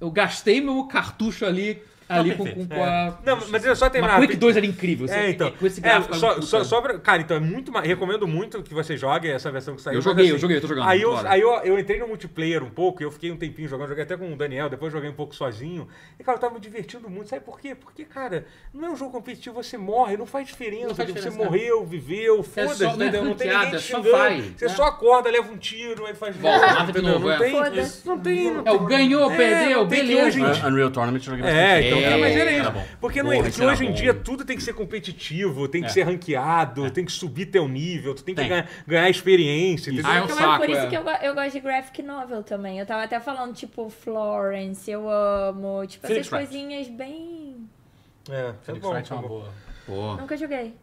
[SPEAKER 2] eu gastei meu cartucho ali, ali com, com, com a.
[SPEAKER 1] É. Não, mas deixa eu só terminar.
[SPEAKER 2] Mas Quake
[SPEAKER 1] rapidinho.
[SPEAKER 2] 2 era incrível. assim,
[SPEAKER 1] É, então.
[SPEAKER 2] Com esse
[SPEAKER 1] É,
[SPEAKER 2] gráfico.
[SPEAKER 1] só,
[SPEAKER 2] absurdo.
[SPEAKER 1] só, só pra- cara, então é muito. ma- Recomendo muito que você jogue essa versão que saiu.
[SPEAKER 2] Eu
[SPEAKER 1] mas
[SPEAKER 2] joguei, eu joguei, eu tô jogando,
[SPEAKER 1] Aí, eu,
[SPEAKER 2] bora.
[SPEAKER 1] aí eu, eu entrei no multiplayer um pouco, eu fiquei um tempinho jogando, joguei até com o Daniel, depois joguei um pouco sozinho. E, cara, eu tava me divertindo muito. Sabe por quê? Porque, cara, não é um jogo competitivo, você morre, não faz diferença.
[SPEAKER 2] Não faz
[SPEAKER 1] tipo,
[SPEAKER 2] diferença,
[SPEAKER 1] Você morreu, viveu, foda-se,
[SPEAKER 2] só- não é
[SPEAKER 1] entendeu? Não tem ninguém
[SPEAKER 2] ranqueada,
[SPEAKER 1] te
[SPEAKER 2] só
[SPEAKER 1] xingando.
[SPEAKER 2] vai,
[SPEAKER 1] Você
[SPEAKER 2] né?
[SPEAKER 1] só acorda, leva um tiro, aí faz
[SPEAKER 2] Volta, mata de
[SPEAKER 1] entendeu?
[SPEAKER 2] novo,
[SPEAKER 1] não,
[SPEAKER 2] é.
[SPEAKER 1] tem,
[SPEAKER 4] Foda-se.
[SPEAKER 1] não tem. Não
[SPEAKER 2] É,
[SPEAKER 1] tem.
[SPEAKER 2] o ganhou,
[SPEAKER 1] É,
[SPEAKER 2] perdeu,
[SPEAKER 1] tem que hoje
[SPEAKER 2] beleza.
[SPEAKER 1] em dia-
[SPEAKER 3] Unreal Tournament eu
[SPEAKER 1] É,
[SPEAKER 3] joguei bastante.
[SPEAKER 1] então, cara, mas era
[SPEAKER 2] era
[SPEAKER 1] isso.
[SPEAKER 3] bom.
[SPEAKER 1] Porque não, é
[SPEAKER 3] Porra,
[SPEAKER 1] que
[SPEAKER 3] isso era
[SPEAKER 1] hoje em
[SPEAKER 3] bom.
[SPEAKER 1] dia tudo tem que ser competitivo, tem que
[SPEAKER 3] É.
[SPEAKER 1] ser ranqueado, tem que subir teu nível, tu tem, que
[SPEAKER 3] Tem.
[SPEAKER 1] ganhar, ganhar experiência, entendeu?
[SPEAKER 2] Ah, é um
[SPEAKER 4] Então é
[SPEAKER 2] saco,
[SPEAKER 4] por isso
[SPEAKER 2] é.
[SPEAKER 4] que eu, go- eu gosto de graphic novel também. Eu tava até falando, tipo, Florence, eu amo. Tipo,
[SPEAKER 3] Phoenix
[SPEAKER 4] essas
[SPEAKER 3] Wright.
[SPEAKER 4] coisinhas bem.
[SPEAKER 1] É, é
[SPEAKER 3] Felix
[SPEAKER 1] bom,
[SPEAKER 3] Wright é
[SPEAKER 1] é bom.
[SPEAKER 3] uma boa.
[SPEAKER 2] Pô.
[SPEAKER 4] Nunca joguei.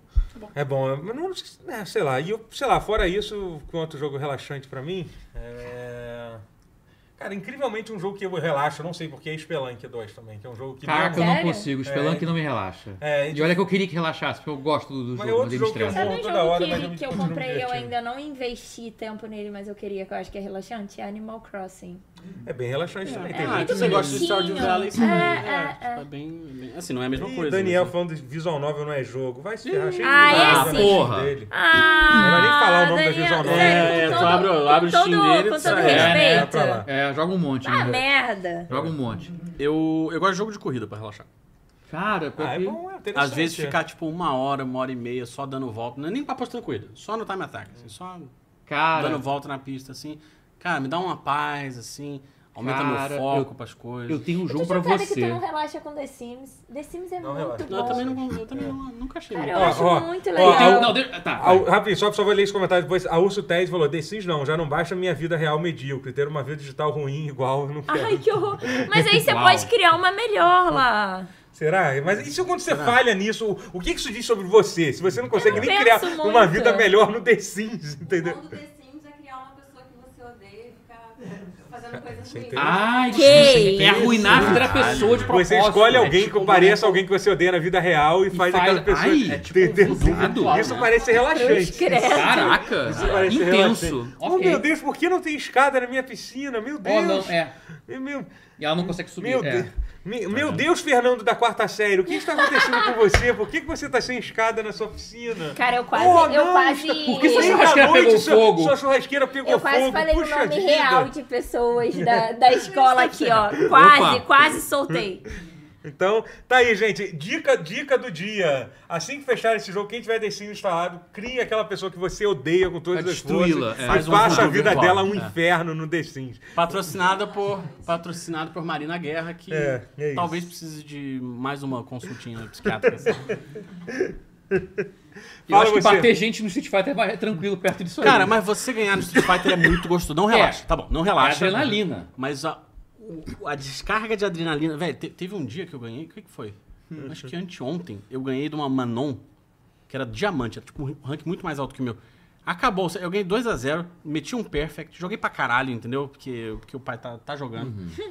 [SPEAKER 1] É bom, mas não, é, sei lá, e eu, sei lá, fora isso, quanto jogo relaxante pra mim, é... Cara, incrivelmente um jogo que eu relaxo, não sei porque é Spelunk 2 também, que é um jogo que... É.
[SPEAKER 2] Caraca, eu
[SPEAKER 1] não...
[SPEAKER 2] não
[SPEAKER 4] Sério?
[SPEAKER 2] consigo. O Spelunk não me relaxa.
[SPEAKER 1] É,
[SPEAKER 2] E olha que eu queria que relaxasse, porque eu gosto do, do
[SPEAKER 1] Mas é
[SPEAKER 2] jogo, mas
[SPEAKER 1] outro
[SPEAKER 2] ele me
[SPEAKER 1] jogo que eu
[SPEAKER 2] estressa.
[SPEAKER 1] vou-
[SPEAKER 4] Sabe
[SPEAKER 1] Bom,
[SPEAKER 4] um
[SPEAKER 1] toda
[SPEAKER 4] jogo
[SPEAKER 1] hora, mas é eu me
[SPEAKER 4] que, que eu
[SPEAKER 1] continuo me
[SPEAKER 4] comprei e eu
[SPEAKER 1] divertindo.
[SPEAKER 4] ainda não investi tempo nele, mas eu queria, que eu acho que é relaxante? É Animal Crossing.
[SPEAKER 1] é bem relaxante também. tem
[SPEAKER 3] Ah,
[SPEAKER 1] gente
[SPEAKER 3] então
[SPEAKER 1] que-
[SPEAKER 3] você gosta de Stardew
[SPEAKER 4] bonitinho.
[SPEAKER 3] Valley? sim.
[SPEAKER 4] É,
[SPEAKER 3] É,
[SPEAKER 4] é,
[SPEAKER 3] tá bem- bem- Assim, não é a mesma
[SPEAKER 1] Ih,
[SPEAKER 3] coisa.
[SPEAKER 1] Daniel
[SPEAKER 3] mas-
[SPEAKER 1] falando de visual novel não é jogo. Vai se ferrar, achei
[SPEAKER 4] Ah,
[SPEAKER 1] que-
[SPEAKER 4] esse?
[SPEAKER 2] Porra.
[SPEAKER 1] dele.
[SPEAKER 4] Ah!
[SPEAKER 1] Melhor nem falar o nome da
[SPEAKER 4] Daniel,
[SPEAKER 1] visual novel.
[SPEAKER 4] sério,
[SPEAKER 3] É,
[SPEAKER 4] com
[SPEAKER 3] tu
[SPEAKER 4] todo-
[SPEAKER 3] abre o-
[SPEAKER 4] com
[SPEAKER 3] abre o Steam
[SPEAKER 4] todo-
[SPEAKER 3] dele,
[SPEAKER 4] Com
[SPEAKER 3] tu
[SPEAKER 4] todo
[SPEAKER 3] sai. É,
[SPEAKER 2] né?
[SPEAKER 4] respeito.
[SPEAKER 1] Pra lá.
[SPEAKER 2] É, joga um monte. né?
[SPEAKER 4] Ah, merda!
[SPEAKER 2] Joga um monte.
[SPEAKER 3] é um- Eu, eu gosto de jogo de corrida pra relaxar.
[SPEAKER 2] Cara, porque...
[SPEAKER 1] Ah, é bom, é interessante.
[SPEAKER 3] Às vezes
[SPEAKER 1] é.
[SPEAKER 3] ficar tipo uma hora, uma hora e meia só dando volta, não é nem pra postando corrida, só no time attack, assim, só
[SPEAKER 2] Cara,
[SPEAKER 3] dando volta na pista, assim. Cara, me dá uma paz, assim. Aumenta
[SPEAKER 2] Cara,
[SPEAKER 3] meu foco
[SPEAKER 2] eu-
[SPEAKER 3] pras coisas.
[SPEAKER 2] Eu tenho um
[SPEAKER 4] Eu tô
[SPEAKER 2] jogo pra
[SPEAKER 4] chocada que tu
[SPEAKER 2] você.
[SPEAKER 4] não relaxa com The Sims. The Sims é
[SPEAKER 1] Não
[SPEAKER 4] muito
[SPEAKER 1] relaxa.
[SPEAKER 3] Não, eu
[SPEAKER 4] bom.
[SPEAKER 3] também, não, eu também não- nunca achei.
[SPEAKER 4] Cara,
[SPEAKER 3] muito.
[SPEAKER 4] eu
[SPEAKER 1] Ó,
[SPEAKER 4] acho
[SPEAKER 1] ó,
[SPEAKER 4] muito
[SPEAKER 1] ó,
[SPEAKER 2] Tem-
[SPEAKER 4] legal.
[SPEAKER 2] Não, deixa- tá.
[SPEAKER 1] A,
[SPEAKER 2] vai.
[SPEAKER 1] rapidinho, só, só vou ler esse comentário depois. A Urso Tese falou: The Sims não, já não baixa minha vida real medíocre. Ter uma vida digital ruim igual, eu não quero.
[SPEAKER 4] Ai, que horror. Mas aí você
[SPEAKER 2] Uau.
[SPEAKER 4] pode criar uma melhor lá.
[SPEAKER 1] Será? Mas isso quando você falha nisso, o, o que que isso diz sobre você? Se você não consegue nem criar
[SPEAKER 4] penso
[SPEAKER 1] uma
[SPEAKER 4] muito.
[SPEAKER 1] vida melhor no The Sims, entendeu?
[SPEAKER 6] O The Sims é criar uma pessoa que você odeia e ficar fazendo coisas
[SPEAKER 1] Você
[SPEAKER 6] ruins.
[SPEAKER 1] entende?
[SPEAKER 2] Ai,
[SPEAKER 4] Que
[SPEAKER 2] que é
[SPEAKER 4] isso.
[SPEAKER 2] arruinar a vida da pessoa de propósito.
[SPEAKER 1] Você
[SPEAKER 4] né?
[SPEAKER 1] escolhe
[SPEAKER 2] É
[SPEAKER 1] alguém
[SPEAKER 2] tipo
[SPEAKER 1] que pareça alguém que você odeia na vida real e, faz,
[SPEAKER 2] faz-
[SPEAKER 1] aquela pessoa.
[SPEAKER 2] Ai, é tipo um
[SPEAKER 1] entendeu?
[SPEAKER 2] voodoo virtual,
[SPEAKER 1] Isso
[SPEAKER 2] né?
[SPEAKER 1] parece relaxante.
[SPEAKER 4] Credo.
[SPEAKER 2] Caraca,
[SPEAKER 1] Isso parece
[SPEAKER 2] intenso.
[SPEAKER 1] relaxante. Oh,
[SPEAKER 2] Ok.
[SPEAKER 1] meu Deus, por que não tem escada na minha piscina? Meu
[SPEAKER 2] Oh, não,
[SPEAKER 1] Deus.
[SPEAKER 2] é.
[SPEAKER 1] meu,
[SPEAKER 2] E ela não consegue subir.
[SPEAKER 1] meu,
[SPEAKER 2] é.
[SPEAKER 1] Deus. Me- meu Deus, Fernando da quarta série, o que está acontecendo com você? Por que, que você está sem escada na sua piscina?
[SPEAKER 4] Cara, eu quase.
[SPEAKER 1] Oh,
[SPEAKER 4] eu
[SPEAKER 1] não,
[SPEAKER 4] quase.
[SPEAKER 1] está-
[SPEAKER 2] Por que sua
[SPEAKER 1] Meia
[SPEAKER 2] churrasqueira
[SPEAKER 1] noite,
[SPEAKER 2] pegou
[SPEAKER 1] sua-
[SPEAKER 2] fogo?
[SPEAKER 1] Sua churrasqueira pegou
[SPEAKER 4] Eu quase
[SPEAKER 1] fogo.
[SPEAKER 4] falei o
[SPEAKER 1] Puxa
[SPEAKER 4] nome
[SPEAKER 1] vida.
[SPEAKER 4] real de pessoas da, da escola aqui, ó. Quase,
[SPEAKER 2] Opa.
[SPEAKER 4] quase soltei.
[SPEAKER 1] Então, tá aí, gente. Dica, dica do dia. Assim que fechar esse jogo, quem tiver The Sims instalado, crie aquela pessoa que você odeia com todas
[SPEAKER 2] Pra
[SPEAKER 1] as forças.
[SPEAKER 2] destruí-la, é.
[SPEAKER 1] e
[SPEAKER 2] Faz
[SPEAKER 3] um
[SPEAKER 1] faça a
[SPEAKER 3] voodoo
[SPEAKER 1] vida
[SPEAKER 3] virtual,
[SPEAKER 1] dela um
[SPEAKER 3] é.
[SPEAKER 1] inferno no The Sims.
[SPEAKER 3] Patrocinada por, patrocinado por Marina Guerra, que
[SPEAKER 1] É, é isso.
[SPEAKER 3] talvez precise de mais uma consultinha psiquiátrica. assim.
[SPEAKER 2] Eu acho
[SPEAKER 1] Fala
[SPEAKER 2] que
[SPEAKER 1] você.
[SPEAKER 2] bater gente no Street Fighter é mais tranquilo perto disso aí.
[SPEAKER 3] Cara, mas você ganhar no Street Fighter é muito gostoso. Não relaxa, tá bom, não
[SPEAKER 2] É
[SPEAKER 3] relaxa.
[SPEAKER 2] adrenalina.
[SPEAKER 3] Mas a, o- a descarga de adrenalina. Velho, te- teve um dia que eu ganhei. O que, que foi? Acho que anteontem eu ganhei de uma Manon, que era diamante, era tipo um rank muito mais alto que o meu. Acabou, eu ganhei 2x0, meti um perfect, joguei pra caralho, entendeu? Porque, porque o pai tá, tá jogando.
[SPEAKER 2] Uhum.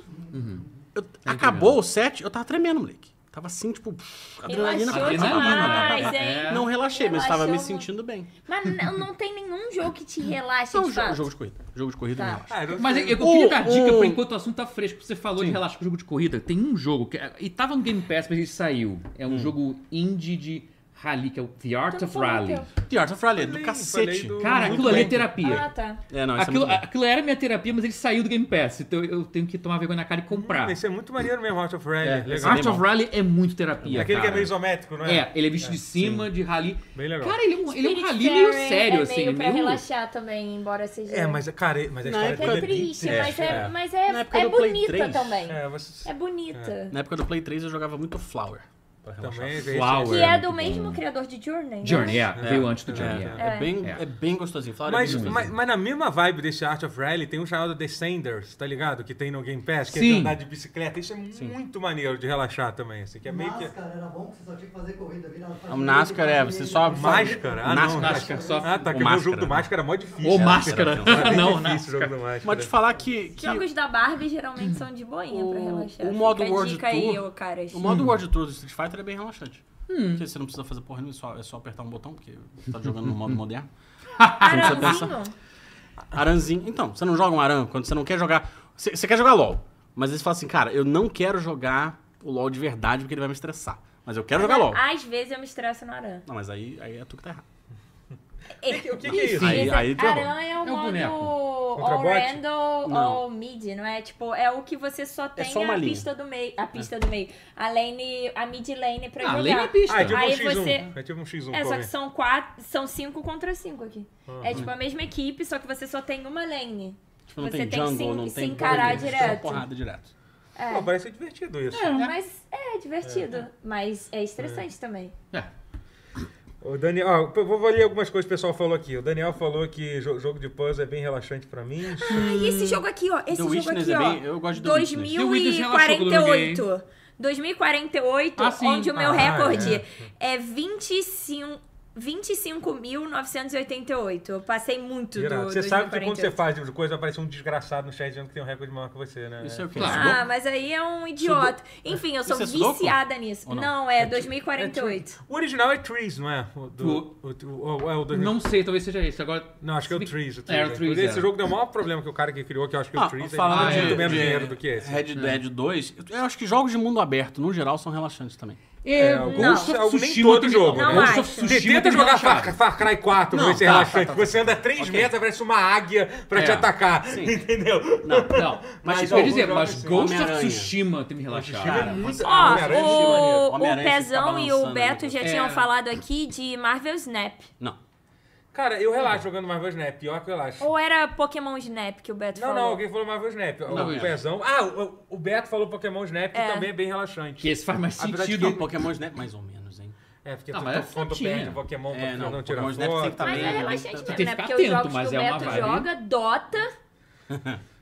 [SPEAKER 3] Eu-
[SPEAKER 2] Tá
[SPEAKER 3] acabou o set, eu tava tremendo, moleque. Tava assim, tipo, pff, adrenalina é
[SPEAKER 4] Relaxou
[SPEAKER 3] pra
[SPEAKER 2] adrenalina,
[SPEAKER 4] demais,
[SPEAKER 2] né?
[SPEAKER 4] hein?
[SPEAKER 2] É.
[SPEAKER 3] Não relaxei, mas tava me
[SPEAKER 4] Relaxou muito.
[SPEAKER 3] sentindo bem.
[SPEAKER 4] Mas não, não tem nenhum jogo que te relaxe
[SPEAKER 3] Não,
[SPEAKER 4] de
[SPEAKER 3] jogo,
[SPEAKER 4] fato.
[SPEAKER 3] jogo de corrida. Jogo de corrida
[SPEAKER 4] Tá.
[SPEAKER 3] não relaxa.
[SPEAKER 1] Ah, eu-
[SPEAKER 2] Mas eu, eu
[SPEAKER 3] O-
[SPEAKER 2] queria dar dica
[SPEAKER 3] o-
[SPEAKER 2] por enquanto o assunto tá fresco. Você falou de relaxar com jogo de corrida. Tem um jogo que. E tava no Game Pass, mas ele saiu. É
[SPEAKER 1] Hum.
[SPEAKER 2] um jogo indie de rally, que é o The Art
[SPEAKER 4] Então
[SPEAKER 2] of
[SPEAKER 4] fala
[SPEAKER 2] Rally.
[SPEAKER 4] teu.
[SPEAKER 3] The Art of Rally é do
[SPEAKER 1] Falei-
[SPEAKER 3] cacete.
[SPEAKER 1] falei do-
[SPEAKER 2] Cara,
[SPEAKER 1] Muito
[SPEAKER 2] aquilo ali é
[SPEAKER 1] bem.
[SPEAKER 2] terapia.
[SPEAKER 4] Ah, tá.
[SPEAKER 3] É, não, isso
[SPEAKER 2] Aquilo,
[SPEAKER 3] é muito bom.
[SPEAKER 2] aquilo era minha terapia, mas ele saiu do Game Pass. Então eu eu tenho que tomar vergonha na cara e comprar.
[SPEAKER 1] Isso é muito maneiro mesmo, Out of Rally.
[SPEAKER 3] É,
[SPEAKER 1] legal.
[SPEAKER 2] Art of Rally é muito terapia.
[SPEAKER 1] Aquele que é
[SPEAKER 2] cara.
[SPEAKER 1] meio isométrico, não é?
[SPEAKER 2] É, ele é visto de cima, de rally.
[SPEAKER 1] Bem legal.
[SPEAKER 2] Cara, ele é um, ele é um
[SPEAKER 4] Spirit
[SPEAKER 2] rally meio
[SPEAKER 4] Fairy
[SPEAKER 2] sério,
[SPEAKER 4] é
[SPEAKER 2] assim.
[SPEAKER 4] Meio pra
[SPEAKER 2] meio-
[SPEAKER 4] relaxar também, embora seja.
[SPEAKER 1] É, mas, cara, mas a
[SPEAKER 3] Na
[SPEAKER 1] história
[SPEAKER 3] época
[SPEAKER 4] Que
[SPEAKER 1] dele
[SPEAKER 4] é
[SPEAKER 1] é bem
[SPEAKER 4] triste, mas é,
[SPEAKER 1] é.
[SPEAKER 4] mas é,
[SPEAKER 3] Na época
[SPEAKER 4] é
[SPEAKER 3] do Play
[SPEAKER 4] bonita
[SPEAKER 3] 3,
[SPEAKER 4] também. É,
[SPEAKER 1] É, você...
[SPEAKER 4] bonita.
[SPEAKER 3] Na época do Play 3 eu jogava muito Flower.
[SPEAKER 4] É
[SPEAKER 3] pra relaxar.
[SPEAKER 1] Também, tipo
[SPEAKER 2] Flower.
[SPEAKER 4] Que é do
[SPEAKER 2] muito
[SPEAKER 4] mesmo
[SPEAKER 2] bom.
[SPEAKER 4] criador de Journey. né?
[SPEAKER 2] Journey, é, veio antes do
[SPEAKER 3] É,
[SPEAKER 2] Journey. é.
[SPEAKER 3] é bem,
[SPEAKER 2] É.
[SPEAKER 3] é bem gostosinho. Flower
[SPEAKER 1] Mas,
[SPEAKER 3] é bem
[SPEAKER 1] mas, mas na mesma vibe desse Art of Rally tem um chamado Descenders, tá ligado? Que tem no Game Pass, que é
[SPEAKER 2] Sim.
[SPEAKER 1] de andar de bicicleta. Isso é muito maneiro de relaxar também, assim, que é meio que...
[SPEAKER 5] NASCAR era bom que você só tinha que fazer corrida. Virava pra
[SPEAKER 3] O NASCAR é, você só-
[SPEAKER 1] Máscara? Ah, não.
[SPEAKER 2] Máscara, só-
[SPEAKER 1] Ah, tá,
[SPEAKER 3] O
[SPEAKER 1] que o meu
[SPEAKER 3] Máscara.
[SPEAKER 1] jogo do Máscara é mó difícil.
[SPEAKER 2] Ô,
[SPEAKER 1] né?
[SPEAKER 2] máscara!
[SPEAKER 1] É bem difícil o
[SPEAKER 2] Não, né? máscara.
[SPEAKER 1] jogo do Máscara.
[SPEAKER 3] Mas te falar que, que
[SPEAKER 4] Jogos da Barbie geralmente são de boinha pra
[SPEAKER 3] O-
[SPEAKER 4] relaxar.
[SPEAKER 3] o modo
[SPEAKER 4] Fica a
[SPEAKER 3] World
[SPEAKER 4] dica aí,
[SPEAKER 3] Tour-
[SPEAKER 4] ô, caras.
[SPEAKER 3] o modo World Tour do Street Fighter é bem relaxante. Porque você não precisa fazer porra nenhuma, é só, é só apertar um botão, porque você tá jogando no modo moderno. Você não precisa pensar.
[SPEAKER 4] Arãozinho?
[SPEAKER 3] Aranzinho. Então, você não joga um aran quando você não quer jogar. Você, você quer jogar LOL. Mas eles falam assim, cara, eu não quero jogar o LOL de verdade porque ele vai me estressar. Mas eu quero jogar LOL.
[SPEAKER 4] Às vezes eu me estresso no Arã.
[SPEAKER 3] Não, mas aí, aí é tu que tá errado.
[SPEAKER 1] O que, que é isso? Um
[SPEAKER 3] Aí-
[SPEAKER 4] Esse
[SPEAKER 3] aí tu errou.
[SPEAKER 4] Arã é o
[SPEAKER 2] É um boneco.
[SPEAKER 4] modo
[SPEAKER 1] Contra
[SPEAKER 4] all
[SPEAKER 1] bot?
[SPEAKER 4] random,
[SPEAKER 3] Não.
[SPEAKER 4] all mid, não é? Tipo, é o que você só tem
[SPEAKER 3] só uma
[SPEAKER 4] a
[SPEAKER 3] linha. É.
[SPEAKER 4] pista do meio. A pista do meio. A lane, a mid lane pra
[SPEAKER 2] Ah,
[SPEAKER 4] jogar.
[SPEAKER 2] lane é pista.
[SPEAKER 1] Ah, é tipo um
[SPEAKER 4] Aí
[SPEAKER 1] X1.
[SPEAKER 4] você-
[SPEAKER 1] É tipo um X1.
[SPEAKER 4] É, só
[SPEAKER 1] come.
[SPEAKER 4] que são quatro. São cinco contra cinco aqui.
[SPEAKER 1] Ah.
[SPEAKER 4] É tipo a mesma equipe, só que você só tem uma lane.
[SPEAKER 3] Tipo, não
[SPEAKER 4] Você
[SPEAKER 3] tem
[SPEAKER 4] tem que
[SPEAKER 3] jungle,
[SPEAKER 4] se-
[SPEAKER 3] não
[SPEAKER 4] se
[SPEAKER 3] tem porra
[SPEAKER 4] encarar
[SPEAKER 3] nenhuma, só
[SPEAKER 4] direto.
[SPEAKER 3] porrada direto.
[SPEAKER 1] Pô, parece ser divertido isso.
[SPEAKER 4] Mas é divertido. Mas é estressante também.
[SPEAKER 2] É.
[SPEAKER 1] O Daniel, ó, eu vou vou ler algumas coisas que o pessoal falou aqui. O Daniel falou que jo- jogo de puzzle é bem relaxante pra mim.
[SPEAKER 4] Ah, e esse jogo aqui, ó. Esse jogo
[SPEAKER 3] Witness
[SPEAKER 4] aqui,
[SPEAKER 3] é
[SPEAKER 4] ó.
[SPEAKER 3] bem- eu gosto de The Witness.
[SPEAKER 4] 2048. 2048,
[SPEAKER 2] Ah, sim.
[SPEAKER 4] onde o meu
[SPEAKER 1] Ah,
[SPEAKER 4] recorde é, 25. 25.988. Eu passei muito
[SPEAKER 1] Irado.
[SPEAKER 4] do
[SPEAKER 1] você sabe que quando você
[SPEAKER 4] 2048.
[SPEAKER 1] faz de coisa, aparece um desgraçado no chat dizendo que tem um recorde maior que você, né?
[SPEAKER 3] Isso é o que?
[SPEAKER 2] Claro.
[SPEAKER 4] Ah, mas aí é um idiota. Enfim, eu sou
[SPEAKER 3] Isso é Sudoku?
[SPEAKER 4] viciada nisso.
[SPEAKER 3] Ou não? tipo-
[SPEAKER 4] Não? é 2048.
[SPEAKER 1] O original é Trees, não é? O do, o, o- o- é o do-
[SPEAKER 2] Não sei, talvez seja esse. Agora.
[SPEAKER 1] Não, acho que é o
[SPEAKER 2] se-
[SPEAKER 1] Trees. O
[SPEAKER 2] É, era o Trees,
[SPEAKER 1] Esse
[SPEAKER 2] era.
[SPEAKER 1] jogo deu o maior problema que o cara que criou, que eu acho que
[SPEAKER 3] Ah,
[SPEAKER 1] o Trees é
[SPEAKER 3] falar
[SPEAKER 1] muito
[SPEAKER 3] de-
[SPEAKER 1] menos
[SPEAKER 3] de-
[SPEAKER 1] dinheiro do que esse.
[SPEAKER 4] É.
[SPEAKER 3] Red Dead 2, eu- eu acho que jogos de mundo aberto, no geral, são relaxantes também.
[SPEAKER 2] É,
[SPEAKER 1] alguns-
[SPEAKER 2] Ghost of
[SPEAKER 1] alguns- nem
[SPEAKER 2] Tsushima
[SPEAKER 1] todo
[SPEAKER 2] tem-
[SPEAKER 1] jogo,
[SPEAKER 4] né?
[SPEAKER 2] Ghost
[SPEAKER 4] Não
[SPEAKER 2] of
[SPEAKER 4] acho.
[SPEAKER 2] Tsushima
[SPEAKER 1] Tenta
[SPEAKER 2] tem
[SPEAKER 1] jogar Far,
[SPEAKER 2] relaxado.
[SPEAKER 1] Far Cry 4 pra
[SPEAKER 3] Não,
[SPEAKER 1] ver se é
[SPEAKER 3] tá,
[SPEAKER 1] relaxante.
[SPEAKER 3] tá, tá,
[SPEAKER 1] Você anda 3 metros, aparece uma águia pra te
[SPEAKER 2] É.
[SPEAKER 1] atacar. Entendeu?
[SPEAKER 2] Não, mas,
[SPEAKER 3] Mas
[SPEAKER 2] eu ia
[SPEAKER 3] alguns
[SPEAKER 2] dizer,
[SPEAKER 1] jogos
[SPEAKER 2] mas
[SPEAKER 1] assim,
[SPEAKER 2] Ghost of
[SPEAKER 3] Homem-Aranha.
[SPEAKER 2] Tsushima tem me relaxado.
[SPEAKER 1] Tsushima é
[SPEAKER 2] Cara,
[SPEAKER 1] muito- Ah, Homem-Aranha é
[SPEAKER 4] Ó,
[SPEAKER 3] maneiro.
[SPEAKER 4] o, o
[SPEAKER 3] Homem-Aranha fica
[SPEAKER 4] Pezão e o
[SPEAKER 3] balançando,
[SPEAKER 4] Beto
[SPEAKER 3] né?
[SPEAKER 4] já
[SPEAKER 2] É.
[SPEAKER 4] tinham falado aqui de Marvel Snap.
[SPEAKER 3] Não.
[SPEAKER 1] Cara, eu relaxo jogando Marvel Snap. Pior que eu relaxo.
[SPEAKER 4] Ou era Pokémon Snap que o Beto
[SPEAKER 1] Não,
[SPEAKER 4] falou?
[SPEAKER 1] não, alguém falou Marvel Snap.
[SPEAKER 3] Não,
[SPEAKER 1] o
[SPEAKER 3] é.
[SPEAKER 1] Pezão. Ah, o, o Beto falou Pokémon Snap, que
[SPEAKER 4] É.
[SPEAKER 1] também é bem relaxante.
[SPEAKER 2] é Que esse faz mais
[SPEAKER 3] Apesar de
[SPEAKER 2] sentido.
[SPEAKER 3] que o Pokémon Snap, mais ou menos, hein?
[SPEAKER 1] É, porque
[SPEAKER 2] Não,
[SPEAKER 1] tu,
[SPEAKER 2] mas é
[SPEAKER 1] tu, quando tu
[SPEAKER 2] fotinha.
[SPEAKER 1] perde o Pokémon,
[SPEAKER 3] É,
[SPEAKER 1] tu
[SPEAKER 3] não,
[SPEAKER 1] não tira
[SPEAKER 3] Pokémon Snap tem que
[SPEAKER 1] foto.
[SPEAKER 3] tá-
[SPEAKER 4] Mas
[SPEAKER 3] também,
[SPEAKER 4] é
[SPEAKER 3] né?
[SPEAKER 4] relaxante
[SPEAKER 2] Tem
[SPEAKER 4] mesmo,
[SPEAKER 2] que
[SPEAKER 4] né?
[SPEAKER 2] ficar
[SPEAKER 4] Porque
[SPEAKER 2] atento,
[SPEAKER 4] os jogos
[SPEAKER 2] mas
[SPEAKER 4] que
[SPEAKER 2] é
[SPEAKER 4] o
[SPEAKER 2] uma
[SPEAKER 4] Beto
[SPEAKER 2] vibe.
[SPEAKER 4] joga, Dota,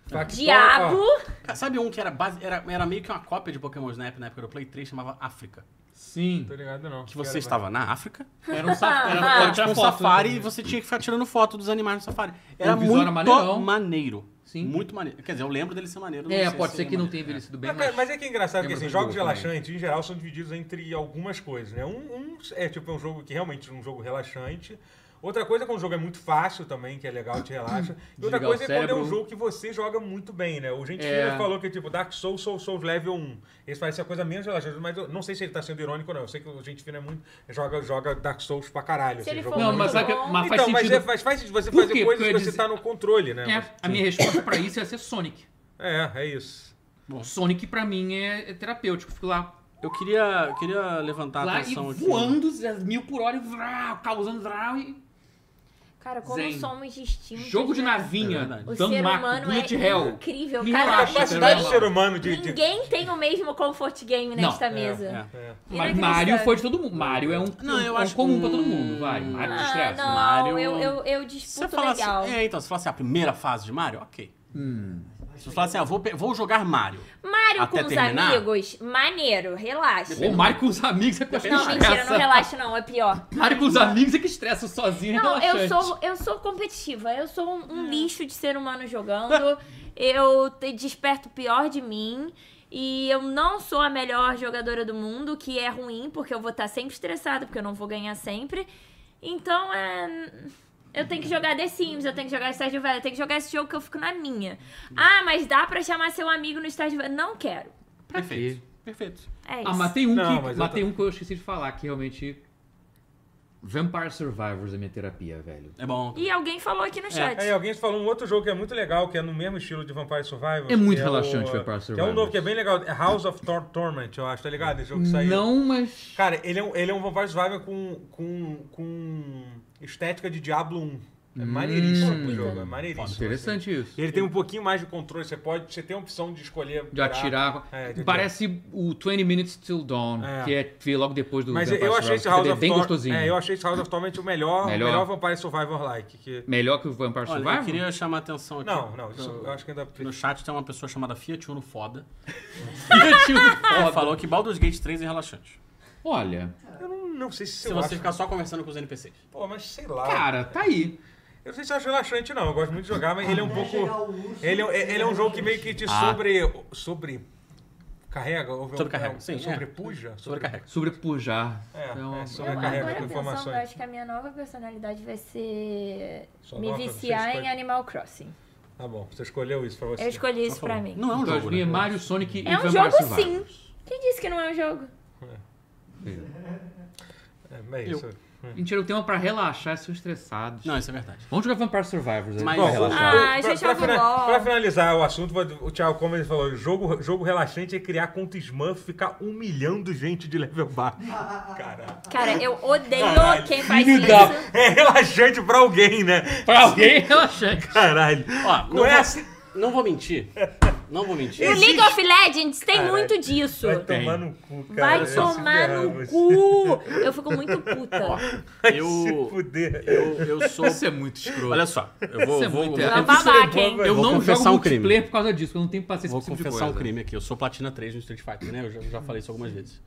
[SPEAKER 1] Factório,
[SPEAKER 4] Diabo...
[SPEAKER 1] ó.
[SPEAKER 3] Cara, Sabe um que era, base, era, era meio que uma cópia de Pokémon Snap na época do Play 3, chamava África.
[SPEAKER 2] Sim.
[SPEAKER 1] Tô ligado, não.
[SPEAKER 3] Que
[SPEAKER 1] Quero
[SPEAKER 3] você
[SPEAKER 1] ver.
[SPEAKER 3] estava na África,
[SPEAKER 2] Era um saf-
[SPEAKER 4] Ah.
[SPEAKER 2] era-
[SPEAKER 3] era
[SPEAKER 2] era
[SPEAKER 3] tipo um
[SPEAKER 2] foto, né?
[SPEAKER 3] safari e você tinha que ficar tirando foto dos animais no safari. Era
[SPEAKER 2] O visual
[SPEAKER 3] muito
[SPEAKER 2] era maneirão.
[SPEAKER 3] maneiro.
[SPEAKER 2] Sim.
[SPEAKER 3] Muito maneiro. Quer dizer, eu lembro dele ser maneiro. não
[SPEAKER 2] É,
[SPEAKER 3] sei
[SPEAKER 2] pode
[SPEAKER 3] se
[SPEAKER 2] ser
[SPEAKER 3] ele
[SPEAKER 2] que não tenha
[SPEAKER 3] maneiro.
[SPEAKER 2] envelhecido bem,
[SPEAKER 1] Mas, cara,
[SPEAKER 2] mas...
[SPEAKER 1] mas é que é engraçado que
[SPEAKER 2] Lembra
[SPEAKER 1] assim,
[SPEAKER 2] do
[SPEAKER 1] jogos
[SPEAKER 2] jogo também.
[SPEAKER 1] relaxantes, em geral, são divididos entre algumas coisas, né? Um, um é tipo é um jogo que realmente é um jogo relaxante. Outra coisa é que um jogo é muito fácil também, que é legal, te relaxa. E outra
[SPEAKER 2] Desligar o
[SPEAKER 1] coisa é quando é um
[SPEAKER 2] cérebro.
[SPEAKER 1] jogo que você joga muito bem, né? O gente
[SPEAKER 2] É.
[SPEAKER 1] falou que, tipo, Dark Souls, Souls, Souls Level 1. Esse parece a coisa menos relaxante, mas eu não sei se ele tá sendo irônico ou não. Eu sei que o gente fina é muito. joga, joga Dark Souls pra caralho. assim,
[SPEAKER 4] Se ele
[SPEAKER 1] jogo
[SPEAKER 4] for
[SPEAKER 1] muito
[SPEAKER 2] Não, mas,
[SPEAKER 1] bom.
[SPEAKER 2] sabe que- mas faz
[SPEAKER 1] então, mas
[SPEAKER 2] sentido.
[SPEAKER 1] é- faz, faz sentido você
[SPEAKER 2] Por
[SPEAKER 1] fazer
[SPEAKER 2] quê?
[SPEAKER 1] coisas
[SPEAKER 2] Porque
[SPEAKER 1] que
[SPEAKER 2] eu ia
[SPEAKER 1] você
[SPEAKER 2] dizer-
[SPEAKER 1] tá no controle, né?
[SPEAKER 2] É, a minha resposta pra isso ia ser Sonic.
[SPEAKER 1] É, é isso.
[SPEAKER 2] Sonic pra mim é, é terapêutico. Fico lá,
[SPEAKER 3] Eu queria, eu queria levantar a
[SPEAKER 2] lá e
[SPEAKER 3] atenção aqui. né?
[SPEAKER 2] voando zé, mil por hora, e vrá, causando vrá, e
[SPEAKER 4] Cara, como
[SPEAKER 2] Zen.
[SPEAKER 4] somos distintos.
[SPEAKER 2] jogo de
[SPEAKER 4] né?
[SPEAKER 2] navinha, é
[SPEAKER 3] É verdade.
[SPEAKER 4] O ser
[SPEAKER 2] Danmaco,
[SPEAKER 4] humano
[SPEAKER 2] Bullet
[SPEAKER 4] é
[SPEAKER 2] Hell.
[SPEAKER 4] incrível,
[SPEAKER 2] Me
[SPEAKER 1] A
[SPEAKER 4] cara.
[SPEAKER 2] relaxa,
[SPEAKER 1] capacidade
[SPEAKER 2] né?
[SPEAKER 1] do ser humano de- de,
[SPEAKER 4] Ninguém tem o mesmo comfort game
[SPEAKER 2] Não.
[SPEAKER 4] nesta
[SPEAKER 2] É,
[SPEAKER 4] mesa.
[SPEAKER 3] é.
[SPEAKER 1] É.
[SPEAKER 2] Mas
[SPEAKER 4] Inacreditável.
[SPEAKER 2] Mario foi de todo mundo. Mario é um,
[SPEAKER 3] Não, eu
[SPEAKER 2] é um
[SPEAKER 3] acho-
[SPEAKER 2] comum pra
[SPEAKER 3] hum.
[SPEAKER 2] todo mundo, vai. é, Mario de
[SPEAKER 4] Ah,
[SPEAKER 2] estresse.
[SPEAKER 4] não,
[SPEAKER 3] Mario-
[SPEAKER 4] eu, eu, eu
[SPEAKER 3] Se você
[SPEAKER 4] disputo
[SPEAKER 3] falasse,
[SPEAKER 4] legal.
[SPEAKER 3] é, então, se falasse a primeira fase de Mario, ok. Se você falasse, ah, vou, pe- vou jogar Mario.
[SPEAKER 4] Mario
[SPEAKER 3] Até
[SPEAKER 4] com os
[SPEAKER 3] terminar?
[SPEAKER 4] amigos, maneiro, relaxa.
[SPEAKER 2] Ou Mario com os amigos é que eu acho que
[SPEAKER 4] Não, mentira, não
[SPEAKER 2] estressa.
[SPEAKER 4] relaxa não, é pior.
[SPEAKER 2] Mario com os amigos é que estressa sozinho. é
[SPEAKER 4] Não, eu
[SPEAKER 2] relaxante.
[SPEAKER 4] sou, eu sou competitiva, eu sou um, um lixo de ser humano jogando, eu te- desperto o pior de mim e eu não sou a melhor jogadora do mundo, o que é ruim, porque eu vou estar sempre estressada, porque eu não vou ganhar sempre. Então, é... Eu tenho que jogar The Sims, eu tenho que jogar Stardew Valley, eu tenho que jogar esse jogo que eu fico na minha. Ah, mas dá pra chamar seu amigo no Stardew Valley. Não quero.
[SPEAKER 3] Perfeito. Perfeito.
[SPEAKER 4] É isso.
[SPEAKER 2] Ah, mas tem um,
[SPEAKER 1] Não,
[SPEAKER 2] que,
[SPEAKER 1] mas
[SPEAKER 2] mas
[SPEAKER 1] eu tô-
[SPEAKER 2] tem um que eu esqueci de falar, que realmente... Vampire Survivors é minha terapia, velho.
[SPEAKER 3] É bom.
[SPEAKER 4] E alguém falou aqui no
[SPEAKER 2] É,
[SPEAKER 4] chat.
[SPEAKER 1] Aí alguém falou um outro jogo que é muito legal, que é no mesmo estilo de Vampire Survivor.
[SPEAKER 2] É muito
[SPEAKER 1] que
[SPEAKER 2] relaxante
[SPEAKER 1] o,
[SPEAKER 2] Vampire
[SPEAKER 1] Que é um
[SPEAKER 2] Survivors.
[SPEAKER 1] novo, que é bem legal. É House of Tor Torment, eu acho, tá ligado? Esse jogo que saiu.
[SPEAKER 2] Não, mas...
[SPEAKER 1] Cara, ele é um, ele é um Vampire Survivor com, com, com estética de Diablo 1. É maneiríssimo
[SPEAKER 3] Hum.
[SPEAKER 1] o jogo, é maneiríssimo.
[SPEAKER 2] Hum. Interessante isso.
[SPEAKER 1] assim. Ele tem um pouquinho mais de controle, você pode, você tem a opção de escolher...
[SPEAKER 2] De atirar.
[SPEAKER 1] É, de
[SPEAKER 2] Parece o 20 Minutes Till Dawn,
[SPEAKER 1] É.
[SPEAKER 2] que é que veio logo depois do
[SPEAKER 1] Mas
[SPEAKER 2] Vampire
[SPEAKER 1] eu achei
[SPEAKER 2] Survivors,
[SPEAKER 1] esse
[SPEAKER 2] que
[SPEAKER 1] House
[SPEAKER 2] é
[SPEAKER 1] of
[SPEAKER 2] bem
[SPEAKER 1] Tor-
[SPEAKER 2] gostoment.
[SPEAKER 1] É, eu achei esse House of Torment o melhor,
[SPEAKER 2] Melhor.
[SPEAKER 1] melhor. melhor Vampire Survivor-like. Que...
[SPEAKER 2] Melhor que o Vampire
[SPEAKER 3] Olha,
[SPEAKER 2] Survivor?
[SPEAKER 3] eu queria chamar a atenção aqui.
[SPEAKER 1] Não, não, isso
[SPEAKER 3] pro-
[SPEAKER 1] eu acho que ainda...
[SPEAKER 3] No chat tem uma pessoa chamada Fiat Uno Foda.
[SPEAKER 2] Divertido.
[SPEAKER 3] Ela falou que Baldur's Gate 3 é relaxante.
[SPEAKER 2] Olha,
[SPEAKER 1] Eu não, não sei se,
[SPEAKER 3] Se
[SPEAKER 1] eu
[SPEAKER 3] você
[SPEAKER 1] acho...
[SPEAKER 3] ficar só conversando com os NPCs.
[SPEAKER 1] Pô, mas sei lá.
[SPEAKER 2] cara, tá aí.
[SPEAKER 1] Eu não sei se eu acho relaxante, não. Eu gosto muito de jogar,
[SPEAKER 4] Ah,
[SPEAKER 1] mas ele é um
[SPEAKER 4] né?
[SPEAKER 5] Até
[SPEAKER 1] pouco.
[SPEAKER 5] chegar o urso,
[SPEAKER 1] Ele, é um- ele é um jogo que meio que te
[SPEAKER 3] Ah.
[SPEAKER 1] sobre. sobre. carrega? ou- um-
[SPEAKER 3] Sobrecarrega,
[SPEAKER 1] não,
[SPEAKER 3] sim, é.
[SPEAKER 1] Sobrepuja?
[SPEAKER 3] Sobrecarrega.
[SPEAKER 2] Sobrepujar.
[SPEAKER 1] É, é,
[SPEAKER 2] uma-
[SPEAKER 1] sobre-
[SPEAKER 4] Então, Eu
[SPEAKER 1] Ela carrega
[SPEAKER 4] agora
[SPEAKER 1] com
[SPEAKER 4] pensando,
[SPEAKER 1] informações.
[SPEAKER 4] eu acho que a minha nova personalidade vai ser
[SPEAKER 1] Sua
[SPEAKER 4] me
[SPEAKER 1] nova, você
[SPEAKER 4] viciar
[SPEAKER 1] escolhe.
[SPEAKER 4] em Animal Crossing.
[SPEAKER 1] Tá bom, você escolheu isso pra você.
[SPEAKER 4] Eu
[SPEAKER 3] Só
[SPEAKER 4] escolhi isso
[SPEAKER 3] falou.
[SPEAKER 4] pra mim.
[SPEAKER 3] Não é um
[SPEAKER 2] Então,
[SPEAKER 3] jogo,
[SPEAKER 2] Jasmine,
[SPEAKER 3] né?
[SPEAKER 2] Mario, Sonic e
[SPEAKER 4] É um
[SPEAKER 2] Vampire
[SPEAKER 4] jogo sim.
[SPEAKER 2] Survivors.
[SPEAKER 4] Quem disse que não é um jogo?
[SPEAKER 1] É, mas é isso.
[SPEAKER 2] Mentira, eu tenho uma pra relaxar se eu estressados.
[SPEAKER 3] Não, isso é verdade.
[SPEAKER 2] Vamos jogar Vampire Survivors. aí,
[SPEAKER 3] Mas-
[SPEAKER 2] pra
[SPEAKER 3] Bom,
[SPEAKER 2] relaxar.
[SPEAKER 4] Ah,
[SPEAKER 1] pra,
[SPEAKER 4] gente,
[SPEAKER 1] pra,
[SPEAKER 4] joga
[SPEAKER 1] fina-
[SPEAKER 4] LOL.
[SPEAKER 1] pra finalizar o assunto, o Thiago como ele falou, jogo, jogo relaxante é criar conta Smurf e ficar humilhando gente de level baixo. Cara,
[SPEAKER 4] Cara, eu odeio
[SPEAKER 1] Caralho,
[SPEAKER 4] quem faz
[SPEAKER 2] filho
[SPEAKER 4] isso.
[SPEAKER 2] da-
[SPEAKER 1] é relaxante pra alguém, né?
[SPEAKER 2] Pra alguém relaxante.
[SPEAKER 1] Caralho.
[SPEAKER 3] Ó,
[SPEAKER 1] Com
[SPEAKER 3] não,
[SPEAKER 1] essa-
[SPEAKER 3] vou, não vou mentir. Não vou mentir.
[SPEAKER 4] No League of Legends tem muito disso.
[SPEAKER 1] Vai tomar no cu, cara.
[SPEAKER 4] Vai
[SPEAKER 1] se
[SPEAKER 4] tomar
[SPEAKER 1] ferrar,
[SPEAKER 4] no
[SPEAKER 1] você.
[SPEAKER 4] cu! Eu fico muito puta.
[SPEAKER 1] Se
[SPEAKER 3] Eu,
[SPEAKER 1] fuder.
[SPEAKER 3] eu, eu sou...
[SPEAKER 2] Isso é muito escroto.
[SPEAKER 3] Olha só, eu vou...
[SPEAKER 2] Isso é
[SPEAKER 3] vou,
[SPEAKER 2] muito
[SPEAKER 3] vou,
[SPEAKER 2] errado.
[SPEAKER 4] Uma babaca, hein?
[SPEAKER 2] eu
[SPEAKER 3] vou
[SPEAKER 2] não jogo
[SPEAKER 3] confessar um
[SPEAKER 2] multiplayer
[SPEAKER 3] crime.
[SPEAKER 2] por causa disso, porque eu não tenho paciência
[SPEAKER 3] Vou
[SPEAKER 2] com esse tipo de
[SPEAKER 3] confessar um
[SPEAKER 2] coisa.
[SPEAKER 3] crime aqui. Eu sou platina 3 no Street Fighter, né? Eu já, já falei isso algumas vezes.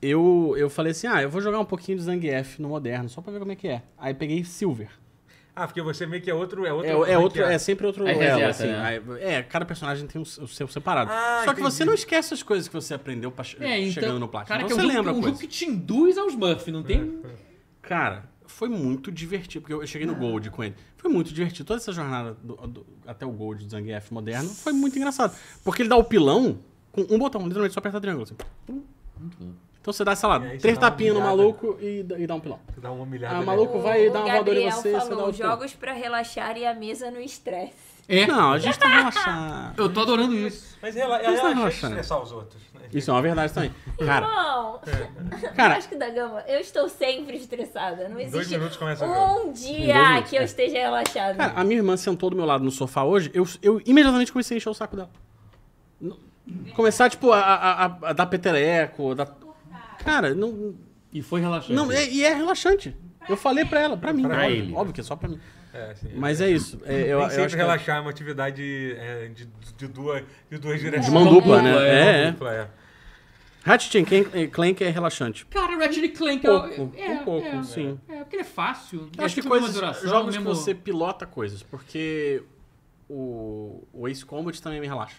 [SPEAKER 3] Eu, eu falei assim, ah, eu vou jogar um pouquinho de Zangief no moderno, só pra ver como é que é. Aí peguei Silver.
[SPEAKER 1] Ah, porque você meio que é outro. É outro.
[SPEAKER 3] É,
[SPEAKER 1] como
[SPEAKER 3] é, outro,
[SPEAKER 1] que
[SPEAKER 3] é sempre outro
[SPEAKER 2] Aí
[SPEAKER 3] elo,
[SPEAKER 2] reseta,
[SPEAKER 3] assim.
[SPEAKER 2] né?
[SPEAKER 3] Aí- é, cada personagem tem o seu o seu separado.
[SPEAKER 1] Ah,
[SPEAKER 3] Só que
[SPEAKER 1] entendi.
[SPEAKER 3] você não esquece as coisas que você aprendeu pra che-
[SPEAKER 2] É, então,
[SPEAKER 3] chegando no Platinum.
[SPEAKER 2] Cara,
[SPEAKER 3] Então
[SPEAKER 2] que é um
[SPEAKER 3] você
[SPEAKER 2] jogo,
[SPEAKER 3] lembra
[SPEAKER 2] um
[SPEAKER 3] coisa.
[SPEAKER 2] jogo que te induz aos Smurf, não tem...
[SPEAKER 3] Cara, foi muito divertido, porque eu eu cheguei
[SPEAKER 1] É.
[SPEAKER 3] no Gold com ele. Foi muito divertido. Toda essa jornada do- do- até o Gold do Zangief moderno foi muito engraçado. Porque ele dá o pilão com um botão, literalmente só aperta triângulo. assim. Então você dá, sei lá,
[SPEAKER 1] E aí você
[SPEAKER 3] três
[SPEAKER 1] dá uma
[SPEAKER 3] tapinhas no
[SPEAKER 1] humilhada.
[SPEAKER 3] maluco e, dá- e dá um pilão.
[SPEAKER 1] Você dá uma humilhada.
[SPEAKER 3] Ah,
[SPEAKER 1] né?
[SPEAKER 3] maluco. vai dar uma voadora em
[SPEAKER 4] Gabriel
[SPEAKER 3] você, você dá
[SPEAKER 4] falou,
[SPEAKER 3] outro.
[SPEAKER 4] jogos pra relaxar e a mesa no estresse.
[SPEAKER 2] É,
[SPEAKER 3] Não, a gente tá relaxado.
[SPEAKER 2] eu tô adorando isso.
[SPEAKER 1] Mas rela é
[SPEAKER 3] Mas não
[SPEAKER 1] relaxante
[SPEAKER 3] relaxa, né?
[SPEAKER 1] estressar os outros. né?
[SPEAKER 3] Isso é uma verdade também. Cara,
[SPEAKER 4] Irmão,
[SPEAKER 3] Cara.
[SPEAKER 4] Vasco da Gama, eu estou sempre estressada. Não existe
[SPEAKER 1] minutos começa a
[SPEAKER 4] um
[SPEAKER 3] Em dois
[SPEAKER 4] dia
[SPEAKER 3] minutos,
[SPEAKER 4] que eu esteja relaxada.
[SPEAKER 3] cara, a minha irmã sentou do meu lado no sofá hoje, eu, eu imediatamente comecei a encher o saco dela. Não- Começar, tipo, a, a- a- a dar petereco, a dar... Cara, não...
[SPEAKER 2] E foi relaxante.
[SPEAKER 3] não é- e é relaxante. Eu falei pra ela, pra mim.
[SPEAKER 2] Pra
[SPEAKER 3] óbvio,
[SPEAKER 2] ele.
[SPEAKER 3] Óbvio que é só pra mim.
[SPEAKER 1] É, assim,
[SPEAKER 3] Mas é isso. É, eu,
[SPEAKER 1] nem
[SPEAKER 3] eu
[SPEAKER 1] sempre
[SPEAKER 3] acho que é-
[SPEAKER 1] relaxar é uma atividade é, de, de, duas, de duas direções.
[SPEAKER 3] De mão dupla,
[SPEAKER 2] É,
[SPEAKER 3] né?
[SPEAKER 1] É,
[SPEAKER 3] É,
[SPEAKER 1] mão
[SPEAKER 3] é.
[SPEAKER 1] dupla, é.
[SPEAKER 3] Ratchet and Clank- eh, Clank é relaxante.
[SPEAKER 2] Cara, Ratchet Clank é-
[SPEAKER 3] Pouco,
[SPEAKER 2] é,
[SPEAKER 3] um pouco,
[SPEAKER 2] é,
[SPEAKER 3] sim.
[SPEAKER 2] É, porque ele é fácil.
[SPEAKER 3] Eu acho que
[SPEAKER 2] tem uma
[SPEAKER 3] coisas,
[SPEAKER 2] duração,
[SPEAKER 3] jogos
[SPEAKER 2] tipo mesmo-
[SPEAKER 3] que você pilota coisas, porque o, o Ace Combat também me relaxa.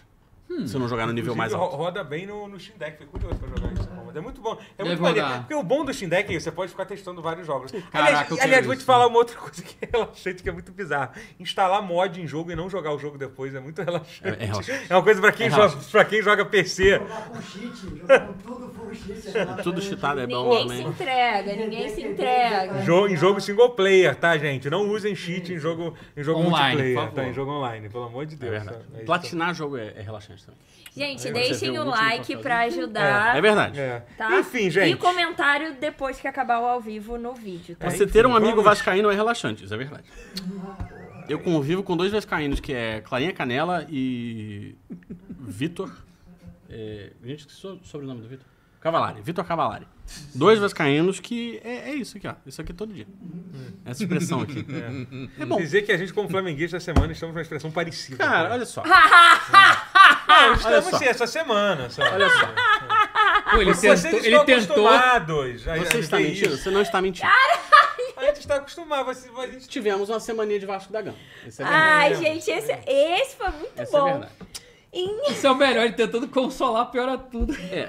[SPEAKER 3] Se eu não jogar no Um nível
[SPEAKER 1] Inclusive,
[SPEAKER 3] mais
[SPEAKER 1] ro-
[SPEAKER 3] alto.
[SPEAKER 1] Roda bem no, no Steam Deck. Fiquei curioso pra jogar isso. Mas é muito bom. É
[SPEAKER 2] Deve
[SPEAKER 1] muito maneiro.
[SPEAKER 2] rodar.
[SPEAKER 1] Porque o bom do Steam Deck é que você pode ficar testando vários jogos.
[SPEAKER 2] Caraca, eu
[SPEAKER 1] aliás,
[SPEAKER 2] quero
[SPEAKER 1] aliás, vou te
[SPEAKER 2] isso.
[SPEAKER 1] falar uma outra coisa que é relaxante, que é muito bizarro. Instalar mod em jogo e não jogar o jogo depois é muito relaxante.
[SPEAKER 3] É- é relaxante.
[SPEAKER 1] uma coisa pra quem,
[SPEAKER 3] É
[SPEAKER 1] joga,
[SPEAKER 3] relaxante.
[SPEAKER 1] pra quem joga PC.
[SPEAKER 5] Jogar com cheat, jogar com tudo full cheat. é maravilhoso.
[SPEAKER 3] Tudo cheatado é bom
[SPEAKER 4] ninguém se
[SPEAKER 3] também.
[SPEAKER 4] entrega, ninguém se entrega.
[SPEAKER 1] Jo- em jogo single player, tá, gente? Não usem cheat em jogo, em jogo
[SPEAKER 2] Online, por
[SPEAKER 1] multiplayer,
[SPEAKER 2] favor.
[SPEAKER 1] tá? Em jogo online, pelo amor de
[SPEAKER 3] É
[SPEAKER 1] Deus.
[SPEAKER 3] verdade.
[SPEAKER 1] sabe? É isso.
[SPEAKER 3] Platinar jogo é, é relaxante também.
[SPEAKER 4] Gente,
[SPEAKER 3] Aí É, você
[SPEAKER 4] deixem
[SPEAKER 3] viu
[SPEAKER 4] o
[SPEAKER 3] o último
[SPEAKER 4] like
[SPEAKER 3] troféuzinho.
[SPEAKER 4] pra ajudar.
[SPEAKER 3] É, é verdade.
[SPEAKER 1] É.
[SPEAKER 4] Tá?
[SPEAKER 1] Enfim, gente.
[SPEAKER 4] E comentário depois que acabar o ao vivo no vídeo, tá?
[SPEAKER 3] Você ter um
[SPEAKER 1] enfim,
[SPEAKER 3] amigo
[SPEAKER 1] vamos.
[SPEAKER 3] vascaíno é relaxante, isso é verdade. Eu convivo com dois vascaínos, que é Clarinha Canela e Vitor. É, gente, que so- sobrenome do Vitor? Cavalari, Vitor Cavalari. Dois vascaínos que é, é isso aqui, ó. Isso aqui todo dia. Essa expressão aqui. É, bom.
[SPEAKER 1] Dizer que a gente, como flamenguista, essa semana estamos numa expressão parecida.
[SPEAKER 3] Cara, olha só.
[SPEAKER 1] Não,
[SPEAKER 3] Olha
[SPEAKER 1] estamos
[SPEAKER 3] só.
[SPEAKER 1] sim, essa semana. Só.
[SPEAKER 3] Olha só.
[SPEAKER 2] Pô, ele
[SPEAKER 1] Vocês
[SPEAKER 2] tentou.
[SPEAKER 1] estão
[SPEAKER 2] Ele tentou
[SPEAKER 1] acostumados. a-
[SPEAKER 3] Você
[SPEAKER 1] a
[SPEAKER 3] está
[SPEAKER 1] ver
[SPEAKER 3] mentindo?
[SPEAKER 1] isso.
[SPEAKER 3] Você não está mentindo.
[SPEAKER 1] A gente está acostumado. Você, a gente...
[SPEAKER 3] Tivemos uma semaninha de Vasco da Gama. Isso é verdade.
[SPEAKER 4] Ai, gente, esse, esse foi muito
[SPEAKER 3] Essa é
[SPEAKER 4] Ah, bom.
[SPEAKER 3] verdade.
[SPEAKER 4] Inacreditável.
[SPEAKER 2] Isso é o melhor, ele tentando consolar, piora tudo.
[SPEAKER 3] É,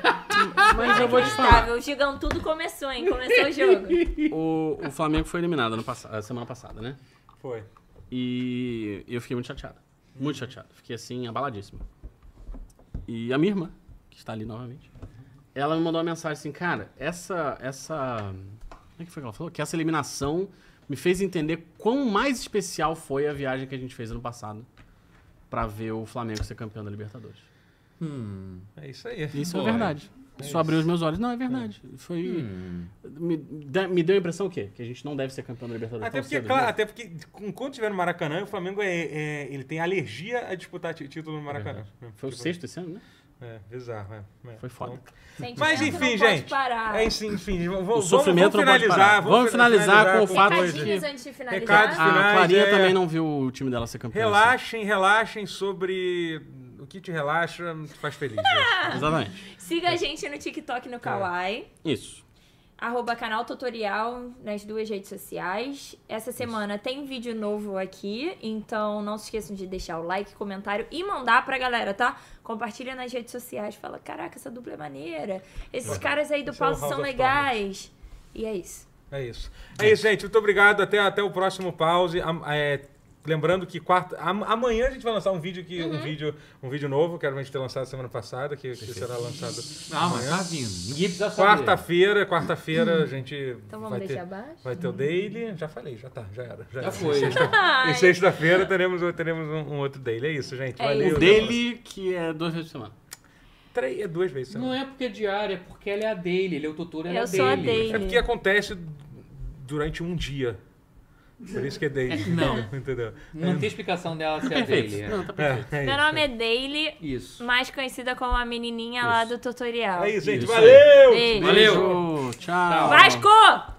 [SPEAKER 3] mas eu vou te falar.
[SPEAKER 4] O Gigão tudo começou, hein? Começou o jogo.
[SPEAKER 3] O, o Flamengo foi eliminado ano passa- a semana passada, né?
[SPEAKER 1] Foi.
[SPEAKER 3] E eu fiquei muito chateado. Muito chateado. Fiquei assim, abaladíssimo. E a minha irmã, que está ali novamente, ela me mandou uma mensagem assim, cara, essa. essa. Como é que foi que ela falou? Que essa eliminação me fez entender quão mais especial foi a viagem que a gente fez ano passado pra ver o Flamengo ser campeão da Libertadores.
[SPEAKER 1] É isso aí.
[SPEAKER 3] Isso
[SPEAKER 2] Pô,
[SPEAKER 3] é verdade. Isso abriu os meus olhos. Não, é verdade. Foi. Hum. Me, da- me deu a impressão o quê? Que a gente não deve ser campeão da Libertadores.
[SPEAKER 1] Até
[SPEAKER 3] tão
[SPEAKER 1] porque,
[SPEAKER 3] cedo,
[SPEAKER 1] claro,
[SPEAKER 3] né?
[SPEAKER 1] até porque, enquanto tiver no Maracanã, o Flamengo é, é- ele tem alergia a disputar ti- título no Maracanã.
[SPEAKER 3] É Foi o
[SPEAKER 1] Tipo,
[SPEAKER 3] sexto esse ano, né?
[SPEAKER 1] É, bizarro. É, é.
[SPEAKER 3] Foi foda.
[SPEAKER 1] Então,
[SPEAKER 4] Sentimento
[SPEAKER 1] Mas
[SPEAKER 4] não
[SPEAKER 1] enfim,
[SPEAKER 4] pode
[SPEAKER 1] gente.
[SPEAKER 4] parar.
[SPEAKER 1] É, enfim, enfim, vamos,
[SPEAKER 3] O
[SPEAKER 1] vamos,
[SPEAKER 3] sofrimento
[SPEAKER 1] vamos
[SPEAKER 3] não pode parar.
[SPEAKER 1] finalizar.
[SPEAKER 3] Vamos finalizar com o
[SPEAKER 1] com-
[SPEAKER 3] fato
[SPEAKER 4] Recadinhos
[SPEAKER 3] Hoje. É
[SPEAKER 4] antes de finalizar.
[SPEAKER 1] Recados
[SPEAKER 3] A
[SPEAKER 1] finais,
[SPEAKER 3] Ah, Clarinha
[SPEAKER 1] é.
[SPEAKER 3] também não viu o time dela ser assim. campeão.
[SPEAKER 1] Relaxem, relaxem sobre o que te relaxa, te faz feliz. né?
[SPEAKER 3] assim. Exatamente.
[SPEAKER 4] Siga a gente no TikTok
[SPEAKER 3] É.
[SPEAKER 4] e no Kawaii.
[SPEAKER 3] Isso.
[SPEAKER 4] Arroba canal tutorial nas duas redes sociais. Essa semana tem vídeo novo aqui, então não se esqueçam de deixar o like, comentário e mandar pra galera, tá? Compartilha nas redes sociais. Fala, caraca, essa dupla é maneira. Esses caras aí do
[SPEAKER 1] Esse é o
[SPEAKER 4] Paulo
[SPEAKER 1] House
[SPEAKER 4] são
[SPEAKER 1] of
[SPEAKER 4] legais. E é isso.
[SPEAKER 1] É isso. É isso, gente. Muito obrigado. Até, até o próximo pause. Am- é, lembrando que quarta, am- amanhã a gente vai lançar um vídeo que
[SPEAKER 4] Uhum.
[SPEAKER 1] um vídeo um vídeo novo que era pra gente ter lançado semana passada que, que será lançado
[SPEAKER 2] Ah, mas tá vindo. Ninguém precisa saber.
[SPEAKER 1] quarta-feira. Quarta-feira a gente
[SPEAKER 4] Então vamos
[SPEAKER 1] vai
[SPEAKER 4] deixar
[SPEAKER 1] ter
[SPEAKER 4] abaixo?
[SPEAKER 1] vai ter o daily. Já falei, já tá, já era.
[SPEAKER 2] Já
[SPEAKER 1] era.
[SPEAKER 2] foi.
[SPEAKER 1] E sexta-feira teremos teremos um, um outro daily. É isso, gente.
[SPEAKER 4] É
[SPEAKER 1] Valeu.
[SPEAKER 4] isso.
[SPEAKER 3] O dele, que é duas vezes por semana.
[SPEAKER 1] Três, é duas vezes.
[SPEAKER 2] Não é porque é diária, é porque ela é a dele. Ele é o tutor, ela é
[SPEAKER 4] Eu
[SPEAKER 2] a dele.
[SPEAKER 4] sou a
[SPEAKER 1] É porque acontece durante um dia. Por isso que é daily.
[SPEAKER 2] Não.
[SPEAKER 1] entendeu?
[SPEAKER 2] Não tem explicação dela ser a
[SPEAKER 3] Perfeito.
[SPEAKER 2] dele. é.
[SPEAKER 3] Não, tá perfeito.
[SPEAKER 1] É, é
[SPEAKER 4] Meu
[SPEAKER 1] isso.
[SPEAKER 4] nome é Daily,
[SPEAKER 2] Isso.
[SPEAKER 4] mais conhecida como a menininha lá do tutorial.
[SPEAKER 1] É isso, gente.
[SPEAKER 3] Isso aí.
[SPEAKER 1] Valeu!
[SPEAKER 4] Beijo.
[SPEAKER 2] Valeu.
[SPEAKER 3] Beijo, Tchau.
[SPEAKER 4] Vasco!